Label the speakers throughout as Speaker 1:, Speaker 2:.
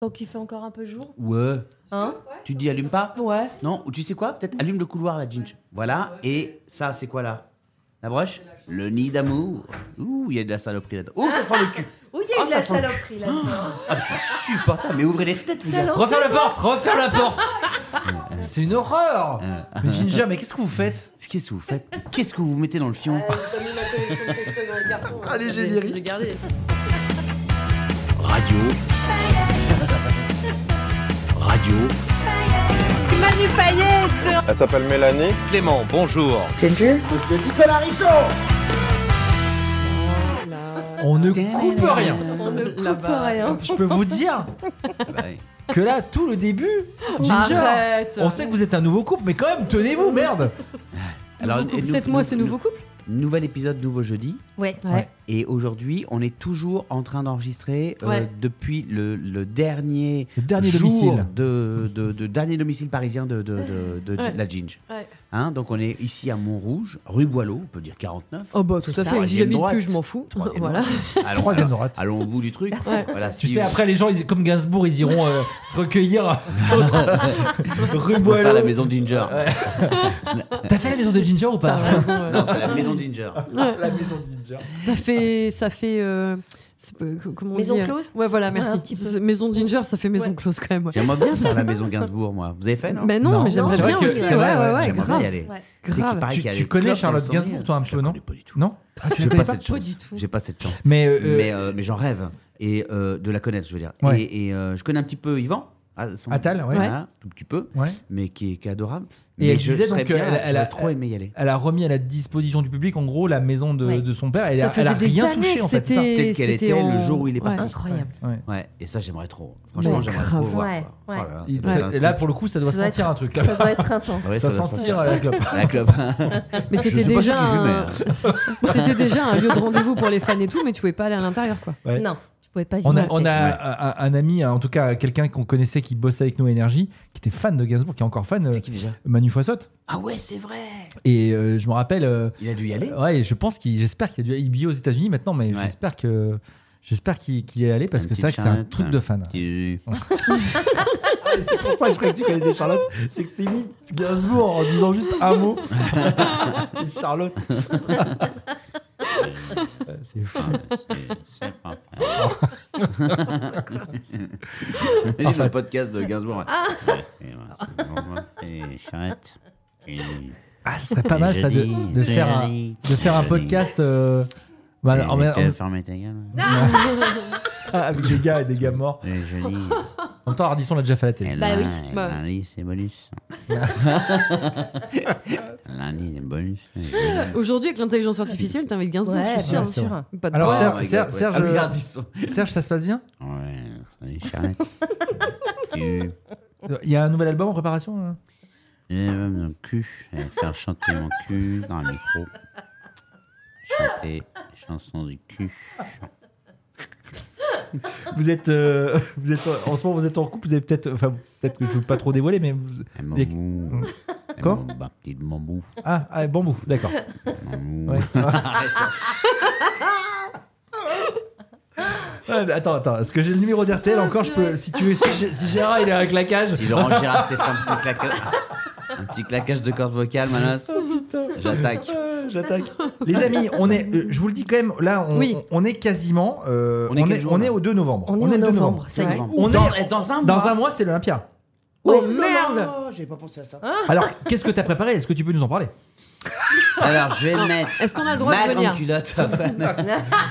Speaker 1: Donc il fait encore un peu jour.
Speaker 2: Ouais.
Speaker 1: Hein
Speaker 2: Tu dis allume pas
Speaker 1: Ouais.
Speaker 2: Non, ou tu sais quoi Peut-être allume le couloir, la Ginge. Voilà, et ça, c'est quoi là La broche Le nid d'amour. Ouh, il y a de la saloperie là-dedans. Oh, ça sent le cul
Speaker 1: Où il y a eu
Speaker 2: Ah,
Speaker 1: de
Speaker 2: ça
Speaker 1: la
Speaker 2: sent le cul.
Speaker 1: saloperie là-dedans
Speaker 2: Ah, mais c'est insupportable Mais ouvrez les fenêtres, les gars
Speaker 1: lancé,
Speaker 3: Referme la porte, referme la porte C'est une horreur Mais Ginger, mais qu'est-ce que vous faites
Speaker 2: Qu'est-ce que vous faites Qu'est-ce que vous mettez dans le fion
Speaker 1: Euh,
Speaker 4: Ah,
Speaker 1: Allez, j'ai regardé.
Speaker 4: Radio. Radio.
Speaker 5: Elle s'appelle Mélanie.
Speaker 6: Clément, bonjour.
Speaker 3: On ne coupe rien
Speaker 1: On ne coupe rien.
Speaker 3: Je peux vous dire que là, tout le début, Ginger,
Speaker 1: Arrête.
Speaker 3: on sait que vous êtes un nouveau couple, mais quand même, tenez-vous, merde
Speaker 2: Alors,
Speaker 7: Nouveau couple,
Speaker 2: nous-
Speaker 7: sept mois,
Speaker 2: nous-
Speaker 7: c'est nouveau couple
Speaker 2: nous- Nouvel épisode, nouveau jeudi.
Speaker 7: Ouais.
Speaker 3: Ouais.
Speaker 2: Et aujourd'hui, on est toujours en train d'enregistrer euh,
Speaker 1: Ouais.
Speaker 2: depuis le, le dernier,
Speaker 3: Le dernier
Speaker 2: jour
Speaker 3: domicile.
Speaker 2: De, de- de- dernier domicile parisien de, de- de- de- de
Speaker 1: Ouais.
Speaker 2: la Ginge.
Speaker 1: Ouais.
Speaker 2: Hein, donc on est ici à Montrouge, rue Boileau, on peut dire 49.
Speaker 7: Oh bah
Speaker 2: C'est ça.
Speaker 7: tout à fait, j'y
Speaker 2: Troisième
Speaker 7: habite
Speaker 2: droite.
Speaker 7: plus, je m'en fous.
Speaker 2: Troisième
Speaker 7: Voilà.
Speaker 2: droite. Allons,
Speaker 3: Troisième
Speaker 2: alors,
Speaker 3: droite.
Speaker 2: Allons au bout du truc. Voilà,
Speaker 3: Tu
Speaker 2: si-
Speaker 3: sais, après, les gens, ils- comme Gainsbourg, ils iront euh, se recueillir rue
Speaker 2: on va faire
Speaker 3: Boileau.
Speaker 2: la maison de Ginger.
Speaker 3: T'as fait la maison de Ginger ou pas
Speaker 7: T'as raison, ouais.
Speaker 2: Non, c'est la maison de Ginger.
Speaker 3: La maison de Ginger.
Speaker 7: Ça fait. Ça fait euh, c'est pas- co- comment on
Speaker 1: Maison
Speaker 7: dit, euh,
Speaker 1: close
Speaker 7: Ouais, voilà, merci.
Speaker 1: un petit peu.
Speaker 7: C'est- Maison Ginger, ça fait maison
Speaker 1: Ouais.
Speaker 7: close quand même. ouais.
Speaker 2: J'aimerais bien faire la maison Gainsbourg, moi. Vous avez fait, non
Speaker 7: Mais non,
Speaker 3: Non,
Speaker 7: mais
Speaker 3: c'est
Speaker 7: j'aimerais
Speaker 3: vrai
Speaker 7: bien
Speaker 3: que-
Speaker 7: aussi.
Speaker 3: c'est
Speaker 7: Ouais,
Speaker 3: vrai, ouais,
Speaker 7: ouais, ouais,
Speaker 2: J'aimerais bien y
Speaker 7: grave.
Speaker 2: aller.
Speaker 1: Ouais.
Speaker 2: Tu sais qu'il
Speaker 7: Grave.
Speaker 2: paraît
Speaker 3: Tu,
Speaker 2: qu'il y a
Speaker 3: tu
Speaker 2: des
Speaker 3: connais
Speaker 2: clubs
Speaker 3: Charlotte
Speaker 2: dans le
Speaker 3: Gainsbourg, toi, un
Speaker 2: centre-ville. Je
Speaker 3: peu,
Speaker 2: la
Speaker 3: non
Speaker 2: connais pas du tout.
Speaker 3: Non Ah,
Speaker 2: J'ai
Speaker 3: tu la
Speaker 2: pas,
Speaker 3: connais
Speaker 2: cette
Speaker 7: Pas
Speaker 2: chance.
Speaker 7: du tout.
Speaker 2: J'ai pas cette chance.
Speaker 3: Mais, euh,
Speaker 2: mais euh, mais j'en rêve. Et euh, de la connaître, je veux dire.
Speaker 3: Ouais.
Speaker 2: Et, et, euh, je connais un petit peu Yvan. à son-
Speaker 3: Attal, ouais.
Speaker 2: Voilà, tout petit peu.
Speaker 3: Ouais.
Speaker 2: Mais qui est, qui est adorable.
Speaker 3: Et
Speaker 2: mais
Speaker 3: elle
Speaker 2: je
Speaker 3: disait
Speaker 2: serais
Speaker 3: donc,
Speaker 2: bien,
Speaker 3: elle- elle
Speaker 2: j'aurais
Speaker 3: a-
Speaker 2: trop aimé y aller.
Speaker 3: elle a remis à la disposition du public en gros la maison de,
Speaker 1: Ouais.
Speaker 3: de son père. Elle,
Speaker 7: Ça
Speaker 3: a, elle a
Speaker 7: faisait des
Speaker 3: rien
Speaker 7: années
Speaker 3: touché
Speaker 7: que
Speaker 3: en fait. c'est ça
Speaker 7: c'était.
Speaker 2: Telle qu'elle
Speaker 7: c'était
Speaker 2: était
Speaker 7: en-
Speaker 2: le jour où il est
Speaker 7: Ouais.
Speaker 2: parti.
Speaker 1: Incroyable.
Speaker 3: Ouais.
Speaker 2: Ouais, et ça j'aimerais trop. Franchement,
Speaker 7: Ouais,
Speaker 2: j'aimerais
Speaker 7: grave.
Speaker 2: trop voir.
Speaker 1: Ouais,
Speaker 2: quoi.
Speaker 1: ouais.
Speaker 2: Oh là là,
Speaker 3: Il-
Speaker 2: ça doit
Speaker 3: ça-
Speaker 2: être
Speaker 3: là
Speaker 2: un
Speaker 3: pour le coup, ça doit
Speaker 1: Ça doit
Speaker 3: sentir
Speaker 1: être-
Speaker 3: un truc là.
Speaker 1: Ça doit être intense.
Speaker 2: truc. Ouais,
Speaker 3: Ça
Speaker 2: doit
Speaker 3: sentir euh, la clope.
Speaker 2: La clope.
Speaker 7: Mais
Speaker 2: Je sais
Speaker 7: c'était
Speaker 2: pas si
Speaker 7: déjà.
Speaker 2: tu fumais,
Speaker 7: un-
Speaker 2: hein.
Speaker 7: C'était déjà un lieu de rendez-vous pour les fans et tout, mais tu pouvais pas aller à l'intérieur quoi.
Speaker 3: Ouais.
Speaker 1: Non, tu pouvais pas
Speaker 3: On a,
Speaker 1: visiter.
Speaker 3: on a euh, un, un ami, en tout cas quelqu'un qu'on connaissait qui bossait avec nous à Énergie, qui était fan de Gainsbourg, qui est encore fan, euh,
Speaker 2: C'était qui déjà
Speaker 3: Manu Foissotte.
Speaker 2: Ah ouais, c'est vrai.
Speaker 3: Et euh, je me rappelle, euh,
Speaker 2: Il a dû y aller.
Speaker 3: ouais, je pense qu'il, j'espère qu'il a dû, il vit aux États-Unis maintenant, mais
Speaker 2: Ouais.
Speaker 3: j'espère que, j'espère qu'il qu'il est allé parce
Speaker 2: Un
Speaker 3: que
Speaker 2: petit
Speaker 3: c'est vrai que c'est un
Speaker 2: chat,
Speaker 3: truc
Speaker 2: un
Speaker 3: de fan.
Speaker 2: Qui-
Speaker 3: c'est pour ça que je croyais que tu connaissais Charlotte, c'est que t'es mis Gainsbourg en disant juste un mot. Charlotte. c'est fou.
Speaker 2: C'est pas J'ai fait le podcast de Gainsbourg.
Speaker 1: Ah.
Speaker 2: Et charrette. Et-
Speaker 3: Ah, ce serait pas mal ça de,
Speaker 2: Jeudi,
Speaker 3: de faire un,
Speaker 2: jeudi,
Speaker 3: de faire un
Speaker 2: jeudi.
Speaker 3: podcast euh, bah,
Speaker 2: Et
Speaker 3: en- en-
Speaker 2: t'as fermé ta gueule.
Speaker 1: Ah.
Speaker 3: avec des gars et des gars morts.
Speaker 2: Et joli.
Speaker 3: Bah En même temps, Ardisson l'a déjà fait à la télé.
Speaker 1: Bah oui,
Speaker 2: Et
Speaker 1: bah.
Speaker 2: Lundi, c'est bonus. lundi, c'est bonus.
Speaker 7: Aujourd'hui, avec l'intelligence artificielle, t'invites Gainsbourg,
Speaker 1: Ouais,
Speaker 7: je suis
Speaker 1: bien
Speaker 7: sûre.
Speaker 1: sûr.
Speaker 7: Pas de
Speaker 3: Alors,
Speaker 7: problème.
Speaker 3: Serge- Serge-
Speaker 2: Ah,
Speaker 3: Serge- Serge, ça se passe bien
Speaker 2: Ouais, salut Charrette. tu.
Speaker 3: Il y a un nouvel album en préparation hein
Speaker 2: Et même dans le cul, et faire chanter mon cul dans le micro. Chanter les chansons du cul.
Speaker 3: Vous êtes, euh, vous êtes en en ce moment, vous êtes en couple. Vous avez peut-être, enfin, peut-être que je veux pas trop dévoiler, mais vous-
Speaker 2: Un mon
Speaker 3: Des- Mmh.
Speaker 2: bout. Un
Speaker 3: Quoi
Speaker 2: mon- bah, petit bambou.
Speaker 3: ah, ah, bambou, d'accord. Ouais. Ah, mais attends, attends, est-ce que j'ai le numéro d'RTL encore je peux, si, tu veux, si, Gé- si Gérard il est avec la cage.
Speaker 2: Si Laurent Gérard s'est fait un petit claquage, un petit claquage de corde vocale, Manos,
Speaker 3: Oh,
Speaker 2: j'attaque.
Speaker 3: Ah, J'attaque. Les amis, on est, euh, je vous le dis quand même, là, on,
Speaker 7: Oui.
Speaker 3: on- on est quasiment. euh,
Speaker 2: On
Speaker 3: on,
Speaker 2: est
Speaker 3: est
Speaker 2: quel jour,
Speaker 3: on
Speaker 2: là
Speaker 3: est au 2 novembre.
Speaker 1: On est
Speaker 3: le
Speaker 1: en
Speaker 3: 2
Speaker 1: novembre, ça y est.
Speaker 7: Ouais.
Speaker 3: On
Speaker 2: dans,
Speaker 3: est-
Speaker 2: dans un
Speaker 3: Dans
Speaker 2: mois.
Speaker 3: un mois, c'est l'Olympia.
Speaker 7: Oh,
Speaker 2: non,
Speaker 7: merde
Speaker 2: non, J'avais pas pensé à ça.
Speaker 7: Ah.
Speaker 3: Alors, qu'est-ce que t'as préparé Est-ce que tu peux nous en parler
Speaker 2: Alors, je vais mettre.
Speaker 7: Est-ce qu'on a le droit de
Speaker 2: ma
Speaker 7: venir
Speaker 2: grande culotte. hein.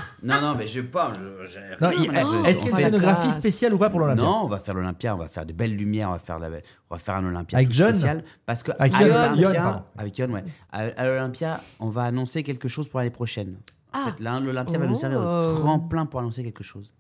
Speaker 2: non, non, mais je vais pas. je- j'ai
Speaker 3: Non,
Speaker 2: rien,
Speaker 3: il-
Speaker 2: Manos, on
Speaker 3: Est-ce qu'il y a
Speaker 2: fait
Speaker 3: une
Speaker 7: la
Speaker 3: scénographie
Speaker 7: classe.
Speaker 3: spéciale ou pas pour l'Olympia
Speaker 2: Non, on va faire l'Olympia, on va faire de belles lumières, on va faire, de la belle- on va faire un Olympia
Speaker 3: Avec
Speaker 2: tout
Speaker 3: John
Speaker 2: spécial. Parce que
Speaker 3: Avec
Speaker 2: à
Speaker 3: John,
Speaker 2: l'Olympia-
Speaker 3: John, pardon.
Speaker 2: avec John, ouais. À, à l'Olympia, on va
Speaker 1: Ah.
Speaker 2: annoncer quelque chose pour l'année prochaine. En fait, là, l'Olympia va nous servir de
Speaker 7: Oh.
Speaker 2: tremplin pour annoncer quelque chose.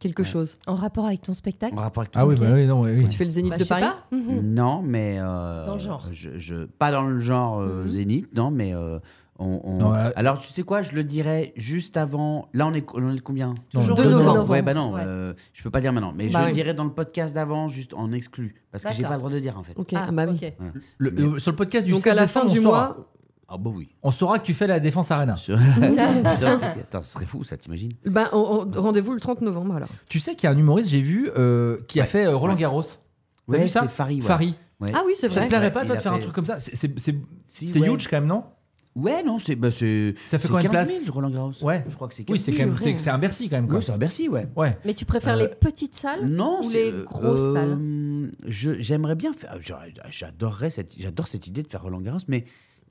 Speaker 7: quelque chose.
Speaker 1: En rapport avec ton spectacle
Speaker 2: En rapport avec tout
Speaker 3: Ah Mhm. oui,
Speaker 1: Ok.
Speaker 3: bah oui, non, oui, oui.
Speaker 7: Tu fais le Zénith
Speaker 1: Bah,
Speaker 7: de
Speaker 1: je sais
Speaker 7: Paris
Speaker 1: pas.
Speaker 2: ça. Non, mais. euh,
Speaker 1: Dans le genre.
Speaker 2: je- je- pas dans le genre euh,
Speaker 1: Mhm.
Speaker 2: Zénith, non, mais. euh, on, on-
Speaker 3: Non, euh,
Speaker 2: Alors, tu sais quoi, je le dirais juste avant. Là, on est, on est combien
Speaker 3: Non,
Speaker 1: Toujours
Speaker 3: de
Speaker 1: le
Speaker 3: novembre.
Speaker 2: Ouais, bah non,
Speaker 1: Ouais.
Speaker 2: euh, je peux pas le dire maintenant. Mais
Speaker 7: Bah
Speaker 2: je
Speaker 7: oui.
Speaker 2: le dirais dans le podcast d'avant, juste en exclu. Parce que j'ai
Speaker 1: D'accord.
Speaker 2: pas le droit de le dire, en fait.
Speaker 7: Ok,
Speaker 1: Ah,
Speaker 7: ah bah oui.
Speaker 1: ok.
Speaker 3: Le-
Speaker 2: Mais-
Speaker 3: euh, sur le podcast du
Speaker 7: Donc à
Speaker 3: 7
Speaker 7: la fin
Speaker 3: décembre,
Speaker 7: du
Speaker 3: on saura.
Speaker 7: mois,
Speaker 2: Ah, bah oui.
Speaker 3: On saura que tu fais la défense arena.
Speaker 2: Sur- Sur- Putain, ce serait fou, ça, t'imagines
Speaker 7: ben, on- on- rendez-vous le 30 novembre alors.
Speaker 3: Tu sais qu'il y a un humoriste, j'ai vu, euh, qui a
Speaker 2: Ouais.
Speaker 3: fait euh, Roland Garros. T'as
Speaker 2: Ouais,
Speaker 3: vu ça
Speaker 2: c'est Farid, ouais.
Speaker 3: Farid.
Speaker 2: Ouais.
Speaker 7: Ah oui, c'est
Speaker 3: Ça
Speaker 7: vrai.
Speaker 3: te plairait
Speaker 2: Ouais,
Speaker 3: pas,
Speaker 2: il
Speaker 3: toi, de
Speaker 2: a
Speaker 3: faire un
Speaker 2: fait-
Speaker 3: truc comme ça C'est c'est- c'est-
Speaker 2: Si,
Speaker 3: c'est
Speaker 2: ouais.
Speaker 3: huge quand même, non
Speaker 2: Ouais, non, c'est. Bah, c'est
Speaker 3: Ça fait
Speaker 2: c'est
Speaker 3: combien de
Speaker 2: 15
Speaker 3: places
Speaker 2: 000, Roland Garros
Speaker 3: Ouais.
Speaker 2: Je crois que c'est 15
Speaker 3: Oui, c'est quand même, c'est c'est un Bercy quand même. Quoi.
Speaker 2: Ouais, c'est à Bercy, ouais.
Speaker 3: Ouais.
Speaker 1: Mais tu préfères
Speaker 3: Euh,
Speaker 1: les petites salles
Speaker 2: Non,
Speaker 1: Ou
Speaker 2: c'est-
Speaker 1: les grosses
Speaker 2: euh, je- J'aimerais bien faire. euh, j'aurais- J'adorerais cette, j'adore cette idée de faire Roland Garros, mais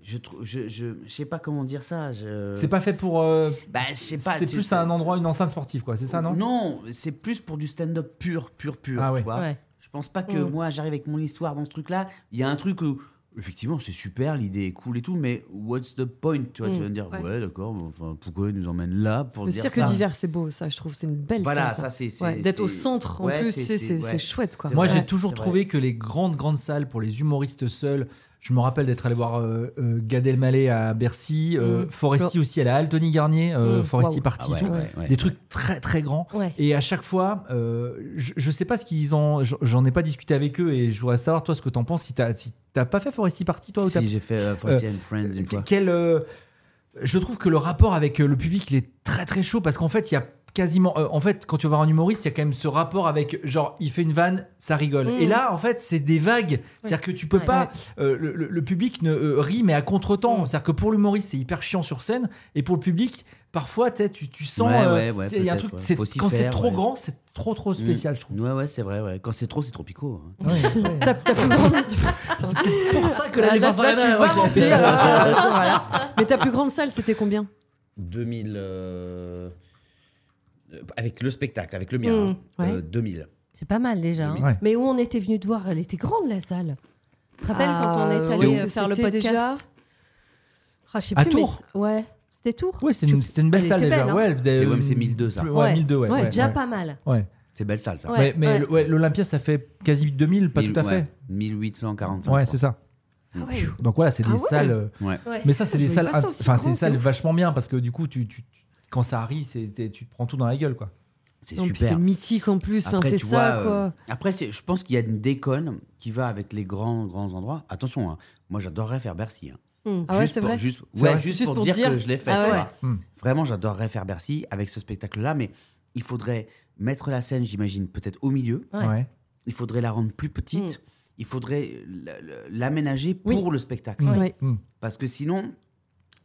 Speaker 2: je trouve, je, je, je sais pas comment dire ça. Je...
Speaker 3: C'est pas fait pour. euh,
Speaker 2: Bah, je sais pas.
Speaker 3: c'est
Speaker 2: tu-
Speaker 3: plus un endroit, une enceinte sportive, quoi. C'est ça, non
Speaker 2: Non, c'est plus pour du stand-up pur, pur, pur.
Speaker 3: Ah ouais.
Speaker 2: tu vois.
Speaker 1: Ouais.
Speaker 2: Je pense pas que
Speaker 7: Mm.
Speaker 2: moi j'arrive avec mon histoire dans ce truc-là. Il y a un truc où effectivement c'est super, l'idée est cool et tout, mais what's the point Tu vois,
Speaker 7: Mm,
Speaker 2: tu vas me dire
Speaker 7: ouais.
Speaker 2: ouais, d'accord, mais enfin pourquoi ils nous emmènent là pour
Speaker 7: Le
Speaker 2: dire
Speaker 7: cirque
Speaker 2: ça
Speaker 7: d'hiver, c'est beau, ça, je trouve. C'est une belle
Speaker 2: Voilà,
Speaker 7: salle,
Speaker 2: ça c'est c'est-
Speaker 7: Ouais, D'être au
Speaker 2: c'est-
Speaker 7: centre, en
Speaker 2: ouais,
Speaker 7: plus, tu sais, c'est
Speaker 2: ouais.
Speaker 7: c'est chouette, quoi.
Speaker 2: C'est
Speaker 3: Moi,
Speaker 2: vrai.
Speaker 3: j'ai toujours
Speaker 2: c'est
Speaker 3: trouvé que les grandes, grandes salles pour les humoristes seuls. Je me rappelle d'être allé voir euh, euh, Gad Elmaleh à Bercy, euh,
Speaker 7: Mm.
Speaker 3: Foresti aussi à la Halle Tony Garnier, euh,
Speaker 7: Mm.
Speaker 3: Foresti
Speaker 7: Waouh.
Speaker 3: Party,
Speaker 2: Ah ouais,
Speaker 3: tout.
Speaker 2: ouais, ouais.
Speaker 3: des trucs très très grands.
Speaker 1: Ouais.
Speaker 3: Et à chaque fois, euh, je, je sais pas ce qu'ils ont. j- J'en ai pas discuté avec eux et je voudrais savoir toi ce que t'en penses. Si t'as si t'as pas fait Foresti Party toi ou t'as
Speaker 2: Si j'ai fait euh, Frosty and Friends une fois.
Speaker 3: Quel, euh, je trouve que le rapport avec euh, le public, il est très très chaud parce qu'en fait, il y a quasiment. euh, en fait, quand tu vas voir un humoriste, il y a quand même ce rapport avec genre, il fait une vanne, ça rigole.
Speaker 7: Mm.
Speaker 3: Et là, en fait, c'est des vagues. C'est-à-dire que tu peux
Speaker 7: Ouais, Mm.
Speaker 3: pas. euh, le, le- le public ne euh, rit, mais à contre-temps. C'est-à-dire que pour l'humoriste, c'est hyper chiant sur scène. Et pour le public, parfois, tu sais, tu tu sens.
Speaker 2: Ouais,
Speaker 3: euh,
Speaker 2: ouais, ouais,
Speaker 3: tu sais, il y a un
Speaker 2: peut-être,
Speaker 3: truc.
Speaker 2: ouais.
Speaker 3: c'est-
Speaker 2: Faut s'y
Speaker 3: Quand c'est
Speaker 2: faire,
Speaker 3: trop
Speaker 2: ouais. Mm.
Speaker 3: grand, c'est trop trop spécial, je trouve.
Speaker 2: Ouais, ouais, c'est vrai. ouais. Quand c'est trop, c'est trop picot. hein.
Speaker 7: T'as t'as plus grande. Putain.
Speaker 3: pour ça que
Speaker 7: Ah,
Speaker 3: la
Speaker 7: là,
Speaker 3: défense
Speaker 7: ça, tu
Speaker 3: Arena,
Speaker 7: vas
Speaker 3: ok.
Speaker 7: remplir, euh, ça, voilà. Mais ta plus grande salle, c'était combien
Speaker 2: 2000. euh, euh, Avec le spectacle, avec le mien.
Speaker 7: Mm,
Speaker 2: hein,
Speaker 7: ouais.
Speaker 2: euh, 2000.
Speaker 1: C'est pas mal déjà. hein.
Speaker 3: Ouais.
Speaker 1: Mais où on était venu te voir, elle était grande la salle. Tu te rappelles
Speaker 7: Ah,
Speaker 1: quand on est
Speaker 7: ouais,
Speaker 1: allé
Speaker 7: où
Speaker 1: euh, faire le
Speaker 7: c'était
Speaker 1: podcast
Speaker 7: déjà
Speaker 1: Ah, je sais
Speaker 3: À
Speaker 1: plus, mais
Speaker 3: Tours
Speaker 1: c'est- Ouais, c'était Tours.
Speaker 3: Ouais, c'est une, c'était une belle
Speaker 1: elle était
Speaker 3: salle déjà.
Speaker 1: belle, hein.
Speaker 3: Ouais, elle faisait.
Speaker 2: C'est- ouais,
Speaker 3: euh,
Speaker 2: mais c'est 1002, ça.
Speaker 3: plus- Ouais, 1002, ouais.
Speaker 1: Ouais,
Speaker 3: ouais,
Speaker 1: déjà
Speaker 3: ouais.
Speaker 1: pas mal.
Speaker 3: Ouais.
Speaker 2: C'est belle salle, ça.
Speaker 1: Ouais.
Speaker 3: Mais, mais
Speaker 1: ouais.
Speaker 3: le- ouais, l'Olympia, ça fait quasi 2000, pas
Speaker 2: Mille-
Speaker 3: tout à
Speaker 2: ouais,
Speaker 3: fait.
Speaker 2: 1845.
Speaker 3: Ouais,
Speaker 2: je
Speaker 3: c'est ça.
Speaker 1: Ah ouais.
Speaker 3: Donc voilà, c'est des
Speaker 7: Ah ouais.
Speaker 3: salles. euh,
Speaker 2: crois. Ouais.
Speaker 1: Ouais.
Speaker 3: Mais ça, c'est
Speaker 7: Je
Speaker 3: des salles.
Speaker 7: voyais pas ça
Speaker 3: int-
Speaker 7: aussi
Speaker 3: Enfin, c'est
Speaker 7: grand,
Speaker 3: des salles
Speaker 7: c'est ouf.
Speaker 3: vachement bien parce que du coup, tu, tu- tu- quand ça arrive, c'est, c'est- tu te prends tout dans la gueule, quoi.
Speaker 2: C'est
Speaker 7: Non, puis
Speaker 2: super.
Speaker 7: C'est mythique en plus, enfin,
Speaker 2: Après,
Speaker 7: c'est
Speaker 2: tu
Speaker 7: ça,
Speaker 2: vois,
Speaker 7: quoi.
Speaker 2: euh, après, c'est- je pense qu'il y a une déconne qui va avec les grands, grands endroits. Attention, hein, moi j'adorerais faire Bercy. hein.
Speaker 7: Ah ouais,
Speaker 2: Juste
Speaker 7: c'est
Speaker 2: pour-
Speaker 7: vrai.
Speaker 2: Juste,
Speaker 3: C'est
Speaker 2: ouais,
Speaker 3: vrai.
Speaker 2: juste pour, dire, que je l'ai fait.
Speaker 7: Ah
Speaker 2: tu
Speaker 7: ouais.
Speaker 2: vois.
Speaker 3: Hmm.
Speaker 2: Vraiment, j'adorerais faire Bercy avec ce spectacle-là, mais il faudrait mettre la scène, j'imagine, peut-être au milieu.
Speaker 1: Ouais.
Speaker 2: Il faudrait la rendre plus petite.
Speaker 7: Hmm.
Speaker 2: Il faudrait l- l- l'aménager pour le spectacle.
Speaker 3: Mm.
Speaker 7: Ouais.
Speaker 3: Mm.
Speaker 2: Parce que sinon,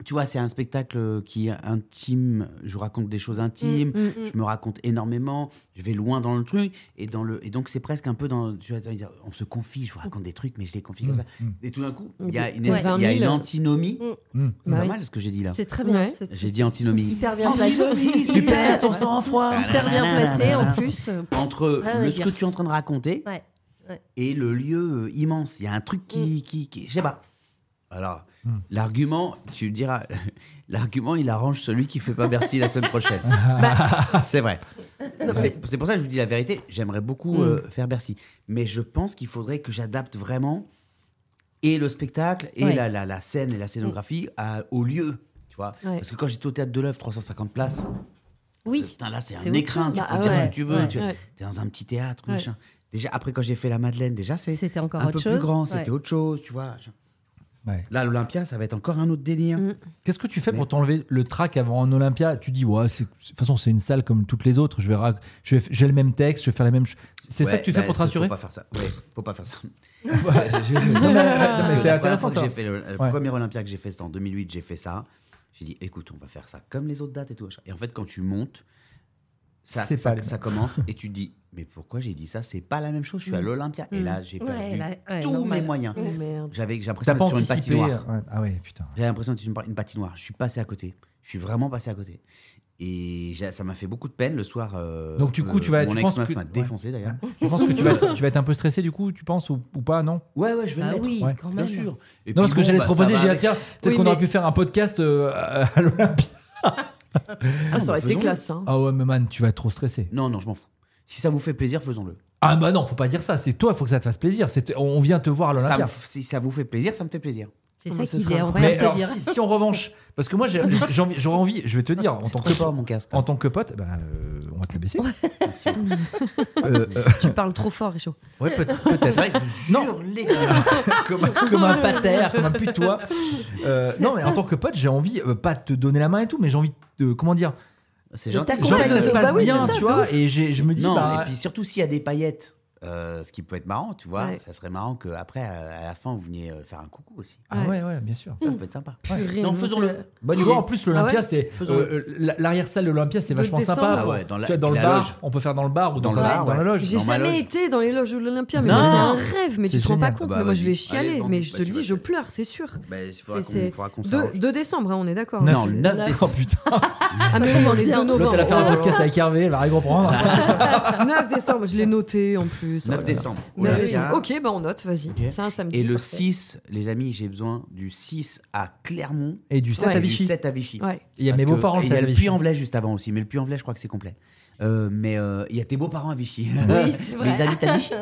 Speaker 2: tu vois, c'est un spectacle qui est intime. Je vous raconte des
Speaker 7: Hmm.
Speaker 2: choses intimes.
Speaker 7: Mm.
Speaker 2: Je me raconte énormément, je vais loin dans le truc, et, dans le, et donc c'est presque un peu dans. Tu vas dire, on se confie, je vous raconte des trucs, mais je les confie comme ça.
Speaker 3: Mm.
Speaker 2: Et tout d'un coup, il y a une,
Speaker 7: Ouais.
Speaker 2: il y a une
Speaker 7: 20 000.
Speaker 2: antinomie.
Speaker 1: Mm.
Speaker 3: Mm.
Speaker 2: C'est
Speaker 7: Bah
Speaker 2: pas
Speaker 7: oui.
Speaker 2: mal ce que j'ai dit là.
Speaker 1: C'est très bien.
Speaker 7: Ouais.
Speaker 1: c'est-
Speaker 2: J'ai dit antinomie.
Speaker 1: Hyper bien placé.
Speaker 2: Antinomie, super, ton sang-froid.
Speaker 1: Hyper bien placé en plus.
Speaker 2: Entre
Speaker 1: Rien à
Speaker 2: le, ce
Speaker 1: dire.
Speaker 2: que tu es en train de raconter
Speaker 1: Ouais.
Speaker 2: et le lieu euh, immense, il y a un truc qui.
Speaker 1: Mm.
Speaker 2: qui, qui- je sais pas. Alors,
Speaker 3: Mm.
Speaker 2: l'argument, tu le diras, l'argument, il arrange celui qui fait pas Bercy la semaine prochaine. Bah, c'est vrai. C'est c'est pour ça que je vous dis la vérité. J'aimerais beaucoup
Speaker 1: Mm.
Speaker 2: euh, faire Bercy. Mais je pense qu'il faudrait que j'adapte vraiment et le spectacle et
Speaker 1: Ouais. Mm.
Speaker 2: la, la- la scène et la scénographie à- au lieu. Tu vois
Speaker 7: Ouais.
Speaker 2: Parce que quand j'étais au théâtre de l'œuvre, 350 places, euh,
Speaker 1: Oui.
Speaker 2: putain, là, c'est
Speaker 1: C'est
Speaker 2: un
Speaker 1: autre
Speaker 2: écrin.
Speaker 1: chose.
Speaker 2: Tu
Speaker 1: Bah,
Speaker 2: peux dire ce
Speaker 1: ouais.
Speaker 2: que tu veux.
Speaker 1: Ouais.
Speaker 2: tu
Speaker 7: Ouais.
Speaker 2: es dans un petit théâtre,
Speaker 7: Ouais.
Speaker 2: machin. Déjà, après, quand j'ai fait la Madeleine, déjà, c'est
Speaker 1: C'était encore
Speaker 2: un
Speaker 1: autre
Speaker 2: peu
Speaker 1: chose.
Speaker 2: plus grand.
Speaker 1: Ouais.
Speaker 2: C'était autre chose, tu vois.
Speaker 3: Ouais.
Speaker 2: Là, l'Olympia, ça va être encore un autre délire.
Speaker 1: Mm.
Speaker 3: Qu'est-ce que tu fais pour t'enlever le track avant en Olympia Tu dis, ouais, c'est- de toute façon, c'est une salle comme toutes les autres. Je vais, rac- je vais- j'ai le même texte, je vais faire la même. ch- C'est ça
Speaker 2: Ouais,
Speaker 3: que tu fais
Speaker 2: bah,
Speaker 3: pour te
Speaker 2: faut-
Speaker 3: rassurer
Speaker 2: Faut pas faire ça. Ouais, faut pas faire ça.
Speaker 3: mais c'est
Speaker 2: la
Speaker 3: intéressant,
Speaker 2: première fois que
Speaker 3: ça.
Speaker 2: J'ai fait le, le
Speaker 3: Ouais.
Speaker 2: premier Olympia que j'ai fait, c'était en 2008. J'ai fait ça. J'ai dit, écoute, on va faire ça comme les autres dates et tout. machin. Et en fait, quand tu montes, ça,
Speaker 3: C'est
Speaker 2: ça,
Speaker 3: pas les
Speaker 2: ça commence et tu te dis, mais pourquoi j'ai dit ça C'est pas la même chose. Je suis à l'Olympia et là, j'ai perdu
Speaker 1: Mm. Ouais, là, ouais,
Speaker 2: tous
Speaker 1: normal.
Speaker 2: mes moyens.
Speaker 7: Oh merde.
Speaker 2: J'avais, j'ai l'impression
Speaker 3: T'as pas
Speaker 2: d'être sur une
Speaker 3: anticipé.
Speaker 2: patinoire.
Speaker 3: euh, ouais. Ah ouais, putain.
Speaker 2: J'avais l'impression d'être une, pa- une patinoire. Je suis passé à côté. Je suis vraiment passé à côté. Et j'ai- ça m'a fait beaucoup de peine le soir. euh,
Speaker 3: Donc, du coup, tu vas-
Speaker 2: Mon
Speaker 3: tu penses
Speaker 2: ex-meuf
Speaker 3: que-
Speaker 2: m'a
Speaker 3: ouais.
Speaker 2: défoncé d'ailleurs.
Speaker 3: Je pense que tu vas, être, tu vas être un peu stressé du coup, tu penses, ou, ou pas, non
Speaker 2: Ouais, ouais, je vais
Speaker 7: Ah
Speaker 1: Bah
Speaker 2: le mettre.
Speaker 1: oui,
Speaker 3: Ouais.
Speaker 1: quand
Speaker 2: Bien
Speaker 1: même.
Speaker 2: sûr. Et
Speaker 3: Non,
Speaker 2: puis
Speaker 3: parce que
Speaker 2: bon,
Speaker 3: j'allais
Speaker 2: bah,
Speaker 3: te proposer,
Speaker 2: ça va
Speaker 3: j'ai dit,
Speaker 2: avec-
Speaker 3: tiens, peut-être
Speaker 7: Oui,
Speaker 3: qu'on aurait
Speaker 7: mais-
Speaker 3: pu faire un podcast euh, à l'Olympia.
Speaker 7: Ah, ça aurait été
Speaker 2: faisons-le.
Speaker 7: classe. hein.
Speaker 3: Ah ouais, mais man, tu vas être trop stressé.
Speaker 2: Non, non, je m'en fous. Si ça vous fait plaisir, faisons-le.
Speaker 3: Ah bah non, faut pas dire ça. C'est toi, faut que ça te fasse plaisir. C'est- On vient te voir à
Speaker 2: Ça me
Speaker 3: l'Olympia.
Speaker 2: f- Si ça vous fait plaisir, ça me fait plaisir.
Speaker 1: C'est
Speaker 7: Non,
Speaker 1: ça
Speaker 7: mais ce
Speaker 1: qu'il
Speaker 7: sera
Speaker 1: est. On
Speaker 7: un
Speaker 1: va
Speaker 3: Mais
Speaker 1: te
Speaker 3: alors,
Speaker 1: dire.
Speaker 3: si, si en revanche, parce que moi j'ai- j'ai envie- j'aurais envie, je vais te dire, en tant que
Speaker 2: Trop fort, mon casque.
Speaker 3: en tant que pote, ben, euh, on va te le baisser.
Speaker 2: Merci.
Speaker 3: Euh, euh,
Speaker 7: Tu parles trop fort, Richaud.
Speaker 3: ouais, peut-
Speaker 2: C'est
Speaker 3: peut-être.
Speaker 2: vrai que je
Speaker 3: Non.
Speaker 2: jure, les
Speaker 3: comme, comme un pater, comme un putois. Euh, non, mais en tant que pote, j'ai envie, euh, pas de te donner la main et tout, mais j'ai envie de. Comment dire
Speaker 2: C'est
Speaker 1: Et
Speaker 2: gentil.
Speaker 1: t'as
Speaker 3: J'ai envie que ça
Speaker 1: Ouais,
Speaker 3: se
Speaker 1: bah
Speaker 3: passe
Speaker 1: oui,
Speaker 3: bien,
Speaker 1: c'est ça,
Speaker 3: tu
Speaker 1: de
Speaker 3: vois.
Speaker 1: ouf.
Speaker 3: Et j'ai- je me dis,
Speaker 2: non,
Speaker 3: bah.
Speaker 2: et puis surtout s'il y a des paillettes, euh, ce qui peut être marrant, tu vois,
Speaker 7: Ouais.
Speaker 2: ça serait marrant qu'après, à, à la fin, vous veniez euh, faire un coucou aussi.
Speaker 3: Ah ouais, ouais, bien sûr.
Speaker 2: Ça,
Speaker 1: Mmh.
Speaker 2: ça peut être sympa.
Speaker 7: Purée,
Speaker 2: Non,
Speaker 7: mon
Speaker 2: faisons-le. Bah,
Speaker 7: Dieu.
Speaker 2: Bonne
Speaker 3: Tu
Speaker 2: idée.
Speaker 3: vois, en plus, l'Olympia, c'est.
Speaker 2: Faisons-le.
Speaker 3: euh, l- L'arrière-salle de l'Olympia, c'est
Speaker 7: De
Speaker 3: vachement
Speaker 7: descendre.
Speaker 3: sympa.
Speaker 2: Ah ouais, dans la-
Speaker 3: tu vois, dans le
Speaker 2: la
Speaker 3: bar,
Speaker 2: loge.
Speaker 3: on peut faire dans le bar ou
Speaker 2: Dans
Speaker 3: dans,
Speaker 2: le
Speaker 3: la-
Speaker 2: bar,
Speaker 3: dans la
Speaker 2: ouais.
Speaker 3: loge.
Speaker 7: J'ai
Speaker 2: Dans ma
Speaker 7: jamais
Speaker 2: loge.
Speaker 7: été dans les loges de l'Olympia, mais
Speaker 3: Non.
Speaker 7: c'est un rêve, mais
Speaker 3: C'est
Speaker 7: tu te rends pas
Speaker 3: génial.
Speaker 7: compte.
Speaker 2: Bah,
Speaker 7: mais moi, je
Speaker 2: vas-y.
Speaker 7: vais chialer,
Speaker 2: Allez,
Speaker 7: mais
Speaker 2: vendredi,
Speaker 7: je te
Speaker 2: bah,
Speaker 7: le
Speaker 2: tu
Speaker 7: dis,
Speaker 2: vas-
Speaker 7: je pleure, c'est sûr.
Speaker 2: Bah, il
Speaker 7: C'est- c'est
Speaker 2: faudra qu'on
Speaker 7: 2,
Speaker 2: s'arrange.
Speaker 7: décembre, hein, on est d'accord.
Speaker 3: Neuf.
Speaker 2: Non, le 9
Speaker 3: Oh
Speaker 2: décembre.
Speaker 3: putain,
Speaker 7: Ah, mais oui, on est 2 novembre.
Speaker 3: l'autre, elle a fait un
Speaker 7: Oh là
Speaker 3: podcast
Speaker 7: là.
Speaker 3: avec Hervé, elle va rien comprendre.
Speaker 7: 9 décembre, je l'ai noté en
Speaker 2: 9
Speaker 7: plus. Oh là là.
Speaker 2: décembre.
Speaker 7: 9
Speaker 2: Olympia.
Speaker 7: décembre. Ok, bah on note, vas-y. C'est un samedi.
Speaker 2: Et le
Speaker 7: parfait.
Speaker 2: 6, les amis, j'ai besoin du 6 à Clermont.
Speaker 3: Et du 7
Speaker 7: Ouais.
Speaker 3: à
Speaker 2: et du
Speaker 3: Vichy.
Speaker 2: 7 à Vichy.
Speaker 7: Ouais.
Speaker 3: Il y a
Speaker 2: Parce
Speaker 3: mes
Speaker 2: que-
Speaker 3: beaux-parents,
Speaker 2: et
Speaker 3: le
Speaker 2: Il y
Speaker 3: 7
Speaker 2: a
Speaker 3: à
Speaker 2: le
Speaker 3: Vichy.
Speaker 2: Puy-en-Velay juste avant aussi, mais le Puy-en-Velay, je crois que c'est complet. Euh, mais euh, il y a tes beaux-parents à Vichy.
Speaker 1: Oui, c'est vrai.
Speaker 2: Mais ils habitent à Vichy.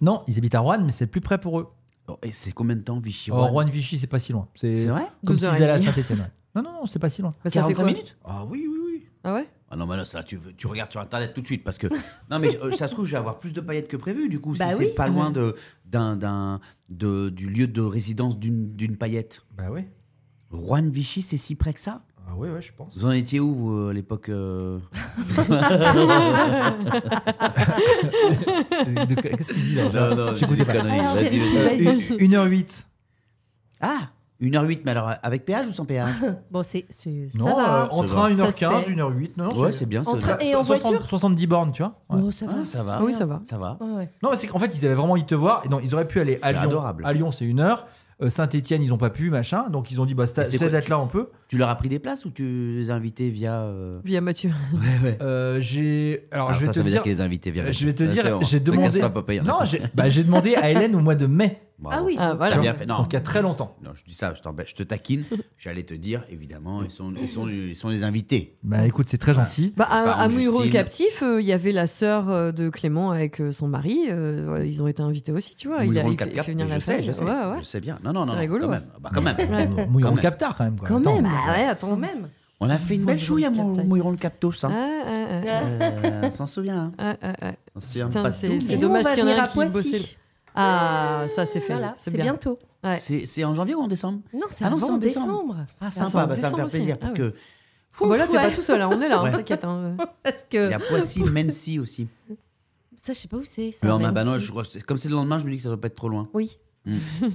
Speaker 3: Non, ils habitent à Rouen, mais c'est plus près pour eux.
Speaker 2: Oh, et c'est combien de temps Vichy
Speaker 3: Oh, Rouen-Vichy, c'est pas si loin.
Speaker 2: C'est vrai
Speaker 3: Comme
Speaker 7: Deux
Speaker 3: s'ils
Speaker 7: heures et
Speaker 3: allaient à
Speaker 7: demie.
Speaker 3: Saint-Etienne. Non, non, non, c'est pas si loin.
Speaker 7: Bah, ça fait quoi
Speaker 2: minutes Ah oui, oui, oui.
Speaker 7: Ah ouais
Speaker 2: Ah non, mais là, ça, tu, veux- tu regardes sur Internet tout de suite parce que. Non, mais euh, ça se trouve, je vais avoir plus de paillettes que prévu, du coup,
Speaker 1: Bah
Speaker 2: si
Speaker 1: oui.
Speaker 2: c'est pas loin de, d'un, d'un- de- du lieu de résidence d'une, d'une paillette.
Speaker 3: Bah oui.
Speaker 2: Juan Vichy, c'est si près que ça
Speaker 3: Ah ouais, ouais, je pense.
Speaker 2: Vous en étiez où, vous, à l'époque euh,
Speaker 3: Qu'est-ce qu'il dit là
Speaker 2: Non, non,
Speaker 3: J'écoutais
Speaker 2: j'ai
Speaker 3: pas.
Speaker 2: des conneries.
Speaker 1: Alors,
Speaker 2: Vas-y,
Speaker 1: vérifie,
Speaker 2: vas-y.
Speaker 1: vas-y.
Speaker 3: 1h08.
Speaker 2: Ah 1h08, mais alors avec péage ou sans péage
Speaker 1: Bon, c'est. c'est- Ça
Speaker 3: Non,
Speaker 1: va.
Speaker 3: euh, en
Speaker 2: Ça
Speaker 3: train,
Speaker 2: va.
Speaker 3: 1h15,
Speaker 1: Ça se fait.
Speaker 3: 1h08. Non, non,
Speaker 2: Ouais, c'est bien. Ça,
Speaker 1: En train- Et en
Speaker 3: so- soixante-
Speaker 1: voiture
Speaker 3: 70 bornes, tu vois. Ouais.
Speaker 1: Oh, ça va.
Speaker 2: Ah, ça va.
Speaker 7: Ah oui, ça va.
Speaker 2: Ça va.
Speaker 1: Ouais, ouais.
Speaker 3: Non, mais c'est qu'en fait, ils avaient vraiment envie de te voir. Et non, ils auraient pu aller à
Speaker 2: C'est
Speaker 3: Lyon.
Speaker 2: adorable.
Speaker 3: À Lyon, c'est 1h. Saint-Etienne, ils ont pas pu, machin. Donc, ils ont dit, bah,
Speaker 2: Et c'est
Speaker 3: c'est
Speaker 2: quoi,
Speaker 3: d'être là, on peut.
Speaker 2: Tu leur as pris des places ou tu les as invités via. euh,
Speaker 7: Via Mathieu.
Speaker 3: Euh, j'ai. Alors,
Speaker 2: Alors
Speaker 3: je vais
Speaker 2: ça,
Speaker 3: te
Speaker 2: ça veut dire
Speaker 3: dire.
Speaker 2: qu'ils les invités via.
Speaker 3: euh, Je vais te
Speaker 2: Ah, c'est
Speaker 3: dire,
Speaker 2: bon.
Speaker 3: j'ai
Speaker 2: Te casse
Speaker 3: demandé.
Speaker 2: pas, papa, il y en a
Speaker 3: Non,
Speaker 2: pas.
Speaker 3: j'ai bah, j'ai demandé à Hélène au mois de mai.
Speaker 2: Bravo.
Speaker 1: Ah oui.
Speaker 7: Ah
Speaker 2: T'as
Speaker 7: voilà.
Speaker 2: bien fait. Non.
Speaker 3: Donc, il y a très longtemps.
Speaker 2: Non, je dis ça, je, t'embête, je te taquine. J'allais te dire, évidemment, ils sont, ils sont, ils sont les invités.
Speaker 3: Bah, écoute, c'est très gentil.
Speaker 7: Bah, à,
Speaker 2: Parents
Speaker 7: à
Speaker 2: de
Speaker 7: Mouilleron
Speaker 2: Justine.
Speaker 7: captif, euh, il y avait la sœur euh, de Clément avec euh, son mari. euh, voilà, ils ont été invités aussi, tu vois. il, a,
Speaker 2: Mouilleron
Speaker 7: il
Speaker 2: le
Speaker 7: fait, il
Speaker 2: Cap-Cap,
Speaker 7: fait venir
Speaker 2: mais
Speaker 7: la
Speaker 2: je sais,
Speaker 7: famille.
Speaker 2: je sais.
Speaker 7: Ouais, ouais.
Speaker 2: Je sais bien. Non, non,
Speaker 7: C'est
Speaker 2: non.
Speaker 7: rigolo.
Speaker 2: Quand même. Ah bah, quand même.
Speaker 3: Mouillon
Speaker 2: Quand
Speaker 3: le
Speaker 2: même.
Speaker 3: captard, quand même. quoi.
Speaker 7: Quand
Speaker 3: Attends.
Speaker 7: même,
Speaker 1: bah,
Speaker 7: ah ouais, attends.
Speaker 1: Quand même.
Speaker 2: On a fait une belle chouille à
Speaker 7: Mouilleron le Cap-Tac.
Speaker 2: Mouilleron le Captos. Hein.
Speaker 7: Ah, ah, ah,
Speaker 1: Ah.
Speaker 2: Euh, on s'en souvient. Hein.
Speaker 7: ah, ah, ah.
Speaker 2: On s'en souvient
Speaker 7: Putain,
Speaker 2: pas de
Speaker 7: c'est-
Speaker 2: tout,
Speaker 7: c'est
Speaker 2: mais-
Speaker 1: Et nous,
Speaker 7: dommage
Speaker 1: on va
Speaker 7: qu'il y en a
Speaker 1: venir
Speaker 7: un
Speaker 1: à
Speaker 7: qui
Speaker 1: Poissy.
Speaker 7: bossait le- Ah, ça c'est fait.
Speaker 1: Voilà,
Speaker 7: c'est
Speaker 1: c'est
Speaker 7: bien.
Speaker 1: bientôt.
Speaker 7: Ouais.
Speaker 2: C'est c'est en janvier ou en décembre
Speaker 1: Non, c'est
Speaker 2: Ah non,
Speaker 1: avant
Speaker 2: c'est en
Speaker 1: décembre.
Speaker 2: Ah,
Speaker 7: c'est
Speaker 2: sympa,
Speaker 7: en
Speaker 2: bah, ça va me
Speaker 7: décembre
Speaker 2: faire
Speaker 7: aussi.
Speaker 2: plaisir
Speaker 7: Ah
Speaker 2: parce
Speaker 7: ouais.
Speaker 2: que
Speaker 7: Ah bah là, t'es
Speaker 1: Ouais.
Speaker 7: pas tout seul, hein, on est là, hein,
Speaker 2: Ouais.
Speaker 7: t'inquiète. hein.
Speaker 1: Parce
Speaker 2: il
Speaker 1: que
Speaker 2: y a Poissy, Mency aussi.
Speaker 1: ça, je sais pas où c'est. ça,
Speaker 2: Mais en
Speaker 1: Nancy.
Speaker 2: Mabanon, je crois que c'est- comme c'est le lendemain, je me dis que ça doit pas être trop loin.
Speaker 1: Oui.
Speaker 2: Hmm.
Speaker 3: Ouais, même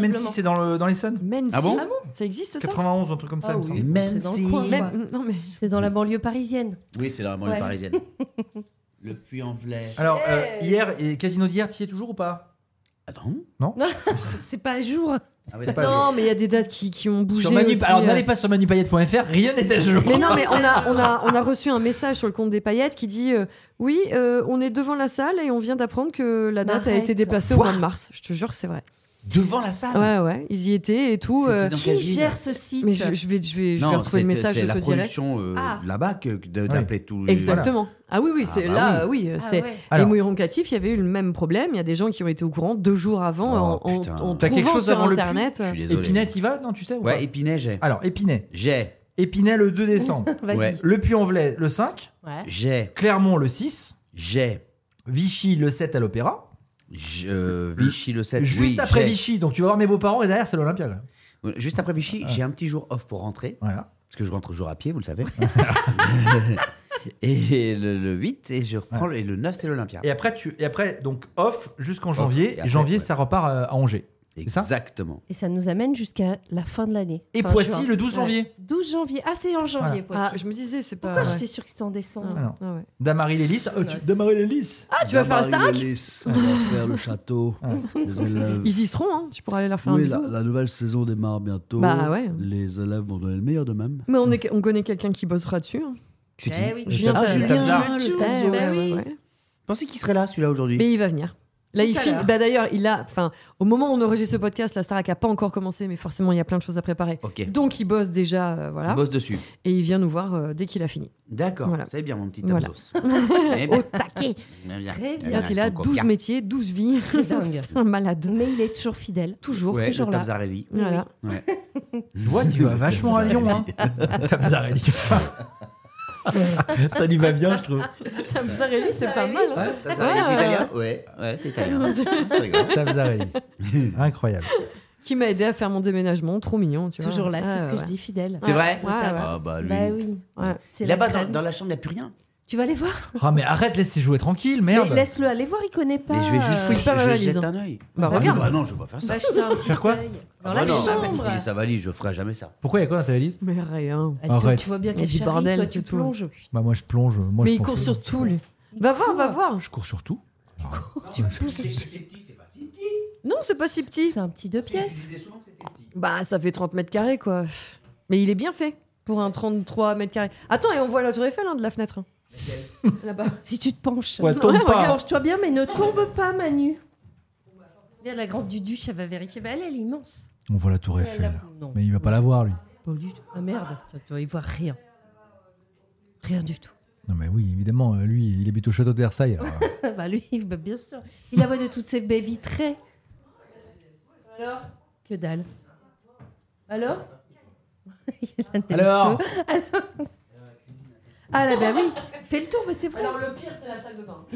Speaker 3: si
Speaker 1: Possiblement.
Speaker 3: c'est dans, le, dans les Suns.
Speaker 7: Mency.
Speaker 2: Ah bon
Speaker 7: Ça existe ça
Speaker 3: 91, un truc comme ça,
Speaker 1: Ah
Speaker 3: il me semble.
Speaker 1: oui. C'est
Speaker 2: Mency.
Speaker 1: dans le coin.
Speaker 7: Même- Non mais.
Speaker 1: C'est dans la banlieue parisienne.
Speaker 2: Oui, c'est dans la banlieue
Speaker 1: Ouais.
Speaker 2: parisienne. Le Puy-en-Velay.
Speaker 3: Alors, euh, hier, et Casino d'hier, tu y es toujours ou pas
Speaker 2: Ah non
Speaker 1: C'est pas à jour.
Speaker 2: Ah oui,
Speaker 3: C'est
Speaker 2: d'accord.
Speaker 3: pas-
Speaker 7: Non, mais il y a des dates qui, qui ont bougé.
Speaker 3: Sur Manu-
Speaker 7: aussi,
Speaker 3: Alors,
Speaker 7: euh.
Speaker 3: n'allez pas sur manupayette.fr, rien n'est à jour.
Speaker 7: Mais non, mais on a, Ah, on, a, on a reçu un message sur le compte des paillettes qui dit euh, Oui, euh, on est devant la salle et on vient d'apprendre que la date a
Speaker 1: Arrête.
Speaker 7: été déplacée au
Speaker 2: Quoi
Speaker 7: mois de mars. Je te jure, c'est vrai.
Speaker 2: Devant la salle
Speaker 7: Ouais, ouais, ils y étaient et tout.
Speaker 2: Ah. C'était
Speaker 7: euh,
Speaker 2: dans quelle
Speaker 1: Qui
Speaker 2: ville
Speaker 1: gère ce site
Speaker 7: mais je, je vais, je vais, je vais retrouver le
Speaker 2: c'était-
Speaker 7: message,
Speaker 2: c'est
Speaker 7: je
Speaker 2: la
Speaker 7: te dirai.
Speaker 2: production euh,
Speaker 1: Ah.
Speaker 2: là-bas que de- d'appeler tous les-
Speaker 7: Exactement. Ah oui, oui, c'est
Speaker 2: Ah bah
Speaker 7: là, euh, oui,
Speaker 1: Ah
Speaker 7: c'est.
Speaker 1: ouais.
Speaker 3: Alors.
Speaker 7: les mouillons catifs, il y avait eu le même problème. Il y a des gens qui ont été au courant deux jours avant
Speaker 2: Oh,
Speaker 7: en, en,
Speaker 2: putain.
Speaker 7: en
Speaker 3: T'as quelque
Speaker 7: trouvant
Speaker 3: chose
Speaker 7: sur
Speaker 3: avant le puits
Speaker 7: Internet.
Speaker 2: Je suis désolé.
Speaker 3: Épinette, il va Non, tu sais ou pas
Speaker 2: Ouais, Épinay, j'ai.
Speaker 3: Alors, Épinay.
Speaker 2: J'ai.
Speaker 3: Épinay le 2 décembre.
Speaker 1: Vas-y.
Speaker 2: Ouais.
Speaker 3: le Puy-en-Velay le 5.
Speaker 1: Ouais.
Speaker 2: J'ai.
Speaker 3: Clermont le 6.
Speaker 2: J'ai.
Speaker 3: Vichy le 7 à l'Opéra.
Speaker 2: J- euh, Vichy le 7.
Speaker 3: Juste après
Speaker 2: j'ai.
Speaker 3: Vichy, donc tu vas voir mes beaux-parents et derrière, c'est l'Olympia. quand même.
Speaker 2: Ouais, Juste après Vichy,
Speaker 7: Ah.
Speaker 2: j'ai un petit jour off pour rentrer.
Speaker 3: Voilà.
Speaker 2: Parce que je rentre toujours à pied, vous le savez. et le, le 8, et je reprends. le- Et le 9, c'est l'Olympia.
Speaker 3: Et après, tu... et après donc off jusqu'en janvier.
Speaker 2: et après,
Speaker 3: janvier,
Speaker 2: ouais.
Speaker 3: ça repart euh, à Angers. c'est ça
Speaker 2: Exactement.
Speaker 1: Et ça nous amène jusqu'à la fin de l'année.
Speaker 3: Et
Speaker 1: Enfin,
Speaker 3: Poissy
Speaker 1: juin.
Speaker 3: le 12 janvier.
Speaker 1: 12 janvier. Ah, c'est en janvier,
Speaker 7: Ah,
Speaker 1: Poissy.
Speaker 7: je me disais, c'est pas.
Speaker 1: Pourquoi
Speaker 7: ouais.
Speaker 1: j'étais sûre que c'était en décembre
Speaker 3: Ah non.
Speaker 7: Ah ouais.
Speaker 3: Damary Lélis. Ah, tu- Damary Lélis.
Speaker 7: Ah, tu vas faire la Starac
Speaker 5: On va faire le château. Les élèves.
Speaker 7: Ils y seront, hein. tu pourras aller leur faire un
Speaker 5: Oui, la,
Speaker 7: bisou.
Speaker 5: la nouvelle saison démarre bientôt.
Speaker 7: Bah ouais.
Speaker 5: Les élèves vont donner le meilleur d'eux-mêmes.
Speaker 7: Mais on, est, on connaît quelqu'un qui bossera dessus. hein. Eh,
Speaker 2: C'est
Speaker 1: Eh
Speaker 2: qui
Speaker 1: oui.
Speaker 7: Julien
Speaker 2: Ah,
Speaker 7: Tazard.
Speaker 2: Julien
Speaker 7: Ouais,
Speaker 2: Tazard.
Speaker 7: ouais,
Speaker 1: Bah oui.
Speaker 7: ouais.
Speaker 2: Je pensais qu'il serait là, celui-là, aujourd'hui.
Speaker 7: Mais il va venir. Là, il
Speaker 1: Tout à
Speaker 7: file.
Speaker 1: l'heure.
Speaker 7: Bah, d'ailleurs, il a. Enfin, au moment où on enregistre ce podcast, la Starac a pas encore commencé, mais forcément, il y a plein de choses à préparer.
Speaker 2: Ok.
Speaker 7: Donc, il bosse déjà, euh,
Speaker 2: On
Speaker 7: voilà,
Speaker 2: bosse dessus.
Speaker 7: et il vient nous voir euh, dès qu'il a fini.
Speaker 2: D'accord,
Speaker 7: Voilà.
Speaker 2: c'est bien mon petit
Speaker 7: Voilà.
Speaker 2: Abzos. Eh bien,
Speaker 1: Taquet
Speaker 2: eh bien,
Speaker 1: Très
Speaker 2: eh
Speaker 1: bien.
Speaker 2: bien,
Speaker 7: Quand il a
Speaker 2: ils sont
Speaker 7: 12
Speaker 2: copieux.
Speaker 7: métiers, 12 vies,
Speaker 1: C'est dingue.
Speaker 7: c'est un malade.
Speaker 1: Mais il est toujours fidèle.
Speaker 7: Toujours,
Speaker 2: Ouais,
Speaker 1: toujours
Speaker 2: le
Speaker 1: là.
Speaker 2: Tabzarelli.
Speaker 7: Voilà.
Speaker 3: Je vois, tu vas vachement à Lyon. Hein. Tapzarelli. Ça lui va bien, je trouve.
Speaker 7: Tabzarelli, c'est pas mal. hein.
Speaker 2: Tabzarelli, c'est
Speaker 7: Ouais.
Speaker 2: italien Ouais, ouais, c'est italien. C'est rigolo.
Speaker 3: Tapzarelli. Incroyable.
Speaker 7: Qui m'a aidé à faire mon déménagement, trop mignon, tu vois.
Speaker 1: Toujours là, c'est
Speaker 7: Ouais,
Speaker 1: ce que
Speaker 7: ouais.
Speaker 1: je dis, fidèle.
Speaker 2: C'est vrai
Speaker 7: Ouais, ouais.
Speaker 2: Ah bah lui.
Speaker 1: Bah oui.
Speaker 7: Ouais.
Speaker 1: C'est la
Speaker 2: Là-bas, dans,
Speaker 1: crème.
Speaker 2: dans la chambre, il n'y a plus rien.
Speaker 1: Tu vas aller voir
Speaker 3: Ah, mais arrête, laisse-les jouer tranquille, merde.
Speaker 1: Mais Laisse-le aller voir, il connaît pas.
Speaker 2: Mais je vais juste
Speaker 1: euh,
Speaker 2: fouiller,
Speaker 7: pas ma
Speaker 2: je, je
Speaker 7: valise,
Speaker 2: jette
Speaker 7: hein.
Speaker 2: un œil.
Speaker 1: Bah,
Speaker 7: Bah,
Speaker 2: Ah
Speaker 7: regarde.
Speaker 2: bah non, je vais pas faire ça.
Speaker 1: Va jeter un petit
Speaker 3: Faire quoi
Speaker 1: œil.
Speaker 2: Ah
Speaker 1: Dans
Speaker 2: bah
Speaker 1: la
Speaker 2: non,
Speaker 1: chambre.
Speaker 2: mais si ça valise, je ferai jamais ça.
Speaker 3: Pourquoi il y a quoi dans ta valise
Speaker 7: Mais rien.
Speaker 1: Elle, toi,
Speaker 3: Arrête.
Speaker 1: tu vois bien
Speaker 7: Il y a
Speaker 1: qu'elle
Speaker 7: du
Speaker 1: charrie,
Speaker 7: bordel,
Speaker 1: toi
Speaker 7: c'est
Speaker 1: tu
Speaker 7: tout.
Speaker 1: plonges.
Speaker 3: Bah, moi, je plonge. Moi,
Speaker 7: Mais
Speaker 3: je
Speaker 7: il
Speaker 3: pense
Speaker 7: court
Speaker 3: que-
Speaker 7: sur tout, lui. Va voir, va voir.
Speaker 3: Je cours sur tout.
Speaker 7: Non, c'est pas si petit.
Speaker 1: C'est un petit deux pièces.
Speaker 7: Bah, ça fait 30 mètres carrés, quoi. Mais il est bien fait pour un 33 mètres carrés. Attends, et on voit la tour Eiffel hein, de la fenêtre. hein. Là-bas.
Speaker 1: Si tu te penches.
Speaker 3: Ouais, tombe pas.
Speaker 1: Penche-toi bien, mais ne tombe pas, Manu. Viens, la grande Duduche, elle va vérifier. Mais elle, elle est immense.
Speaker 3: On voit la tour
Speaker 1: Elle a-
Speaker 3: Eiffel.
Speaker 1: Non.
Speaker 3: Mais il va pas la voir, lui.
Speaker 1: Pas du tout. Ah merde, tu tu vas y voir rien. Rien du tout.
Speaker 3: Non, mais oui, évidemment, euh, lui, il habite au château de Versailles. alors, euh,
Speaker 1: Ah bah lui, bah bien sûr. Il la voit de toutes ses baies vitrées. Alors Que dalle. Alors Il analyse
Speaker 3: Alors
Speaker 1: tout. Alors Ah là, bah oui. Fais le tour, mais c'est vrai.
Speaker 7: le pire, c'est la salle de bain.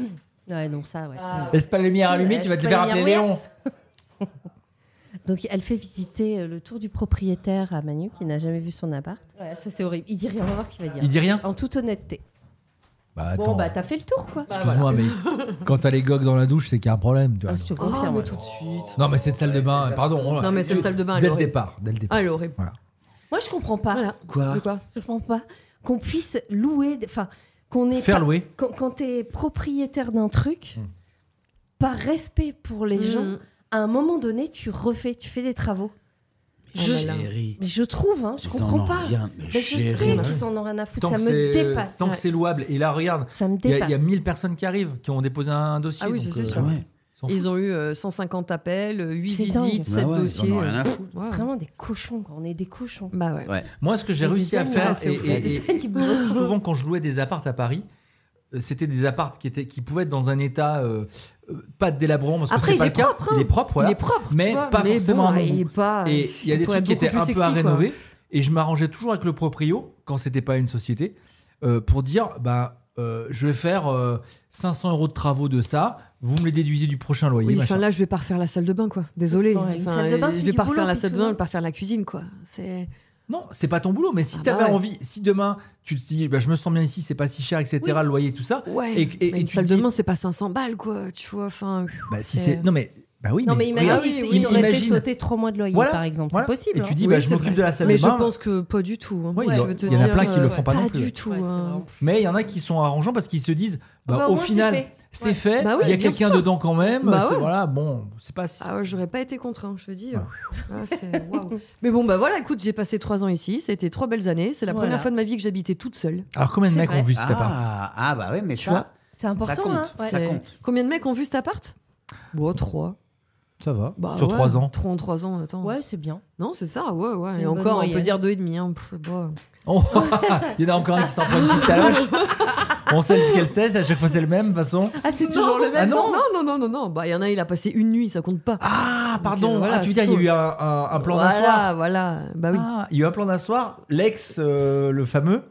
Speaker 1: Ouais, non, ça, ouais.
Speaker 3: Laisse pas la lumière allumée,
Speaker 1: Laisse
Speaker 3: tu vas te
Speaker 1: pas
Speaker 3: faire
Speaker 1: la
Speaker 3: appeler
Speaker 1: lumière
Speaker 3: Léon.
Speaker 1: Donc elle fait visiter euh, le tour du propriétaire à Manu, qui n'a jamais vu son appart. Ouais, ça c'est horrible. Il dit rien, on va voir ce qu'il va dire.
Speaker 3: Il dit rien
Speaker 1: En toute honnêteté.
Speaker 3: Bah,
Speaker 1: Bon,
Speaker 3: attends.
Speaker 1: bah t'as fait le tour, quoi.
Speaker 3: Excuse-moi, mais quand t'as les gogues dans la douche, c'est qu'il y a un problème, tu vois.
Speaker 1: Ah, je te
Speaker 7: Oh,
Speaker 1: confirme.
Speaker 7: mais tout de suite.
Speaker 3: Non, mais cette salle de bain, pardon. on-
Speaker 7: Non, mais cette salle de bain, elle
Speaker 3: Dès
Speaker 7: est
Speaker 3: le
Speaker 7: horrible.
Speaker 3: départ. Dès le départ.
Speaker 7: Ah, elle est horrible.
Speaker 1: Moi, je comprends pas.
Speaker 7: Voilà.
Speaker 3: Quoi
Speaker 7: De quoi
Speaker 1: Je comprends pas qu'on puisse louer, des- enfin qu'on ait
Speaker 3: Faire
Speaker 1: pas-
Speaker 3: louer Hmm.
Speaker 1: quand, quand t'es propriétaire d'un truc, par respect pour les gens,
Speaker 7: Mhm.
Speaker 1: à un moment donné, tu refais, tu fais des travaux. Je,
Speaker 7: Ah, bah, là là.
Speaker 5: Chérie,
Speaker 1: mais je trouve, hein, je
Speaker 5: ils en
Speaker 1: comprends
Speaker 5: ont
Speaker 1: pas.
Speaker 5: rien,
Speaker 7: Bah,
Speaker 5: mais
Speaker 1: Mais je sais
Speaker 5: chérie.
Speaker 1: qu'ils en ont rien à foutre,
Speaker 3: Tant
Speaker 1: ça
Speaker 3: que
Speaker 1: me
Speaker 3: c'est-
Speaker 1: dépasse.
Speaker 3: Tant que c'est louable. Et là, regarde,
Speaker 1: Ça me
Speaker 3: il y a-
Speaker 1: dépasse.
Speaker 3: il y a 1000 personnes qui arrivent, qui ont déposé un dossier.
Speaker 7: Ah oui,
Speaker 3: donc,
Speaker 7: c'est
Speaker 3: euh,
Speaker 7: sûr.
Speaker 5: Ouais.
Speaker 3: s'en fout.
Speaker 7: Ils ont eu euh, 150 appels, 8
Speaker 1: C'est dingue.
Speaker 7: visites, 7
Speaker 5: ouais, ils en ont
Speaker 7: dossiers.
Speaker 5: rien à
Speaker 7: Ouais.
Speaker 1: Ah. Vraiment des cochons, quoi. on est des cochons.
Speaker 7: Bah ouais.
Speaker 3: Moi, ce que j'ai
Speaker 1: Des
Speaker 3: réussi à
Speaker 1: animaux,
Speaker 3: faire,
Speaker 7: c'est
Speaker 3: et,
Speaker 7: horrible.
Speaker 3: et-
Speaker 1: Des
Speaker 3: et
Speaker 1: animaux.
Speaker 3: souvent quand je louais des appartes à Paris, euh, c'était des appartes qui, étaient, qui pouvaient être dans un état euh, euh, pas délabrant, parce que
Speaker 7: Après,
Speaker 3: c'est
Speaker 7: il
Speaker 3: pas
Speaker 7: est
Speaker 3: le cas.
Speaker 7: propre, hein.
Speaker 3: Il est propre, voilà.
Speaker 7: Il est propre, tu
Speaker 3: mais
Speaker 7: vois,
Speaker 3: pas
Speaker 7: mais
Speaker 3: forcément
Speaker 7: bon,
Speaker 3: un
Speaker 7: il est pas.
Speaker 3: Et il y a des
Speaker 7: pourrait
Speaker 3: trucs qui
Speaker 7: être beaucoup
Speaker 3: étaient
Speaker 7: plus
Speaker 3: un peu
Speaker 7: sexy,
Speaker 3: à
Speaker 7: quoi.
Speaker 3: rénover. Et je m'arrangeais toujours avec le proprio, quand c'était pas une société, euh, pour dire bah, euh, je vais faire euh, 500 euros de travaux de ça, vous me les déduisez du prochain loyer.
Speaker 7: Oui,
Speaker 3: machin.
Speaker 7: enfin là, je vais pas refaire la salle de bain, quoi. Désolé.
Speaker 1: Ouais, une salle de bain,
Speaker 7: je
Speaker 1: c'est
Speaker 7: vais
Speaker 1: du
Speaker 7: pas
Speaker 1: boulot,
Speaker 7: refaire la
Speaker 1: puis
Speaker 7: salle de
Speaker 1: tout,
Speaker 7: bain,
Speaker 1: hein.
Speaker 7: je vais pas refaire la cuisine, quoi. C'est.
Speaker 3: Non, c'est pas ton boulot, mais si
Speaker 7: Ah
Speaker 3: t'avais
Speaker 7: bah ouais.
Speaker 3: envie, si demain tu te dis bah, je me sens bien ici, c'est pas si cher, etc.,
Speaker 7: Oui.
Speaker 3: le loyer, tout ça.
Speaker 7: Ouais.
Speaker 3: Et- et-
Speaker 7: mais
Speaker 3: et
Speaker 7: une
Speaker 3: tu
Speaker 7: salle
Speaker 3: dis-
Speaker 7: de bain, c'est pas 500 balles, quoi. Tu vois, enfin.
Speaker 3: Bah, si
Speaker 7: C'est-
Speaker 3: c'est. Non, mais. Bah oui,
Speaker 1: Non mais
Speaker 3: regarde.
Speaker 1: imagine,
Speaker 7: regarde,
Speaker 1: il,
Speaker 7: oui,
Speaker 1: il t'aurait fait
Speaker 3: imagine.
Speaker 1: sauter trois mois de loyer
Speaker 3: Voilà,
Speaker 1: par exemple,
Speaker 3: voilà.
Speaker 1: c'est possible.
Speaker 3: Et tu
Speaker 1: hein.
Speaker 3: dis,
Speaker 7: Oui,
Speaker 3: bah, je
Speaker 7: c'est
Speaker 3: m'occupe
Speaker 7: vrai.
Speaker 3: de la salle
Speaker 7: mais
Speaker 3: de bain.
Speaker 7: je pense que pas du tout. hein.
Speaker 3: Ouais,
Speaker 7: je
Speaker 3: il y
Speaker 7: veux te
Speaker 3: en a
Speaker 7: dire,
Speaker 3: plein qui
Speaker 7: euh,
Speaker 3: le font pas non plus.
Speaker 7: du tout.
Speaker 1: Ouais, c'est
Speaker 7: hein.
Speaker 1: vraiment-
Speaker 3: Mais il y en a qui sont arrangeants parce qu'ils se disent,
Speaker 7: Ah
Speaker 3: bah,
Speaker 1: bah, au
Speaker 3: au
Speaker 1: moins, c'est
Speaker 3: final,
Speaker 1: fait.
Speaker 3: c'est
Speaker 1: Ouais.
Speaker 3: fait.
Speaker 7: Bah oui,
Speaker 3: il y a
Speaker 7: bien
Speaker 3: quelqu'un
Speaker 7: sûr.
Speaker 3: dedans quand même.
Speaker 7: Bah
Speaker 3: c'est-
Speaker 7: ouais.
Speaker 3: Voilà, bon, c'est pas. si-
Speaker 7: Ah ouais, j'aurais pas été contre, hein, je te dis.
Speaker 3: Ouais.
Speaker 7: Ah, c'est- waouh. Mais bon, bah voilà, écoute, j'ai passé trois ans ici, c'était trois belles années. C'est la
Speaker 1: Voilà.
Speaker 7: première fois de ma vie que j'habitais toute seule.
Speaker 3: Alors combien de
Speaker 1: C'est
Speaker 3: mecs
Speaker 1: vrai.
Speaker 3: ont vu cet appart
Speaker 2: Ah, ah bah ouais, mais
Speaker 7: Tu
Speaker 2: ça,
Speaker 7: vois,
Speaker 1: C'est important,
Speaker 2: ça compte.
Speaker 1: hein. Ouais.
Speaker 2: Ça
Speaker 7: Ouais.
Speaker 2: compte.
Speaker 7: Combien de mecs ont vu cet appart Bon, trois.
Speaker 3: Ça va.
Speaker 7: Bah
Speaker 3: Sur
Speaker 7: ouais,
Speaker 3: trois ans.
Speaker 7: Trois en trois ans, attends.
Speaker 1: Ouais, c'est bien.
Speaker 7: Non, c'est ça, ouais, ouais.
Speaker 1: C'est
Speaker 7: Et
Speaker 1: une bonne
Speaker 7: encore, on peut
Speaker 1: moyenne.
Speaker 7: dire deux et demi. hein. Pff, bon.
Speaker 3: Oh, il y en a encore un qui s'en prend une petite taloche. On sait lequel c'est, à chaque fois c'est le même, de toute façon.
Speaker 1: Ah c'est toujours le
Speaker 3: Ah
Speaker 1: même.
Speaker 3: non
Speaker 7: non, non, non, non, non. Bah, il y en a, il a passé une nuit, ça compte pas.
Speaker 3: Ah, pardon.
Speaker 7: euh, voilà,
Speaker 3: ah, tu veux
Speaker 7: c'est
Speaker 3: dire, il y a
Speaker 7: tout.
Speaker 3: eu un, un- un plan
Speaker 7: voilà,
Speaker 3: d'asseoir
Speaker 7: voilà. Bah oui,
Speaker 3: Ah, il y a eu un plan d'asseoir. L'ex, euh, le fameux.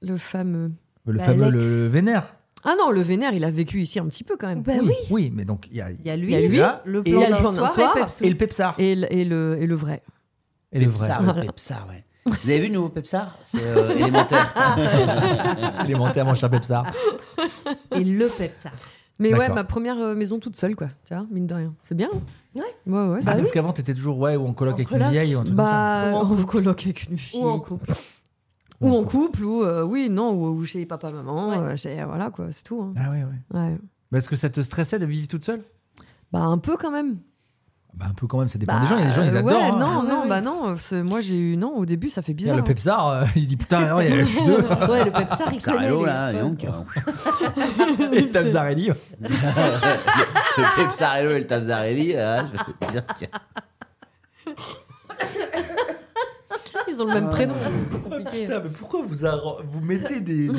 Speaker 7: le fameux.
Speaker 3: Le
Speaker 1: Bah,
Speaker 3: fameux,
Speaker 1: l'ex.
Speaker 3: le vénère.
Speaker 7: Ah non, le Vénère, il a vécu ici un petit peu quand même.
Speaker 1: Bah oui.
Speaker 3: Oui, mais donc il y a.
Speaker 1: Il y a lui,
Speaker 7: Il y a lui,
Speaker 3: celui-là,
Speaker 1: le
Speaker 3: et il y
Speaker 1: plan
Speaker 3: a le
Speaker 1: d'un
Speaker 7: plan d'un
Speaker 1: soir,
Speaker 7: soir,
Speaker 1: et Pepsou.
Speaker 3: Et le Pepsar.
Speaker 7: Et, le- et le, et le vrai.
Speaker 3: Et le vrai.
Speaker 2: Pepsar, le Pepsar, ouais. Vous avez vu le nouveau Pepsar C'est euh, élémentaire.
Speaker 1: Ah,
Speaker 3: Élémentaire, mon cher Pepsar. Bah
Speaker 1: Et le Pepsar.
Speaker 7: Mais ouais,
Speaker 3: D'accord.
Speaker 7: ma première euh, maison toute seule, quoi. Tu vois, mine de rien. C'est bien. hein
Speaker 1: Ouais.
Speaker 7: Ouais, ouais.
Speaker 3: Ah,
Speaker 7: c'est-
Speaker 3: parce qu'avant, t'étais toujours ouais, ou en coloc
Speaker 1: bah En
Speaker 3: avec
Speaker 1: coloc.
Speaker 3: une vieille ou un truc
Speaker 7: bah,
Speaker 1: Ou en
Speaker 7: en coloc avec une fille.
Speaker 1: Ou en couple.
Speaker 3: comme
Speaker 7: Ou
Speaker 3: ça.
Speaker 7: en couple, ou euh, oui, non, ou, ou chez papa-maman.
Speaker 1: Ouais.
Speaker 7: euh, chez- voilà, quoi, c'est tout. hein.
Speaker 3: Ah ouais, ouais.
Speaker 7: Ouais.
Speaker 3: Bah, Est-ce que ça te stressait de vivre toute seule
Speaker 7: Bah, un peu quand même.
Speaker 3: Bah, un peu quand même, ça dépend
Speaker 7: Bah,
Speaker 3: des gens. Il y a des gens, ils
Speaker 7: euh,
Speaker 3: adorent.
Speaker 7: ouais,
Speaker 3: hein.
Speaker 7: Non,
Speaker 1: Ah ouais,
Speaker 7: non,
Speaker 1: ouais.
Speaker 7: bah non. c'est- Moi, j'ai eu. Non, au début, ça fait
Speaker 3: Il y a
Speaker 7: bizarre.
Speaker 3: le Pepsar, euh, il se dit putain, non, il y a- je suis deux.
Speaker 1: Ouais, le Pepsar, il connaît.
Speaker 2: Sarello,
Speaker 1: lui.
Speaker 2: là, et
Speaker 1: Ouais.
Speaker 2: donc. euh,
Speaker 3: Et Pepsarelli.
Speaker 2: le Pepsarello et le Tabzarelli, euh, je peux te dire que.
Speaker 7: hein. Ils ont le même prénom. C'est compliqué.
Speaker 3: Putain, mais pourquoi vous, arro- vous mettez des, des,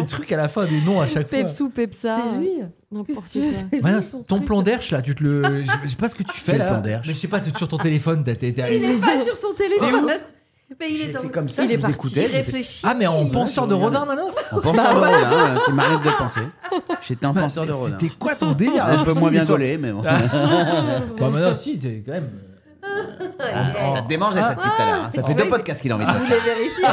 Speaker 3: des trucs à la fin, des noms à chaque fois
Speaker 7: Pepsou, Pepsa.
Speaker 1: C'est lui.
Speaker 7: N'importe
Speaker 1: Qu'est-ce que
Speaker 7: quoi.
Speaker 1: tu veux, c'est lui,
Speaker 3: Ouais, non,
Speaker 1: son
Speaker 3: ton
Speaker 1: truc.
Speaker 3: plan d'herche là, tu te le. Je je sais pas ce que tu fais
Speaker 2: Quel
Speaker 3: là.
Speaker 2: plan d'herche
Speaker 3: Mais je sais pas, t'es sur ton téléphone, t'as t'es-
Speaker 1: Il
Speaker 3: t'es-
Speaker 1: est pas sur son téléphone. Mais il est
Speaker 2: J'étais
Speaker 1: en-
Speaker 2: comme ça,
Speaker 1: il
Speaker 2: je
Speaker 1: est
Speaker 2: vous
Speaker 1: parti.
Speaker 2: écoutais,
Speaker 1: Il
Speaker 2: j'étais-
Speaker 1: réfléchit.
Speaker 3: Ah, mais en
Speaker 1: Il- Ah,
Speaker 3: penseur
Speaker 2: je
Speaker 3: de
Speaker 2: regarde.
Speaker 3: Rodin Manos
Speaker 2: En penseur de Rodin, hein, ça m'arrive de le penser. J'étais un penseur de Rodin.
Speaker 3: C'était quoi ton délire
Speaker 2: Un peu
Speaker 3: Si,
Speaker 2: moins bien
Speaker 3: ils sont-
Speaker 2: gaulé, mais bon.
Speaker 3: Bah Manos, si, t'es quand même. Oh.
Speaker 2: Ah, ça te démangeait ça depuis tout à l'heure. hein. Ça fait deux podcasts qu'il a envie de
Speaker 1: Vous l'avez vérifié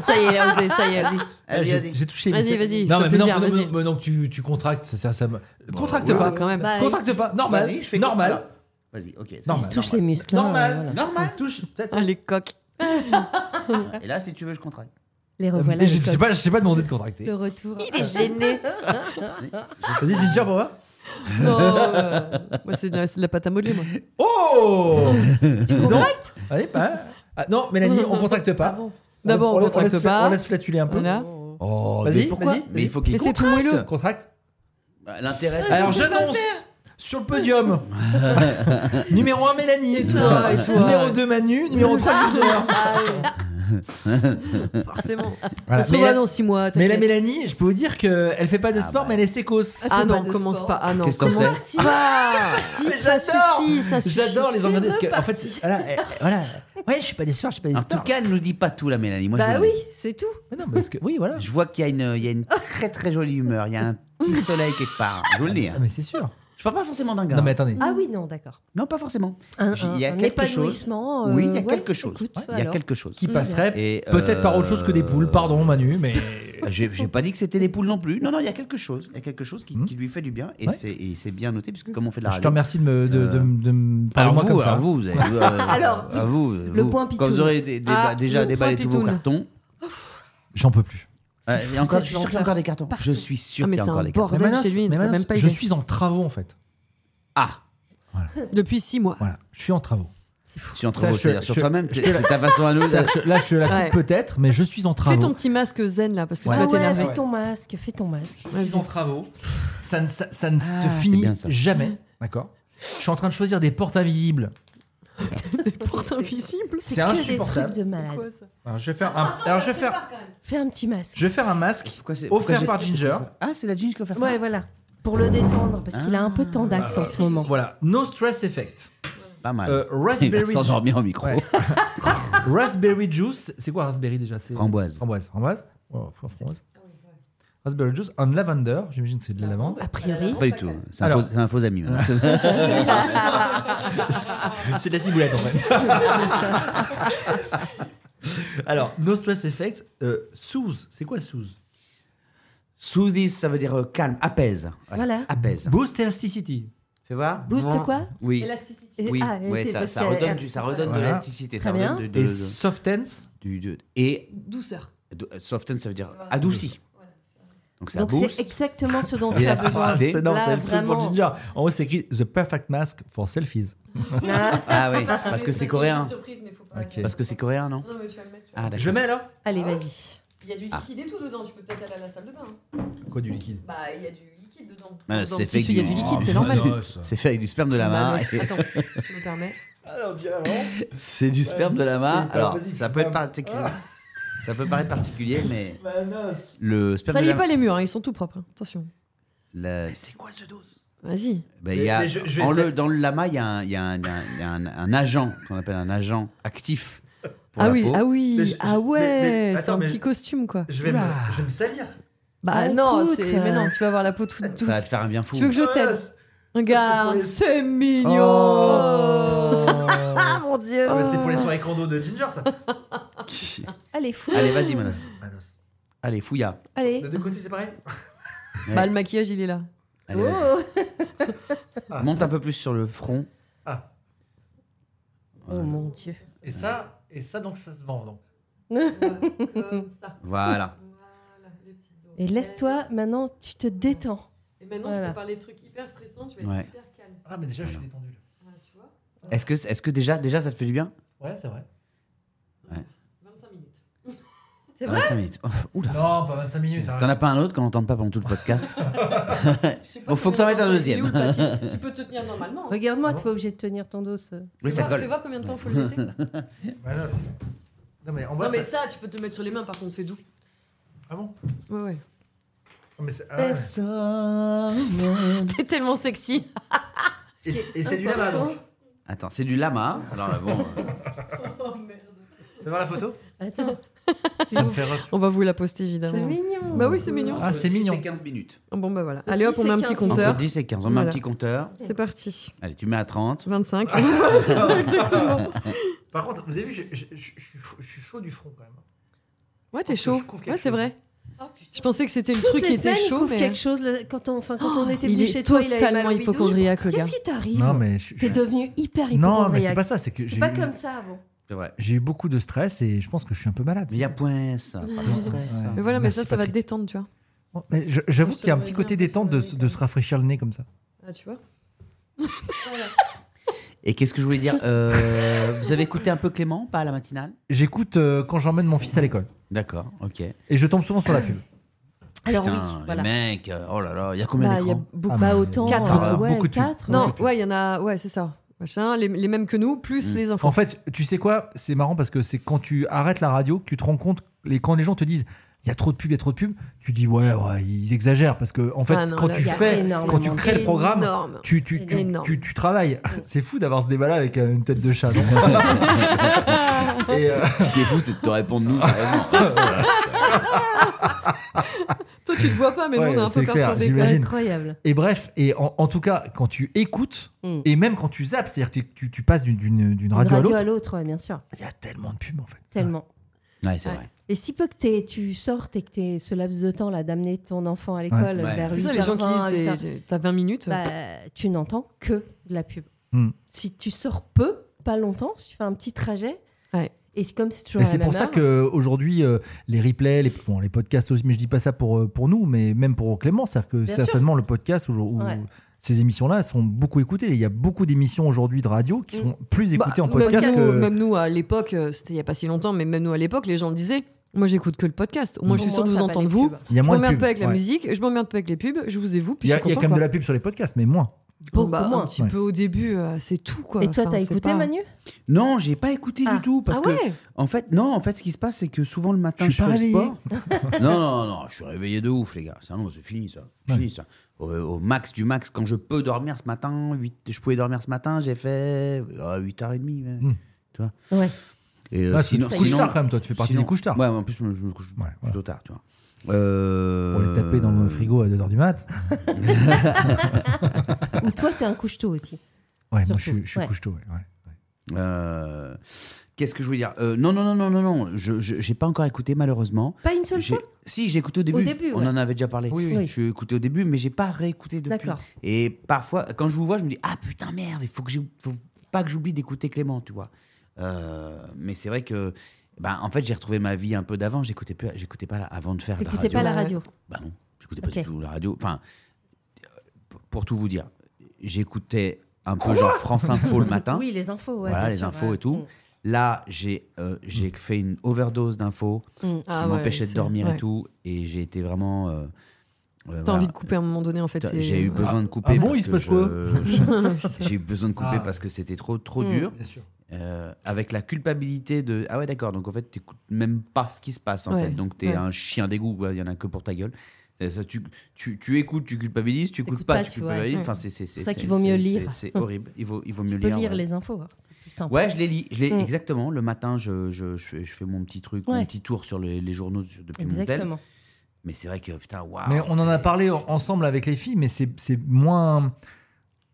Speaker 7: Ça y est, il a osé, ça y est.
Speaker 2: faire. Vas-y,
Speaker 3: J'ai
Speaker 2: vas-y.
Speaker 3: j'ai touché.
Speaker 7: Vas-y,
Speaker 3: mais c'est- Bah, Non,
Speaker 7: vas-y,
Speaker 3: mais
Speaker 7: fais
Speaker 3: maintenant
Speaker 7: plaisir,
Speaker 3: maintenant-
Speaker 7: vas-y.
Speaker 3: maintenant que tu, tu contractes, ça, ça, ça me. Contracte
Speaker 7: Ouais,
Speaker 3: pas.
Speaker 7: quand même.
Speaker 1: Bah,
Speaker 3: Contracte pas. Normal.
Speaker 2: Vas-y, je fais
Speaker 3: normal.
Speaker 2: Vas-y, ok. c'est
Speaker 3: Non,
Speaker 1: Il se
Speaker 3: bah,
Speaker 1: touche les muscles. hein,
Speaker 3: Normal.
Speaker 1: voilà.
Speaker 3: Normal. Touche.
Speaker 7: Ah, les coques.
Speaker 2: normal. Et là, si tu veux, je contracte.
Speaker 1: Les revoilà. les
Speaker 3: Et je je t'ai
Speaker 1: coques.
Speaker 3: pas, je t'ai pas demandé de contracter.
Speaker 1: Le retour.
Speaker 7: Il est gêné.
Speaker 3: Vas-y, Ginger, pour moi.
Speaker 7: Non, euh, moi, c'est de, la- c'est de la pâte à modeler, moi.
Speaker 3: Oh Tu contractes Allez, pas. Ah, non, Mélanie, on contracte pas. On
Speaker 7: Ah D'abord,
Speaker 3: laisse-
Speaker 7: on
Speaker 3: laisse-
Speaker 7: contracte
Speaker 3: laisse-
Speaker 7: pas.
Speaker 3: On laisse flatuler un peu.
Speaker 7: Voilà.
Speaker 2: Oh,
Speaker 3: Vas-y,
Speaker 2: mais pourquoi
Speaker 3: vas-y.
Speaker 2: Mais il faut qu'il
Speaker 7: Mais c'est
Speaker 2: contracte.
Speaker 7: tout moelleux.
Speaker 3: Contracte.
Speaker 2: Bah, L'intérêt, c'est-
Speaker 3: Alors,
Speaker 1: sais pas
Speaker 3: j'annonce sur le podium numéro 1, Mélanie. Et
Speaker 7: toi, et toi. Ah,
Speaker 3: Numéro 2, Manu. Numéro 3, Ginger.
Speaker 7: Forcément.
Speaker 3: Voilà.
Speaker 7: On se
Speaker 3: Mais
Speaker 7: revoit
Speaker 3: la-
Speaker 7: dans 6 mois.
Speaker 3: Mais la
Speaker 7: t'inquiète.
Speaker 3: Mélanie, je peux vous dire qu'elle fait pas de sport, mais elle est sécose.
Speaker 7: Ah
Speaker 1: fait pas
Speaker 7: non,
Speaker 1: de
Speaker 7: commence
Speaker 1: sport.
Speaker 7: pas. Ah non,
Speaker 2: Qu'est-ce qu'on
Speaker 7: commence-
Speaker 2: sait
Speaker 1: Parti.
Speaker 7: Ah, ça suffit, ça suffit.
Speaker 3: J'adore les
Speaker 1: c'est
Speaker 3: emmerdés. parce que, En fait, voilà, elle- voilà. Ouais, je suis pas du sport, je suis pas du
Speaker 2: En tout
Speaker 3: sport.
Speaker 2: cas, elle nous dit pas tout, la Mélanie. Moi, je
Speaker 1: Bah
Speaker 2: vous le
Speaker 1: oui,
Speaker 2: dis.
Speaker 1: c'est tout.
Speaker 3: Mais non, parce que. Oui, voilà.
Speaker 2: Je vois qu'il y a une, il y a une très très jolie humeur. Il y a un petit soleil quelque part. Je vous le dis.
Speaker 3: Ah,
Speaker 2: hein.
Speaker 3: mais c'est sûr.
Speaker 2: Je parle pas forcément d'un gars. hein.
Speaker 3: Non, mais attendez.
Speaker 1: Ah oui, non, d'accord.
Speaker 2: Non, pas forcément.
Speaker 1: Un,
Speaker 2: J- il y a
Speaker 1: un
Speaker 2: quelque chose.
Speaker 1: épanouissement. euh,
Speaker 2: oui, il y a
Speaker 1: ouais,
Speaker 2: quelque chose.
Speaker 1: écoute,
Speaker 2: il y a
Speaker 1: alors.
Speaker 2: quelque chose.
Speaker 3: qui passerait
Speaker 2: Et,
Speaker 3: peut-être
Speaker 2: euh,
Speaker 3: par autre chose que des poules. Pardon, Manu, mais
Speaker 2: J'ai j'ai pas dit que c'était les poules non plus. Non, non, il y a quelque chose. Il y a quelque chose qui,
Speaker 3: Hmm.
Speaker 2: qui lui fait du bien et
Speaker 3: Ouais.
Speaker 2: c'est- et c'est bien noté puisque comme on fait de la
Speaker 3: je te
Speaker 2: radio.
Speaker 3: remercie de me, de, de, de me parler
Speaker 2: euh, Alors
Speaker 3: de moi
Speaker 2: vous,
Speaker 3: comme ça.
Speaker 2: alors vous, vous avez, euh,
Speaker 1: Alors,
Speaker 2: à vous, vous,
Speaker 1: point
Speaker 2: Quand
Speaker 1: pitoune.
Speaker 2: vous aurez dé- déba-
Speaker 7: Ah,
Speaker 2: déjà
Speaker 7: le
Speaker 2: déballer
Speaker 7: point
Speaker 2: tous vos
Speaker 7: pitoune.
Speaker 2: cartons.
Speaker 3: J'en peux plus.
Speaker 2: Euh, il y a encore,
Speaker 1: cette
Speaker 2: je suis sûr qu'il y a
Speaker 1: lenteur.
Speaker 2: encore des cartons. Je suis sûr
Speaker 7: Ah,
Speaker 2: qu'il
Speaker 7: mais
Speaker 2: y a
Speaker 7: c'est
Speaker 2: encore
Speaker 7: un
Speaker 2: des cartons.
Speaker 7: bordel chez lui.
Speaker 3: mais
Speaker 7: il n'a
Speaker 3: Manos,
Speaker 7: même pas
Speaker 3: je
Speaker 7: idée.
Speaker 3: suis en travaux en fait.
Speaker 2: Ah,
Speaker 7: Depuis 6 mois.
Speaker 3: Voilà, je suis en travaux.
Speaker 2: je suis en
Speaker 3: Ça,
Speaker 2: travaux,
Speaker 3: je-
Speaker 2: c'est-à-dire sur
Speaker 3: je-
Speaker 2: toi-même. C'est c'est ta façon à nous.
Speaker 3: Là, je, là, je te la coupe
Speaker 7: Ouais.
Speaker 3: peut-être, mais je suis en
Speaker 7: Fais ton
Speaker 3: travaux.
Speaker 7: petit masque zen là, parce que tu
Speaker 3: Ouais.
Speaker 7: vas
Speaker 1: Ah ouais,
Speaker 7: t'énerver.
Speaker 1: fais ton masque, fais ton masque.
Speaker 3: Je suis en travaux. Ça ne, ça, ça ne
Speaker 2: Ah,
Speaker 3: se
Speaker 2: c'est
Speaker 3: finit
Speaker 2: bien ça.
Speaker 3: jamais, d'accord Je suis en train de choisir des portes invisibles.
Speaker 7: Des portes invisibles.
Speaker 1: C'est
Speaker 3: C'est
Speaker 1: que des
Speaker 3: insupportable.
Speaker 1: trucs de malade.
Speaker 7: quoi ça
Speaker 3: Alors je vais faire un, alors je vais faire,
Speaker 1: Fais un petit masque.
Speaker 3: je vais faire un masque
Speaker 2: Pourquoi c'est- pourquoi
Speaker 3: offert
Speaker 2: j'ai-
Speaker 3: par Ginger.
Speaker 2: Ah, c'est la jeans qui a offert ça.
Speaker 1: Ouais, voilà. Pour le détendre, parce qu'il a un peu de tendax en ce moment.
Speaker 3: Voilà, no stress effect.
Speaker 2: Pas mal.
Speaker 3: Euh,
Speaker 2: Il va
Speaker 3: raspberry.
Speaker 2: s'endormir au micro.
Speaker 3: Ouais. raspberry juice, c'est quoi raspberry déjà C'est
Speaker 2: Framboise.
Speaker 3: Framboise, framboise. Oh, framboise. Raspberry juice and lavender, j'imagine que c'est de la lavande.
Speaker 1: A priori.
Speaker 2: Pas du tout. C'est un,
Speaker 3: Alors.
Speaker 2: faux- c'est un faux ami. hein.
Speaker 3: C'est de la ciboulette en fait. Alors, No Stress Effect, euh, Soothe, c'est quoi Soothe
Speaker 2: Soothe, ça veut dire euh, calme, apaise.
Speaker 1: Voilà.
Speaker 2: Apaise.
Speaker 3: Boost Elasticity.
Speaker 2: Fais voir.
Speaker 1: Boost quoi
Speaker 2: Oui.
Speaker 1: Et-
Speaker 2: Oui,
Speaker 1: ah, et
Speaker 2: ouais,
Speaker 1: c'est
Speaker 2: ça,
Speaker 1: parce
Speaker 2: ça
Speaker 1: qu'elle-
Speaker 2: redonne,
Speaker 1: elle-
Speaker 2: du, ça redonne
Speaker 3: Voilà.
Speaker 2: de l'élasticité. Ça
Speaker 1: Très bien.
Speaker 2: redonne de, de-
Speaker 3: Et
Speaker 2: de-
Speaker 3: Softens.
Speaker 2: du- de- et
Speaker 7: Douceur.
Speaker 2: de- euh, soften, ça veut dire adouci. Donc ça
Speaker 1: Donc
Speaker 2: booste.
Speaker 1: c'est exactement ce dont tu as besoin.
Speaker 2: Élasticité.
Speaker 3: c'est non,
Speaker 1: Là,
Speaker 3: c'est le truc pour
Speaker 1: vraiment.
Speaker 3: Ginger. En haut, c'est écrit The Perfect Mask for Selfies.
Speaker 2: Ah oui, parce que c'est coréen.
Speaker 7: surprise, mais faut pas.
Speaker 3: Ok.
Speaker 2: Parce que c'est coréen, non
Speaker 7: Non, mais tu vas le mettre.
Speaker 2: Ah, d'accord.
Speaker 3: Je mets là
Speaker 1: Allez, vas-y.
Speaker 7: Il y a du
Speaker 2: Ah.
Speaker 7: liquide et tout dedans. Tu peux peut-être aller à la salle de bain. hein.
Speaker 3: Quoi du liquide
Speaker 7: Bah, il y a du liquide dedans.
Speaker 2: Ah, là,
Speaker 7: Dans
Speaker 2: c'est
Speaker 7: le
Speaker 2: fait
Speaker 7: tissu, il y a
Speaker 2: avec
Speaker 7: du
Speaker 2: du-
Speaker 7: liquide,
Speaker 2: Oh,
Speaker 7: c'est normal.
Speaker 3: Bah
Speaker 2: C'est fait avec du sperme de la main.
Speaker 7: Manos, Attends, je me permets.
Speaker 2: C'est du sperme de la main.
Speaker 3: C'est pas
Speaker 2: Alors,
Speaker 3: possible.
Speaker 2: ça peut être particulier. Ça peut paraître particulier, mais le sperme
Speaker 7: Ça
Speaker 2: de
Speaker 7: y
Speaker 2: la
Speaker 7: est pas les murs, hein, ils sont tout propres. hein. Attention.
Speaker 2: la-
Speaker 3: C'est quoi ce dos
Speaker 7: Vas-y.
Speaker 2: Ben, il y a-
Speaker 3: Mais je- je vais
Speaker 2: en
Speaker 3: essayer-
Speaker 2: le- dans le lama, il y a un, il y a un- il y a un- il y a un- un agent, qu'on appelle un agent actif. Pour
Speaker 7: Ah
Speaker 2: la
Speaker 7: oui,
Speaker 2: peau.
Speaker 7: ah
Speaker 3: Mais
Speaker 7: oui,
Speaker 3: je-
Speaker 7: ah
Speaker 3: je- mais-
Speaker 7: ouais,
Speaker 3: mais-
Speaker 7: c'est un
Speaker 3: attends, mais-
Speaker 7: petit costume quoi.
Speaker 3: je vais, me, je vais me salir.
Speaker 7: Bah
Speaker 1: Bah,
Speaker 7: non,
Speaker 1: écoute,
Speaker 7: c'est- mais non, tu vas avoir la peau toute
Speaker 2: Ça
Speaker 7: douce.
Speaker 2: va te faire un bien fou.
Speaker 7: Tu veux que je t'aide Regarde,
Speaker 3: les-
Speaker 7: c'est mignon. Ah mon dieu.
Speaker 3: Oh. Ah, mais c'est pour les soirées condo de Ginger, ça.
Speaker 1: Allez, fou.
Speaker 2: Allez, vas-y, Manos.
Speaker 3: Manos.
Speaker 2: Allez, fouilla.
Speaker 1: Allez.
Speaker 3: De deux côtés, c'est pareil
Speaker 7: Bah le maquillage il est là.
Speaker 2: Allez, vas-y.
Speaker 1: Oh.
Speaker 7: Oh.
Speaker 2: Monte un peu plus sur le front.
Speaker 1: Oh mon dieu.
Speaker 3: Et ça, et ça donc ça se vend. Donc.
Speaker 7: Comme ça.
Speaker 2: Voilà.
Speaker 1: Et laisse-toi, maintenant, tu te détends.
Speaker 7: Et maintenant
Speaker 1: Voilà.
Speaker 7: parler de trucs hyper stressants, tu
Speaker 2: Ouais.
Speaker 7: hyper calme.
Speaker 3: Ah mais déjà je suis détendu. là.
Speaker 7: Ah, tu
Speaker 2: Est-ce que, est que déjà, déjà ça te fait du bien
Speaker 3: Ouais, c'est vrai.
Speaker 7: C'est
Speaker 2: Ah,
Speaker 7: vrai
Speaker 2: 25 minutes. Oh, oula.
Speaker 3: Non, pas 25 minutes. hein.
Speaker 2: T'en as pas un autre qu'on n'entende pas pendant tout le podcast Bon, faut que t'en mettes un deuxième.
Speaker 6: Tu peux te tenir normalement. hein.
Speaker 1: Regarde-moi,
Speaker 3: Ah bon
Speaker 1: t'es pas obligé de tenir ton dos. ça.
Speaker 2: Oui, ça
Speaker 6: Voir- Je vais
Speaker 2: colle.
Speaker 6: voir combien de temps faut le laisser. Non,
Speaker 3: non, mais en vrai,
Speaker 6: mais
Speaker 3: ça-
Speaker 6: ça, tu peux te mettre sur les mains, par contre, c'est doux.
Speaker 3: Ah bon
Speaker 7: Ouais, ouais.
Speaker 3: Non, mais c'est- ah ouais.
Speaker 7: T'es tellement sexy.
Speaker 3: Et, et c'est du lama, donc.
Speaker 2: Attends, c'est du lama. Alors là, bon. euh,
Speaker 3: Tu veux voir la photo
Speaker 1: Attends,
Speaker 7: On va vous la poster
Speaker 1: c'est
Speaker 7: évidemment.
Speaker 1: mignon.
Speaker 7: Bah oui, c'est mignon.
Speaker 3: Ah, c'est
Speaker 2: dix
Speaker 3: mignon.
Speaker 2: et 15 minutes.
Speaker 7: Bon bah voilà.
Speaker 1: Le
Speaker 7: Allez hop,
Speaker 1: petit,
Speaker 7: on met un
Speaker 1: c'est
Speaker 7: petit
Speaker 1: 15 minutes.
Speaker 7: compteur.
Speaker 2: Entre 10 et 15, on met un
Speaker 7: Voilà.
Speaker 2: petit compteur.
Speaker 7: C'est parti.
Speaker 2: Allez, tu mets à 30.
Speaker 7: 25.
Speaker 3: Par contre, vous avez vu, je, je- je- je suis fou- je suis chaud du front quand même.
Speaker 7: Ouais, t'es
Speaker 3: Parce que
Speaker 7: chaud.
Speaker 3: je trouve quelque
Speaker 7: Ouais, c'est
Speaker 3: chose.
Speaker 7: vrai. Je pensais que c'était le truc qui
Speaker 1: les
Speaker 7: était
Speaker 1: semaines, il
Speaker 7: chaud,
Speaker 1: trouve
Speaker 7: mais hein.
Speaker 1: quelque chose. là, quand on, enfin, quand on était
Speaker 7: il
Speaker 1: venu
Speaker 7: est
Speaker 1: chez toi, il avait mal
Speaker 7: totalement
Speaker 1: au bidou.
Speaker 7: hypochondriaque le gars.
Speaker 1: Qu'est-ce qui t'arrive
Speaker 3: mais je,
Speaker 1: T'es devenu hyper
Speaker 3: Non, mais c'est
Speaker 1: hypochondriaque.
Speaker 3: pas ça, c'est que j'ai
Speaker 1: C'est pas
Speaker 3: eu-
Speaker 1: comme ça avant.
Speaker 2: C'est vrai.
Speaker 3: j'ai eu beaucoup de stress et je pense que je suis un peu malade.
Speaker 2: Il y a point ça, pas de stress. hein. ça.
Speaker 7: Mais voilà, mais
Speaker 3: Merci,
Speaker 7: ça, ça va te
Speaker 3: Patrick.
Speaker 7: détendre, tu vois.
Speaker 3: Oh, mais je- J'avoue
Speaker 6: Je te
Speaker 3: qu'il y a un
Speaker 6: vois
Speaker 3: petit
Speaker 6: bien,
Speaker 3: côté
Speaker 6: parce que-
Speaker 3: détente de, se- de se rafraîchir le nez comme ça.
Speaker 7: Ah, tu vois.
Speaker 2: Et qu'est-ce que je voulais dire Euh, Vous avez écouté un peu Clément, pas à la matinale
Speaker 3: J'écoute euh, quand j'emmène mon fils à l'école.
Speaker 2: D'accord, ok.
Speaker 3: Et je tombe souvent sur la pub.
Speaker 1: Alors
Speaker 2: Putain,
Speaker 1: oui,
Speaker 2: les
Speaker 1: voilà.
Speaker 2: mecs, euh, oh là là, il y a combien
Speaker 7: Bah, il y a
Speaker 2: d'écrans
Speaker 7: beaucoup.
Speaker 3: Ah,
Speaker 1: Bah
Speaker 3: mais-
Speaker 1: autant.
Speaker 7: Quatre,
Speaker 1: euh,
Speaker 3: alors,
Speaker 1: ouais,
Speaker 3: beaucoup de pubs.
Speaker 1: quatre, ouais.
Speaker 7: Non, ouais, il y en a. Ouais, c'est ça. Machin, les, les mêmes que nous, plus
Speaker 2: Mm.
Speaker 7: les infos.
Speaker 3: En fait, tu sais quoi C'est marrant parce que c'est quand tu arrêtes la radio que tu te rends compte, les, quand les gens te disent il y a trop de pubs, il y a trop de pubs, tu dis ouais, ouais, ils exagèrent. Parce que en fait,
Speaker 7: Ah non,
Speaker 3: quand
Speaker 7: là,
Speaker 3: tu
Speaker 7: il y a
Speaker 3: fais,
Speaker 1: énormément
Speaker 3: quand tu
Speaker 1: de
Speaker 3: crées le programme,
Speaker 7: Énorme.
Speaker 3: tu, tu, tu,
Speaker 7: Énorme.
Speaker 3: tu- tu travailles. C'est fou d'avoir ce débat-là avec euh, une tête de chat. non Et, euh,
Speaker 2: Ce qui est fou, c'est de te répondre nous, sérieusement.
Speaker 7: Toi, tu te vois pas, mais nous,
Speaker 3: Ouais,
Speaker 7: on est un peu
Speaker 3: c'est clair,
Speaker 7: perturbés.
Speaker 3: j'imagine.
Speaker 1: Incroyable.
Speaker 3: et bref, et en, en tout cas, quand tu écoutes,
Speaker 1: Mm.
Speaker 3: et même quand tu zappes, c'est-à-dire que tu, tu- tu passes d'une- d'une d'une
Speaker 1: Une
Speaker 3: radio,
Speaker 1: radio
Speaker 3: à
Speaker 1: à
Speaker 3: l'autre,
Speaker 1: l'autre, ouais, bien sûr.
Speaker 3: il y a tellement de pubs en fait.
Speaker 1: Tellement.
Speaker 2: ouais, c'est
Speaker 7: Ouais.
Speaker 2: vrai.
Speaker 1: Et si peu que t'es- tu sortes et que t'es ce laps de temps là d'amener ton enfant à l'école
Speaker 2: Ouais. Ouais.
Speaker 1: vers
Speaker 7: C'est ça, les gens qui
Speaker 1: 8h20,
Speaker 7: disent t'es- t'as 20 minutes.
Speaker 1: bah, tu n'entends que de la pub.
Speaker 3: Hmm.
Speaker 1: Si tu sors peu, pas longtemps, si tu fais un petit trajet,
Speaker 7: Ouais.
Speaker 1: et c'est comme c'est toujours
Speaker 3: Mais
Speaker 1: à la
Speaker 3: c'est pour
Speaker 1: même
Speaker 3: ça
Speaker 1: heure,
Speaker 3: que aujourd'hui euh, les replays, les, bon, les podcasts aussi, mais je dis pas ça pour, euh, pour nous, mais même pour Clément, c'est-à-dire que
Speaker 1: Bien
Speaker 3: certainement le podcast aujourd'hui.
Speaker 1: Ouais.
Speaker 3: Ces émissions-là elles sont beaucoup écoutées. Il y a beaucoup d'émissions aujourd'hui de radio qui
Speaker 1: Mm.
Speaker 3: sont plus
Speaker 7: Bah,
Speaker 3: écoutées en
Speaker 7: même
Speaker 3: podcast euh,
Speaker 7: nous-
Speaker 3: que.
Speaker 7: Même nous, à l'époque, euh, c'était il y a pas si longtemps, mais même nous, à l'époque, les gens le disaient. Moi, j'écoute que le podcast. Au moins,
Speaker 1: au
Speaker 7: je suis
Speaker 1: moins,
Speaker 7: sûre de vous
Speaker 1: t'as pas
Speaker 7: entendre,
Speaker 1: les
Speaker 7: vous.
Speaker 1: pubs.
Speaker 3: Il y a
Speaker 7: Je
Speaker 3: moins de
Speaker 7: m'emmerde
Speaker 3: pubs.
Speaker 7: pas avec la
Speaker 3: Ouais.
Speaker 7: musique, je m'emmerde pas avec les pubs, je vous ai vous, puis
Speaker 3: Il y a,
Speaker 7: je
Speaker 3: il
Speaker 7: suis
Speaker 3: y a quand
Speaker 7: contente.
Speaker 3: même de
Speaker 7: quoi.
Speaker 3: la pub sur les podcasts, mais moins.
Speaker 1: Beaucoup
Speaker 7: Bah,
Speaker 1: moins.
Speaker 7: Un petit
Speaker 3: Ouais.
Speaker 7: peu au début, euh, c'est tout quoi.
Speaker 1: Et toi,
Speaker 7: Enfin,
Speaker 1: t'as
Speaker 7: c'est
Speaker 1: écouté
Speaker 7: pas-
Speaker 1: Manu
Speaker 2: Non, j'ai pas écouté
Speaker 1: Ah.
Speaker 2: du tout parce
Speaker 7: Ah ouais
Speaker 2: que en fait, non, en fait, ce qui se passe, c'est que souvent le matin,
Speaker 3: Je
Speaker 2: je,
Speaker 3: suis
Speaker 2: fais
Speaker 3: pas
Speaker 2: le sport. non, non, non, je suis réveillé de ouf, les gars. Ça, non, c'est fini, ça. C'est Fini, ça. Au, au max du max, quand je peux dormir ce matin, 8, je pouvais dormir ce matin, j'ai fait euh, 8h30. ouais.
Speaker 3: Mm.
Speaker 2: Tu vois
Speaker 1: Ouais.
Speaker 2: Et euh,
Speaker 3: Ah, tu
Speaker 2: sinon,
Speaker 3: te couches
Speaker 2: sinon-
Speaker 3: tard quand même, toi, tu fais partie
Speaker 2: sinon-
Speaker 3: des couches tard.
Speaker 2: Ouais, en plus, moi, je me couche
Speaker 3: Ouais,
Speaker 2: plutôt tard, tu vois. Euh,
Speaker 3: On les tapait dans le frigo à 2h du mat.
Speaker 1: Ou toi, t'es un couche-tôt aussi.
Speaker 3: Ouais, moi
Speaker 1: Surtout,
Speaker 3: je suis, je suis
Speaker 1: ouais.
Speaker 3: couche-tôt, ouais, ouais.
Speaker 2: Euh, Qu'est-ce que je voulais dire Euh, Non, non, non, non, non, non. Je je- j'ai pas encore écouté malheureusement.
Speaker 1: Pas une seule
Speaker 2: J'ai-
Speaker 1: fois
Speaker 2: Si, j'ai écouté au début.
Speaker 1: début,
Speaker 2: On
Speaker 1: ouais.
Speaker 2: en avait déjà parlé.
Speaker 3: Oui,
Speaker 1: oui. Oui.
Speaker 2: J'ai écouté au début, mais j'ai pas réécouté depuis.
Speaker 1: D'accord.
Speaker 2: Et parfois, quand je vous vois, je me dis ah putain merde, il faut que j'ai- faut pas que j'oublie d'écouter Clément, tu vois. Euh, mais c'est vrai que, ben, en fait, j'ai retrouvé ma vie un peu d'avant. J'écoutais plus, j'écoutais pas la- avant de faire de la
Speaker 1: T'écoutais
Speaker 2: radio.
Speaker 1: pas la
Speaker 7: Ouais.
Speaker 1: radio.
Speaker 2: Bah non, j'écoutais pas
Speaker 1: Ok.
Speaker 2: du tout la radio. Enfin, euh, pour- pour tout vous dire, j'écoutais un peu genre France Info le matin.
Speaker 1: Oui, les infos, ouais.
Speaker 2: Hein voilà
Speaker 1: bien
Speaker 2: les
Speaker 1: sûr,
Speaker 2: infos
Speaker 1: ouais.
Speaker 2: et tout. Là, j'ai euh, j'ai fait une overdose d'infos
Speaker 1: Mm.
Speaker 2: qui
Speaker 7: Ah ouais,
Speaker 2: m'empêchait de
Speaker 7: c'est-
Speaker 2: dormir
Speaker 7: ouais.
Speaker 2: et tout. Et j'ai été vraiment. euh, euh,
Speaker 7: T'as
Speaker 2: voilà.
Speaker 7: envie de couper à un moment donné en fait. c'est-
Speaker 2: J'ai eu besoin de couper.
Speaker 3: Ah bon,
Speaker 2: parce
Speaker 3: il se
Speaker 2: que
Speaker 3: passe quoi
Speaker 2: je- J'ai eu besoin de couper
Speaker 3: Ah.
Speaker 2: parce que c'était trop, trop
Speaker 1: Mm.
Speaker 2: dur.
Speaker 3: Bien sûr.
Speaker 2: Euh, avec la culpabilité de. Ah ouais, d'accord. Donc en fait, t'écoutes même pas ce qui se passe en
Speaker 7: Ouais,
Speaker 2: fait. Donc t'es
Speaker 7: ouais.
Speaker 2: un chien d'égout. quoi, Il y en a que pour ta gueule. C'est ça, tu, tu, tu écoutes, tu culpabilises, tu écoutes
Speaker 1: T'écoutes
Speaker 2: pas,
Speaker 1: pas,
Speaker 2: tu
Speaker 1: tu vois,
Speaker 2: culpabilises.
Speaker 1: ouais.
Speaker 2: Enfin, c'est c'est-
Speaker 1: pour ça
Speaker 2: c'est-
Speaker 1: qu'il vaut mieux
Speaker 2: c'est-
Speaker 1: lire.
Speaker 2: C'est c'est horrible. Il vaut, il vaut mieux
Speaker 1: Tu peux
Speaker 2: lire.
Speaker 1: lire
Speaker 2: ouais.
Speaker 1: les infos. hein, c'est plus simple.
Speaker 2: Ouais, je les lis. Je les,
Speaker 1: Mm.
Speaker 2: Exactement. Le matin, je, je, je, fais, je fais mon petit truc, mon
Speaker 1: Ouais.
Speaker 2: petit tour sur les, les journaux sur- depuis mon tel.
Speaker 1: Exactement.
Speaker 2: Mais c'est vrai que putain, waouh.
Speaker 3: Mais on en a
Speaker 2: Ah, c'est-
Speaker 3: parlé en- ensemble avec les filles, mais c'est c'est moins,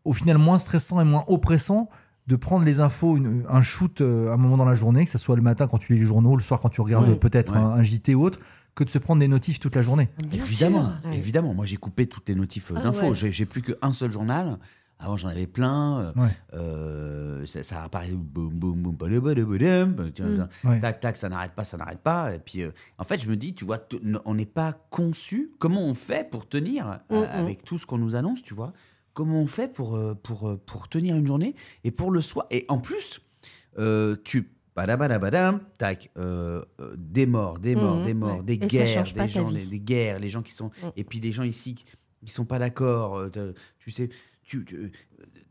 Speaker 3: au final, moins stressant et moins oppressant de prendre les infos, une- un shoot euh, à un moment dans la journée, que ce soit le matin quand tu lis les journaux, le soir quand tu regardes
Speaker 1: Ouais.
Speaker 3: peut-être
Speaker 2: Ouais.
Speaker 3: un, un JT ou autre, que de se prendre des notifs toute la journée.
Speaker 1: Bien
Speaker 2: Évidemment,
Speaker 1: sûr.
Speaker 7: Ouais.
Speaker 2: évidemment. Moi, j'ai coupé toutes les notifs euh,
Speaker 1: Ah
Speaker 2: d'infos.
Speaker 1: ouais.
Speaker 2: J'ai- J'ai plus qu'un seul journal. Avant, j'en avais plein. euh,
Speaker 3: Ouais.
Speaker 2: euh, ça, ça apparaît. Boum, boum, boum, badabadabadam, tu vois,
Speaker 7: Mm.
Speaker 2: ça.
Speaker 3: Ouais.
Speaker 2: bah, Tac, tac, ça n'arrête pas, ça n'arrête pas. Et puis, euh, en fait, je me dis, tu vois, t- on n'est pas conçu. Comment on fait pour tenir euh,
Speaker 1: Mm, mm.
Speaker 2: avec tout ce qu'on nous annonce, tu vois comment on fait pour, euh, pour, euh, pour tenir une journée et pour le soir. Et en plus, euh, tu. Badabadabadam, tac, euh, euh, des morts, des morts,
Speaker 7: Mhm,
Speaker 2: des morts,
Speaker 7: ouais.
Speaker 2: des
Speaker 7: Et ça
Speaker 2: guerres,
Speaker 7: change pas
Speaker 2: des,
Speaker 7: ta
Speaker 2: gens,
Speaker 7: vie.
Speaker 2: les, des guerres, les gens qui sont.
Speaker 7: Mhm.
Speaker 2: Et puis des gens ici qui ne sont pas d'accord, euh, te- tu sais, tu, tu-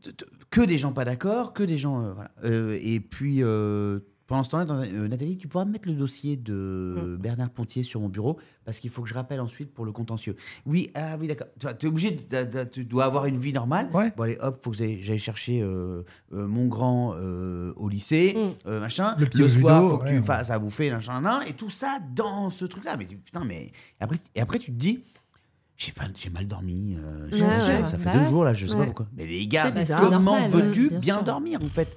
Speaker 2: te- te- que des gens pas d'accord, que des gens. euh, voilà. Euh, et puis, euh, pendant ce temps-là, dans- euh, Nathalie, tu pourras mettre le dossier
Speaker 7: Mm.
Speaker 2: de Bernard Pontier sur mon bureau parce qu'il faut que je rappelle ensuite pour le contentieux. Oui, ah oui, d'accord. Tu es obligé, de- de- de- tu dois avoir une vie normale.
Speaker 3: Ouais.
Speaker 2: Bon, allez, hop, faut que j'aille j'aille chercher euh, euh, mon grand euh, au lycée,
Speaker 7: Mm.
Speaker 2: euh, machin.
Speaker 3: Le
Speaker 2: Le,
Speaker 3: petit au
Speaker 2: soir,
Speaker 3: judo,
Speaker 2: faut que
Speaker 3: ouais.
Speaker 2: tu fasses à bouffer, machin, nan, et tout ça dans ce truc-là. Mais tu- putain, mais après, et après, tu te dis. J'ai pas- j'ai mal dormi. euh, j'ai-
Speaker 7: Ouais,
Speaker 2: j'ai-
Speaker 7: ouais.
Speaker 2: Ça fait
Speaker 1: Bah
Speaker 2: deux
Speaker 1: ouais.
Speaker 2: jours là, je sais
Speaker 7: Ouais.
Speaker 2: pas pourquoi. Mais les gars,
Speaker 7: C'est bizarre.
Speaker 2: comment
Speaker 1: Normal,
Speaker 2: veux-tu
Speaker 1: ouais,
Speaker 2: bien,
Speaker 1: bien sûr.
Speaker 2: dormir en fait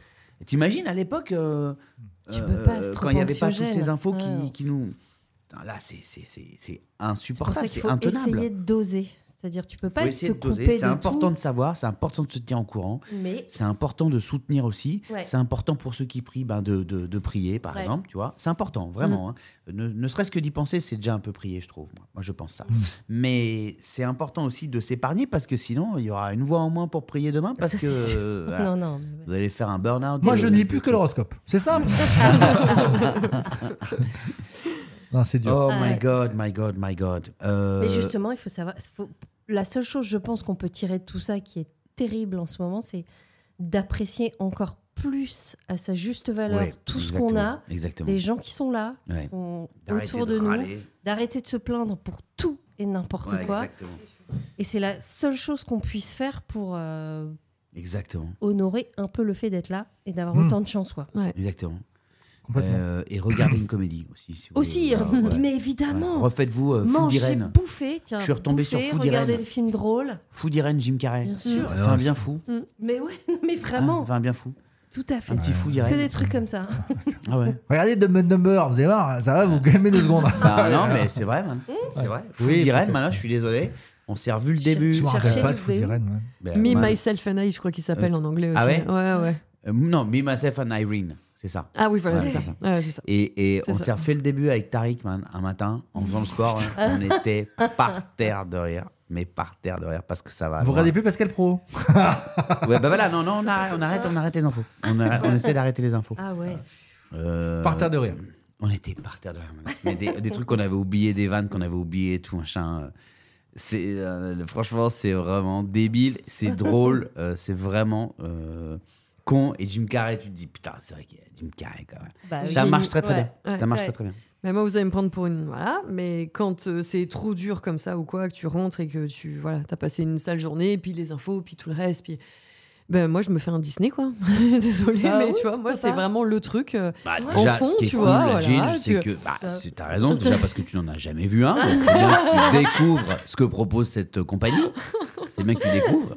Speaker 2: T'imagines à l'époque, euh,
Speaker 7: Tu
Speaker 2: euh,
Speaker 7: peux pas, c'est trop
Speaker 2: quand il n'y avait pas toutes
Speaker 7: anxiogène.
Speaker 2: ces infos
Speaker 7: Ouais.
Speaker 2: qui, qui nous. Putain, Là, c'est- c'est c'est- c'est
Speaker 1: C'est pour ça
Speaker 2: insupportable,
Speaker 1: qu'il
Speaker 2: c'est
Speaker 1: faut
Speaker 2: intenable.
Speaker 1: essayer de doser. C'est-à-dire, tu peux
Speaker 2: Faut
Speaker 1: pas te
Speaker 2: essayer de doser,
Speaker 1: couper
Speaker 2: C'est
Speaker 1: de
Speaker 2: important de
Speaker 1: tout,
Speaker 2: savoir, c'est important de se tenir au courant,
Speaker 1: mais
Speaker 2: c'est important de soutenir aussi,
Speaker 1: Ouais.
Speaker 2: c'est important pour ceux qui prient ben, de, de- de prier, par
Speaker 1: Ouais. Mm.
Speaker 2: exemple, tu vois. C'est important, vraiment. hein. Ne, ne serait-ce que d'y penser, c'est déjà un peu prier, je trouve. Moi, Moi, je pense ça.
Speaker 3: Mm.
Speaker 2: Mais c'est important aussi de s'épargner parce que sinon, il y aura une voix en moins pour prier demain parce
Speaker 1: Ça,
Speaker 2: que
Speaker 1: c'est sûr.
Speaker 2: euh, voilà,
Speaker 1: non, non.
Speaker 2: vous allez faire un burn-out.
Speaker 3: Moi,
Speaker 2: de-
Speaker 3: je ne lis
Speaker 2: de-
Speaker 3: plus que l'horoscope. C'est simple. non, c'est dur.
Speaker 2: Oh
Speaker 1: Ah Ouais.
Speaker 2: my god, my god, my god. Euh,
Speaker 1: Mais justement, il faut savoir. faut- La seule chose, je pense, qu'on peut tirer de tout ça qui est terrible en ce moment, c'est d'apprécier encore plus à sa juste valeur
Speaker 2: ouais,
Speaker 1: tout ce
Speaker 2: exactement,
Speaker 1: qu'on a,
Speaker 2: Exactement.
Speaker 1: les gens qui sont là, qui
Speaker 2: Ouais.
Speaker 1: sont
Speaker 2: D'arrêter
Speaker 1: autour de, nous,
Speaker 2: râler.
Speaker 1: d'arrêter de se plaindre pour tout et n'importe
Speaker 2: Ouais,
Speaker 1: quoi.
Speaker 2: exactement.
Speaker 1: Et c'est la seule chose qu'on puisse faire pour euh,
Speaker 2: Exactement.
Speaker 1: honorer un peu le fait d'être là et d'avoir
Speaker 2: Hmm.
Speaker 3: Mm.
Speaker 1: autant de chance, quoi.
Speaker 2: Exactement.
Speaker 3: Complètement.
Speaker 2: Euh, et regarder une comédie aussi. si vous
Speaker 1: Aussi,
Speaker 2: voulez. Voilà, Ah, ouais.
Speaker 1: mais
Speaker 7: Ah,
Speaker 1: évidemment,
Speaker 2: Ouais, Refaites-vous euh, Fou
Speaker 1: manger,
Speaker 2: d'Irène.
Speaker 1: bouffer, tiens,
Speaker 2: Je suis retombé sur
Speaker 1: bouffer,
Speaker 2: Fou d'Irène.
Speaker 1: regarder des films drôles.
Speaker 2: Fou d'Irène, Jim Carrey.
Speaker 1: Bien sûr.
Speaker 2: Ça fait un bien fou.
Speaker 1: Mm. Mais ouais, non, mais
Speaker 2: Hein,
Speaker 1: vraiment,
Speaker 2: ça fait un bien fou.
Speaker 1: tout à fait.
Speaker 2: Un petit fou d'Irène.
Speaker 1: Que des trucs comme ça.
Speaker 2: Ah ouais.
Speaker 3: Regardez Dumb and Dumber, vous allez voir, ça va vous calmer deux secondes.
Speaker 2: Bah, non, mais c'est vrai,
Speaker 7: Mmh.
Speaker 2: man. C'est vrai. Fou
Speaker 3: Oui,
Speaker 2: d'Irène,
Speaker 3: peut-être.
Speaker 2: maintenant, je suis désolé. On s'est revu le début.
Speaker 3: Je me
Speaker 1: Chercher
Speaker 3: rappelle pas
Speaker 1: du
Speaker 3: de Food
Speaker 1: blé.
Speaker 3: Irene, ouais.
Speaker 2: Ben,
Speaker 7: Me,
Speaker 2: man.
Speaker 7: Myself and I, je crois qu'il s'appelle
Speaker 2: Euh,
Speaker 7: en anglais aussi.
Speaker 2: ah ouais
Speaker 7: ouais, ouais.
Speaker 2: Euh, non, Me, Myself and Irene. C'est ça.
Speaker 7: Ah oui, voilà,
Speaker 2: Ouais,
Speaker 7: c'est
Speaker 2: c'est
Speaker 7: ça. Ouais, c'est ça.
Speaker 2: Et, et
Speaker 7: C'est
Speaker 2: on
Speaker 7: ça.
Speaker 2: s'est refait le début avec Tariq man, un matin en faisant le sport. hein. on était par terre de rire, mais par terre de rire parce que ça va.
Speaker 3: Vous
Speaker 2: Ah, loin.
Speaker 3: regardez plus Pascal Pro
Speaker 2: Ouais, bah voilà, non, non, on arrête, on arrête, on arrête les infos. On, arrête- on essaie d'arrêter les infos.
Speaker 1: Ah ouais.
Speaker 2: Euh,
Speaker 3: Par terre de rire.
Speaker 2: On était par terre de rire. man. Mais des, des trucs qu'on avait oubliés, des vannes qu'on avait oubliées, tout machin. euh, C'est euh, le- franchement, c'est vraiment débile, c'est drôle, euh, c'est vraiment euh, con. Et Jim Carrey, tu te dis putain, c'est vrai qu'il y a Jim Carrey quand même.
Speaker 1: Bah,
Speaker 7: Ça
Speaker 1: oui.
Speaker 2: Ça
Speaker 7: Génie.
Speaker 2: marche très très
Speaker 1: Ouais,
Speaker 2: bien.
Speaker 7: Ah ouais,
Speaker 2: ça marche
Speaker 1: ouais.
Speaker 2: très très bien.
Speaker 7: Mais moi, vous allez me prendre pour une. Voilà. Mais quand euh, c'est trop dur comme ça ou quoi, que tu rentres et que tu. Voilà, t'as passé une sale journée, puis les infos, puis tout le reste, puis. Ben, moi, je me fais un Disney, quoi. Désolée,
Speaker 1: Bah
Speaker 7: mais
Speaker 1: oui,
Speaker 7: tu vois, moi,
Speaker 1: pourquoi
Speaker 7: c'est
Speaker 1: pas
Speaker 7: vraiment le truc. euh,
Speaker 2: Bah,
Speaker 7: Ouais.
Speaker 2: déjà,
Speaker 7: En fond,
Speaker 2: ce qui est
Speaker 7: tu
Speaker 2: cool,
Speaker 7: vois,
Speaker 2: la
Speaker 7: voilà,
Speaker 2: Ginge, c'est
Speaker 7: tu-
Speaker 2: que bah,
Speaker 7: Euh.
Speaker 2: c'est- t'as raison, déjà parce que tu n'en as jamais vu un. donc c'est bien que tu découvres ce que propose cette euh, compagnie. C'est bien que tu découvres.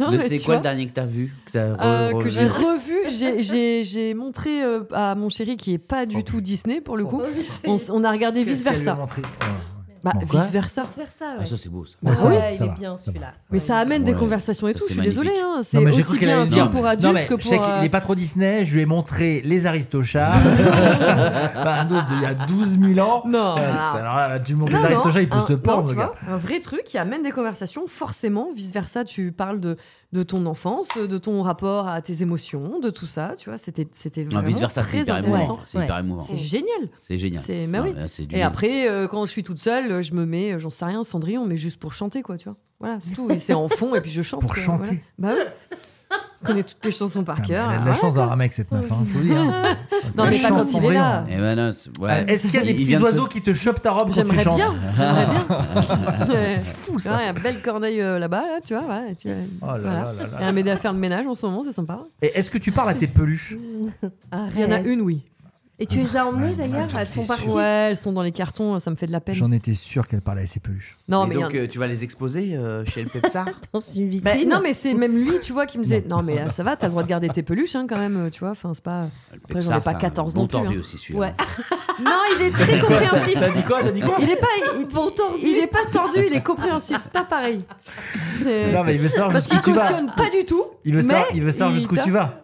Speaker 7: non,
Speaker 2: Le-
Speaker 7: mais
Speaker 2: c'est
Speaker 7: tu
Speaker 2: quoi
Speaker 7: vois.
Speaker 2: le dernier que t'as vu que t'as re-
Speaker 7: Euh,
Speaker 2: revu
Speaker 7: que j'ai revu, j'ai- j'ai j'ai montré euh, à mon chéri qui est pas du tout Disney pour le coup. On, s- on a regardé vice versa. Bah,
Speaker 3: Bon, quoi
Speaker 7: vice versa.
Speaker 1: Vice versa, ouais. Bah
Speaker 2: Ah, ça c'est beau ça.
Speaker 3: Ouais, ça
Speaker 1: Ouais,
Speaker 3: va,
Speaker 1: il
Speaker 3: ça
Speaker 1: est
Speaker 3: va,
Speaker 1: bien
Speaker 3: ça va.
Speaker 1: celui-là.
Speaker 7: Mais ça amène des
Speaker 2: Ouais.
Speaker 7: conversations et
Speaker 2: Ça,
Speaker 7: tout.
Speaker 2: c'est
Speaker 7: Je suis désolée,
Speaker 2: magnifique.
Speaker 7: hein,
Speaker 3: Non,
Speaker 7: c'est
Speaker 3: mais j'ai
Speaker 7: aussi
Speaker 3: cru qu'elle
Speaker 7: bien un
Speaker 3: allait
Speaker 7: film
Speaker 3: dire-
Speaker 7: pour
Speaker 3: Non,
Speaker 7: adultes
Speaker 3: mais
Speaker 7: que
Speaker 3: je
Speaker 7: pour.
Speaker 3: sais qu'il
Speaker 7: euh,
Speaker 3: n'est pas trop Disney, je lui ai montré les Aristochats. Enfin, un dos d'il y a 12 000 ans.
Speaker 7: Non,
Speaker 3: Euh,
Speaker 7: voilà.
Speaker 3: alors là, tu montres les
Speaker 7: Non, non,
Speaker 3: Aristochats, il peut
Speaker 7: un-
Speaker 3: se
Speaker 7: non,
Speaker 3: pendre,
Speaker 7: tu
Speaker 3: le gars.
Speaker 7: vois, un vrai truc qui amène des conversations, forcément, vice-versa, tu parles de, de ton enfance, de ton rapport à tes émotions, de tout ça, tu vois, c'était c'était
Speaker 2: Non,
Speaker 7: vraiment
Speaker 2: vice versa, c'est
Speaker 7: très
Speaker 2: hyper
Speaker 7: intéressant.
Speaker 2: émouvant. C'est
Speaker 1: Ouais.
Speaker 2: hyper émouvant.
Speaker 7: C'est génial.
Speaker 2: C'est génial.
Speaker 7: C'est- bah
Speaker 2: Non,
Speaker 7: oui.
Speaker 2: là, c'est du-
Speaker 7: Et après, euh, quand je suis toute seule, euh, je me mets, euh, j'en sais rien, Cendrillon, mais juste pour chanter, quoi, tu vois. Voilà, c'est tout. Et c'est en fond, et puis je chante.
Speaker 3: Pour
Speaker 7: quoi,
Speaker 3: chanter.
Speaker 7: voilà. Bah oui. Je connais toutes tes chansons par
Speaker 3: Putain, Ah, mais
Speaker 7: cœur.
Speaker 3: Elle a de
Speaker 7: voilà,
Speaker 3: la chance
Speaker 7: quoi.
Speaker 3: d'avoir un mec, cette meuf. hein, faut le dire.
Speaker 7: Non,
Speaker 3: La
Speaker 7: mais pas
Speaker 3: chance,
Speaker 7: quand il est là.
Speaker 3: Cendrillon.
Speaker 2: Eh ben non, c'est-
Speaker 7: Euh,
Speaker 2: ouais.
Speaker 3: Est-ce qu'il y a des
Speaker 2: Il
Speaker 3: petits
Speaker 2: vient de se-
Speaker 3: oiseaux qui te chopent ta robe quand tu
Speaker 7: J'aimerais
Speaker 3: chantes
Speaker 7: bien, j'aimerais bien. C'est
Speaker 3: fou, ça.
Speaker 7: Ouais, Il y a une belle corneille euh, là-bas, là, tu vois. voilà, et tu-
Speaker 3: Oh là
Speaker 7: voilà.
Speaker 3: là là là.
Speaker 7: Et un média faire le ménage en ce moment, c'est sympa.
Speaker 3: Et est-ce que tu parles à tes peluches
Speaker 7: Il y en a
Speaker 1: Arrête.
Speaker 7: une, oui.
Speaker 1: Et tu les as
Speaker 2: Ah,
Speaker 1: emmenés d'ailleurs
Speaker 3: attends,
Speaker 1: Elles sont
Speaker 3: c'est
Speaker 1: parties.
Speaker 7: Ouais, elles sont dans les cartons, ça me fait de la peine.
Speaker 3: J'en étais sûr qu'elle parlait à ses peluches.
Speaker 7: Non,
Speaker 2: Et
Speaker 7: mais, il y en-
Speaker 2: donc euh, tu vas les exposer euh, chez le Pepsar
Speaker 1: Dans une
Speaker 7: Bah,
Speaker 1: vitrine.
Speaker 7: non, mais c'est même lui, tu vois, qui me disait Non, mais euh, ça va, t'as le droit de garder tes peluches hein, quand même, euh, tu vois. Enfin, c'est pas.
Speaker 2: Le
Speaker 7: j'en ai
Speaker 2: Pepsar,
Speaker 7: pas
Speaker 2: c'est un
Speaker 7: 14 non
Speaker 2: bon
Speaker 7: plus,
Speaker 2: tordu
Speaker 7: hein.
Speaker 2: aussi celui-là.
Speaker 1: Ouais.
Speaker 7: Non, il est très compréhensif.
Speaker 3: dit quoi dit quoi
Speaker 7: Il est pas, il, il est pas tordu, il est compréhensif, c'est pas pareil. C'est-
Speaker 3: Non, mais il veut savoir
Speaker 7: Parce
Speaker 3: jusqu'où
Speaker 7: qu'il
Speaker 3: tu vas.
Speaker 7: cautionne pas du tout.
Speaker 3: Il veut savoir,
Speaker 7: mais
Speaker 3: il veut savoir jusqu'où
Speaker 7: t'a-
Speaker 3: tu vas.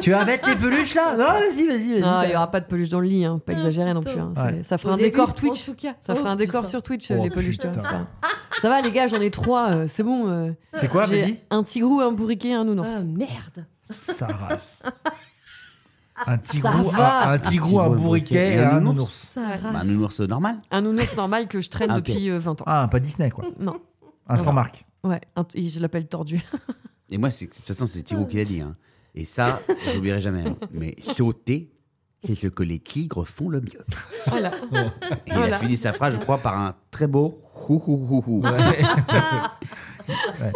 Speaker 3: Tu vas mettre tes peluches là Non, vas-y, vas-y,
Speaker 7: Ah,
Speaker 3: vas-y.
Speaker 7: il n'y aura pas de peluche dans le lit, hein. pas
Speaker 1: Ah,
Speaker 7: exagéré non
Speaker 1: putain.
Speaker 7: plus. hein.
Speaker 3: Ouais.
Speaker 7: C'est- Ça fera
Speaker 1: Au
Speaker 7: un
Speaker 1: début,
Speaker 7: décor
Speaker 1: en
Speaker 7: Twitch.
Speaker 1: tout cas.
Speaker 7: Ça fera
Speaker 1: Oh,
Speaker 7: un décor
Speaker 1: putain.
Speaker 7: sur Twitch, euh,
Speaker 3: Oh,
Speaker 7: les peluches, tu vois,
Speaker 3: putain.
Speaker 7: c'est pas- Ça va, les gars, j'en ai trois, euh, c'est bon. euh,
Speaker 3: C'est quoi, vas-y
Speaker 7: J'ai un tigrou, un bourriquet, un nounours.
Speaker 1: Ah merde.
Speaker 3: Sa race. Un
Speaker 7: Ça
Speaker 3: tigrou,
Speaker 7: va.
Speaker 3: un, un tigrou, un bourriquet et un nounours.
Speaker 1: Ça
Speaker 2: Bah,
Speaker 1: race.
Speaker 2: un nounours normal.
Speaker 7: Un nounours normal que je traîne
Speaker 2: Ah, ok.
Speaker 7: depuis euh, 20 ans.
Speaker 3: Ah, pas Disney, quoi.
Speaker 7: Non,
Speaker 3: Un sans marque.
Speaker 7: ouais, un t- je l'appelle tordu.
Speaker 2: Et moi, c'est- de toute façon, c'est
Speaker 7: Ah.
Speaker 2: Thibaut qui l'a dit. hein. Et ça, j'oublierai jamais. hein. Mais sauter, c'est ce que les tigres font le mieux.
Speaker 7: Voilà.
Speaker 2: Et il a
Speaker 7: Voilà.
Speaker 2: fini sa phrase, je crois, par un très beau hou hou hou hou.
Speaker 3: Ah. Ouais.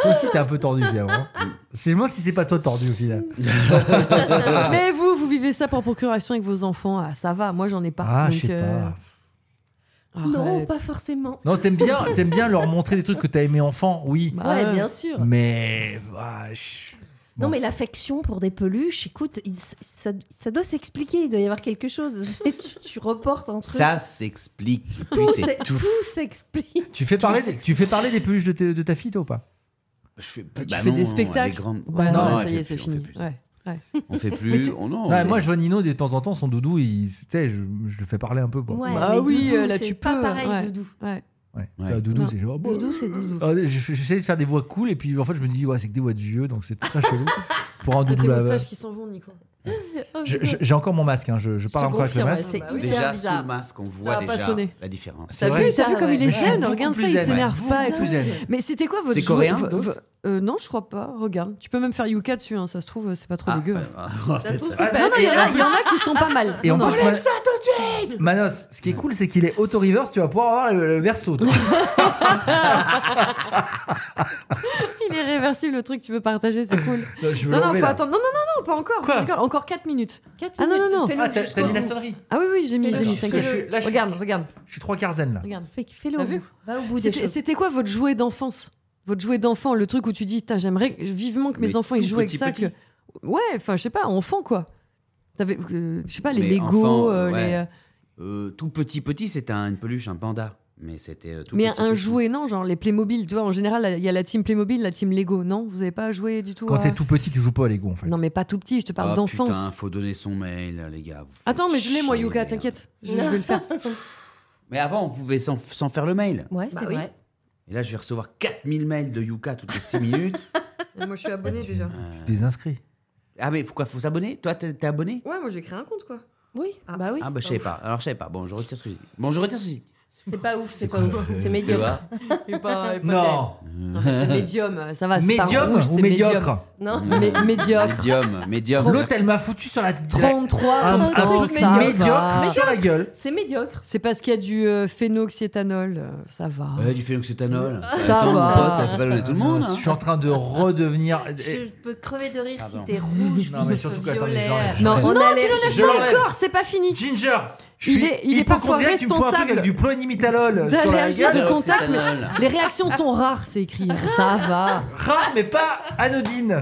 Speaker 3: Toi aussi, t'es un peu tordu, finalement. Je me demande si c'est pas toi tordu, au final.
Speaker 7: Mais vous, vous vivez ça par procuration avec vos enfants. Ah, ça va, moi j'en ai pas.
Speaker 3: Ah, je sais
Speaker 7: donc, euh,
Speaker 3: pas.
Speaker 1: Non,
Speaker 7: arrête.
Speaker 1: pas forcément.
Speaker 3: Non, t'aimes bien, t'aimes bien leur montrer des trucs que t'as aimé enfant, oui.
Speaker 7: Bah,
Speaker 1: Ouais,
Speaker 7: ouais.
Speaker 1: bien sûr.
Speaker 2: Mm.
Speaker 3: Mais. bah, je-
Speaker 1: Non, mais l'affection pour des peluches, écoute, il- ça, ça doit s'expliquer. Il doit y avoir quelque chose. tu, tu reportes entre
Speaker 2: Ça s'explique. Et puis,
Speaker 1: tout,
Speaker 2: c'est
Speaker 1: s'est-
Speaker 2: tout.
Speaker 1: tout s'explique.
Speaker 3: Tu fais, parler, des- tu fais parler des peluches de, tes- de ta fille, toi, ou pas
Speaker 2: Je fais, plus-
Speaker 7: Tu fais des
Speaker 2: Ah, bah elle est
Speaker 7: spectacles
Speaker 2: grande. Ah,
Speaker 7: Ouais,
Speaker 3: non,
Speaker 7: non, là,
Speaker 2: elle
Speaker 7: ça y
Speaker 2: fait
Speaker 7: est, c'est
Speaker 2: plus, on
Speaker 7: fini.
Speaker 2: fait plus.
Speaker 7: Ouais.
Speaker 2: On fait
Speaker 7: Mais
Speaker 2: plus.
Speaker 7: c'est- Bah,
Speaker 2: on- non,
Speaker 3: Ouais,
Speaker 2: on-
Speaker 3: Moi, je vois Nino, de temps en temps, son doudou, il, tu sais, je, je le fais parler un peu. Quoi.
Speaker 1: Ouais,
Speaker 7: Bah
Speaker 1: mais
Speaker 7: oui,
Speaker 1: Doudou,
Speaker 7: euh, là,
Speaker 1: c'est
Speaker 7: tu
Speaker 1: pas
Speaker 7: peux,
Speaker 1: pareil,
Speaker 7: ouais.
Speaker 1: Doudou.
Speaker 7: Ouais.
Speaker 3: Ouais.
Speaker 2: Ouais.
Speaker 3: Ah, doudou,
Speaker 7: Non.
Speaker 3: c'est genre. oh, bah,
Speaker 1: Doudou, c'est Doudou.
Speaker 3: Ah, je- J'essaie de faire des voix cool et puis en fait je me dis ouais c'est que des voix de vieux donc c'est tout ça chelou pour un
Speaker 6: T'as
Speaker 3: doudou
Speaker 6: tes
Speaker 3: là
Speaker 6: moustaches qui s'en vont, Nico.
Speaker 7: Oh,
Speaker 3: Je- je- j'ai encore mon masque hein, je, je parle
Speaker 1: te
Speaker 3: encore avec le
Speaker 1: confirme,
Speaker 3: masque
Speaker 1: c'est
Speaker 6: Ah bah oui.
Speaker 1: hyper
Speaker 2: Déjà, sous le
Speaker 1: bizarre.
Speaker 2: masque, on voit
Speaker 7: a pas
Speaker 2: déjà
Speaker 7: sonné.
Speaker 2: la différence.
Speaker 7: T'as
Speaker 3: vrai.
Speaker 7: vu, t'as vu
Speaker 1: Putain,
Speaker 7: comme
Speaker 1: ouais.
Speaker 7: il est
Speaker 1: Mais je suis
Speaker 7: zen,
Speaker 3: beaucoup
Speaker 7: regarde
Speaker 3: plus
Speaker 7: ça, il
Speaker 3: zen,
Speaker 7: s'énerve
Speaker 3: ouais.
Speaker 7: pas et
Speaker 3: Beaucoup
Speaker 7: tout.
Speaker 3: plus zen.
Speaker 7: Mais c'était quoi votre
Speaker 2: C'est
Speaker 7: jouet-
Speaker 2: coréen,
Speaker 7: vo-
Speaker 2: ce dos
Speaker 7: vo- euh, Non, je crois pas. Regarde, tu peux même faire Yuka dessus, hein, ça se trouve, c'est pas trop dégueu.
Speaker 2: Ah,
Speaker 7: hein.
Speaker 2: bah, on va
Speaker 1: Ça se trouve,
Speaker 2: peut-être-
Speaker 1: c'est pas-
Speaker 7: Non, non, il y, en a- il y en a qui sont pas mal.
Speaker 3: et
Speaker 7: Non,
Speaker 3: on
Speaker 7: non.
Speaker 3: peut ça tout de suite Manos ce qui est cool c'est qu'il est auto reverse tu vas pouvoir avoir le, le verso toi.
Speaker 7: Il est réversible le truc, tu peux partager, c'est cool.
Speaker 3: Non, Euh, je veux
Speaker 7: Non, non,
Speaker 3: l'enlever,
Speaker 7: faut
Speaker 3: là.
Speaker 7: attendre. Non, non, non, non, pas encore.
Speaker 3: Quoi
Speaker 7: Je rigole, encore 4 minutes.
Speaker 1: Quatre
Speaker 7: Ah non,
Speaker 1: minutes,
Speaker 7: non, non.
Speaker 1: fais-le
Speaker 3: ah t'as-
Speaker 1: jusqu'au
Speaker 3: t'as mis la
Speaker 1: bout.
Speaker 3: sonnerie
Speaker 7: Ah oui, oui, j'ai mis,
Speaker 1: Fais-le.
Speaker 7: j'ai mis,
Speaker 1: Parce que
Speaker 7: t'inquiète.
Speaker 3: je suis- là, je suis-
Speaker 7: Regarde, regarde,
Speaker 3: je suis trois quarts zen là
Speaker 7: regarde.
Speaker 1: Fais- Fais-le
Speaker 7: T'as
Speaker 1: au
Speaker 7: vu
Speaker 1: bout. Va au bout des
Speaker 7: C'était
Speaker 1: choses.
Speaker 7: c'était quoi votre jouet d'enfance Votre jouet d'enfant, le truc où tu dis, "Tain, j'aimerais vivement que mes
Speaker 2: Mais
Speaker 7: enfants ils
Speaker 2: tout
Speaker 7: jouent avec
Speaker 2: petit,
Speaker 7: ça.
Speaker 2: petit.
Speaker 7: que- Ouais, enfin, je sais pas, enfant quoi. T'avais, euh, je sais pas, les
Speaker 2: Mais
Speaker 7: Lego,
Speaker 2: enfant,
Speaker 7: euh,
Speaker 2: ouais.
Speaker 7: les, euh,
Speaker 2: Euh, tout petit petit, c'était un- une peluche, un panda. Mais c'était euh, tout
Speaker 7: mais
Speaker 2: petit,
Speaker 7: un
Speaker 2: petit.
Speaker 7: jouet, non, genre les Playmobil. Tu vois, en général, il y a la team Playmobil, la team Lego, non Vous avez pas joué du tout
Speaker 3: quand
Speaker 7: à-
Speaker 3: t'es tout petit tu joues pas à Lego en fait
Speaker 7: Non, mais pas tout petit, je te parle
Speaker 2: Ah,
Speaker 7: d'enfance.
Speaker 2: Putain, faut donner son mail, les gars. vous faites
Speaker 7: Attends, mais je l'ai, moi,
Speaker 2: chier,
Speaker 7: Yuka,
Speaker 2: merde.
Speaker 7: t'inquiète, je, je vais le faire.
Speaker 2: Mais avant, on pouvait sans, sans faire le mail.
Speaker 1: Ouais, c'est
Speaker 7: Bah oui.
Speaker 1: vrai.
Speaker 2: Et là, je vais recevoir 4000 mails de Yuka toutes les 6 minutes.
Speaker 7: moi, je suis abonné déjà.
Speaker 3: des inscrits
Speaker 2: Ah, mais faut quoi Faut s'abonner Toi, t'es t'es abonné
Speaker 7: Ouais, moi, j'ai créé un compte, quoi.
Speaker 1: Oui,
Speaker 7: Ah.
Speaker 1: bah oui.
Speaker 2: Ah, bah, je savais pas. Alors, je savais pas. Bon, je retire ce que j'ai dit. Bon, je retire ce que j'ai dit.
Speaker 1: C'est pas ouf, c'est pas ouf. C'est médiocre.
Speaker 7: Et pas, et pas
Speaker 3: non
Speaker 7: terrible. Non, mais c'est médium, ça va. c'est pas
Speaker 3: médium
Speaker 7: rouge,
Speaker 3: ou
Speaker 7: c'est médium.
Speaker 3: médiocre
Speaker 1: Non.
Speaker 7: Mé- médiocre.
Speaker 2: Médium, médium.
Speaker 3: l'autre elle m'a foutu sur la
Speaker 7: 33
Speaker 3: un, un truc
Speaker 7: ça
Speaker 3: médiocre
Speaker 7: va.
Speaker 3: sur la gueule
Speaker 1: C'est médiocre.
Speaker 7: C'est parce qu'il y a du euh, phénoxyéthanol, euh, ça va.
Speaker 2: Ouais, du phénoxétanol.
Speaker 7: Ça
Speaker 2: Attends,
Speaker 7: va.
Speaker 2: mon pote, ça va donner tout le monde.
Speaker 3: je
Speaker 2: hein.
Speaker 3: suis en train de redevenir
Speaker 1: Je peux crever de rire si
Speaker 2: Pardon.
Speaker 1: t'es rouge,
Speaker 3: Non, mais
Speaker 1: vif,
Speaker 3: surtout que- attends, mais
Speaker 1: violet.
Speaker 3: je l'enlève. Non,
Speaker 1: on a l'air.
Speaker 3: je l'enlève.
Speaker 7: Encore, c'est pas fini.
Speaker 3: Eh, Ginger, je
Speaker 7: Il
Speaker 3: suis
Speaker 7: est- il est parfois
Speaker 3: hypochondriaque, tu me fous un truc avec
Speaker 7: responsable
Speaker 3: du plonimitalol sur la
Speaker 7: D'allergie
Speaker 3: gueule.
Speaker 7: de contact, mais
Speaker 2: Phénoxyéthanol.
Speaker 7: les réactions sont rares, c'est écrit. Ça va,
Speaker 3: Rare, mais pas anodine.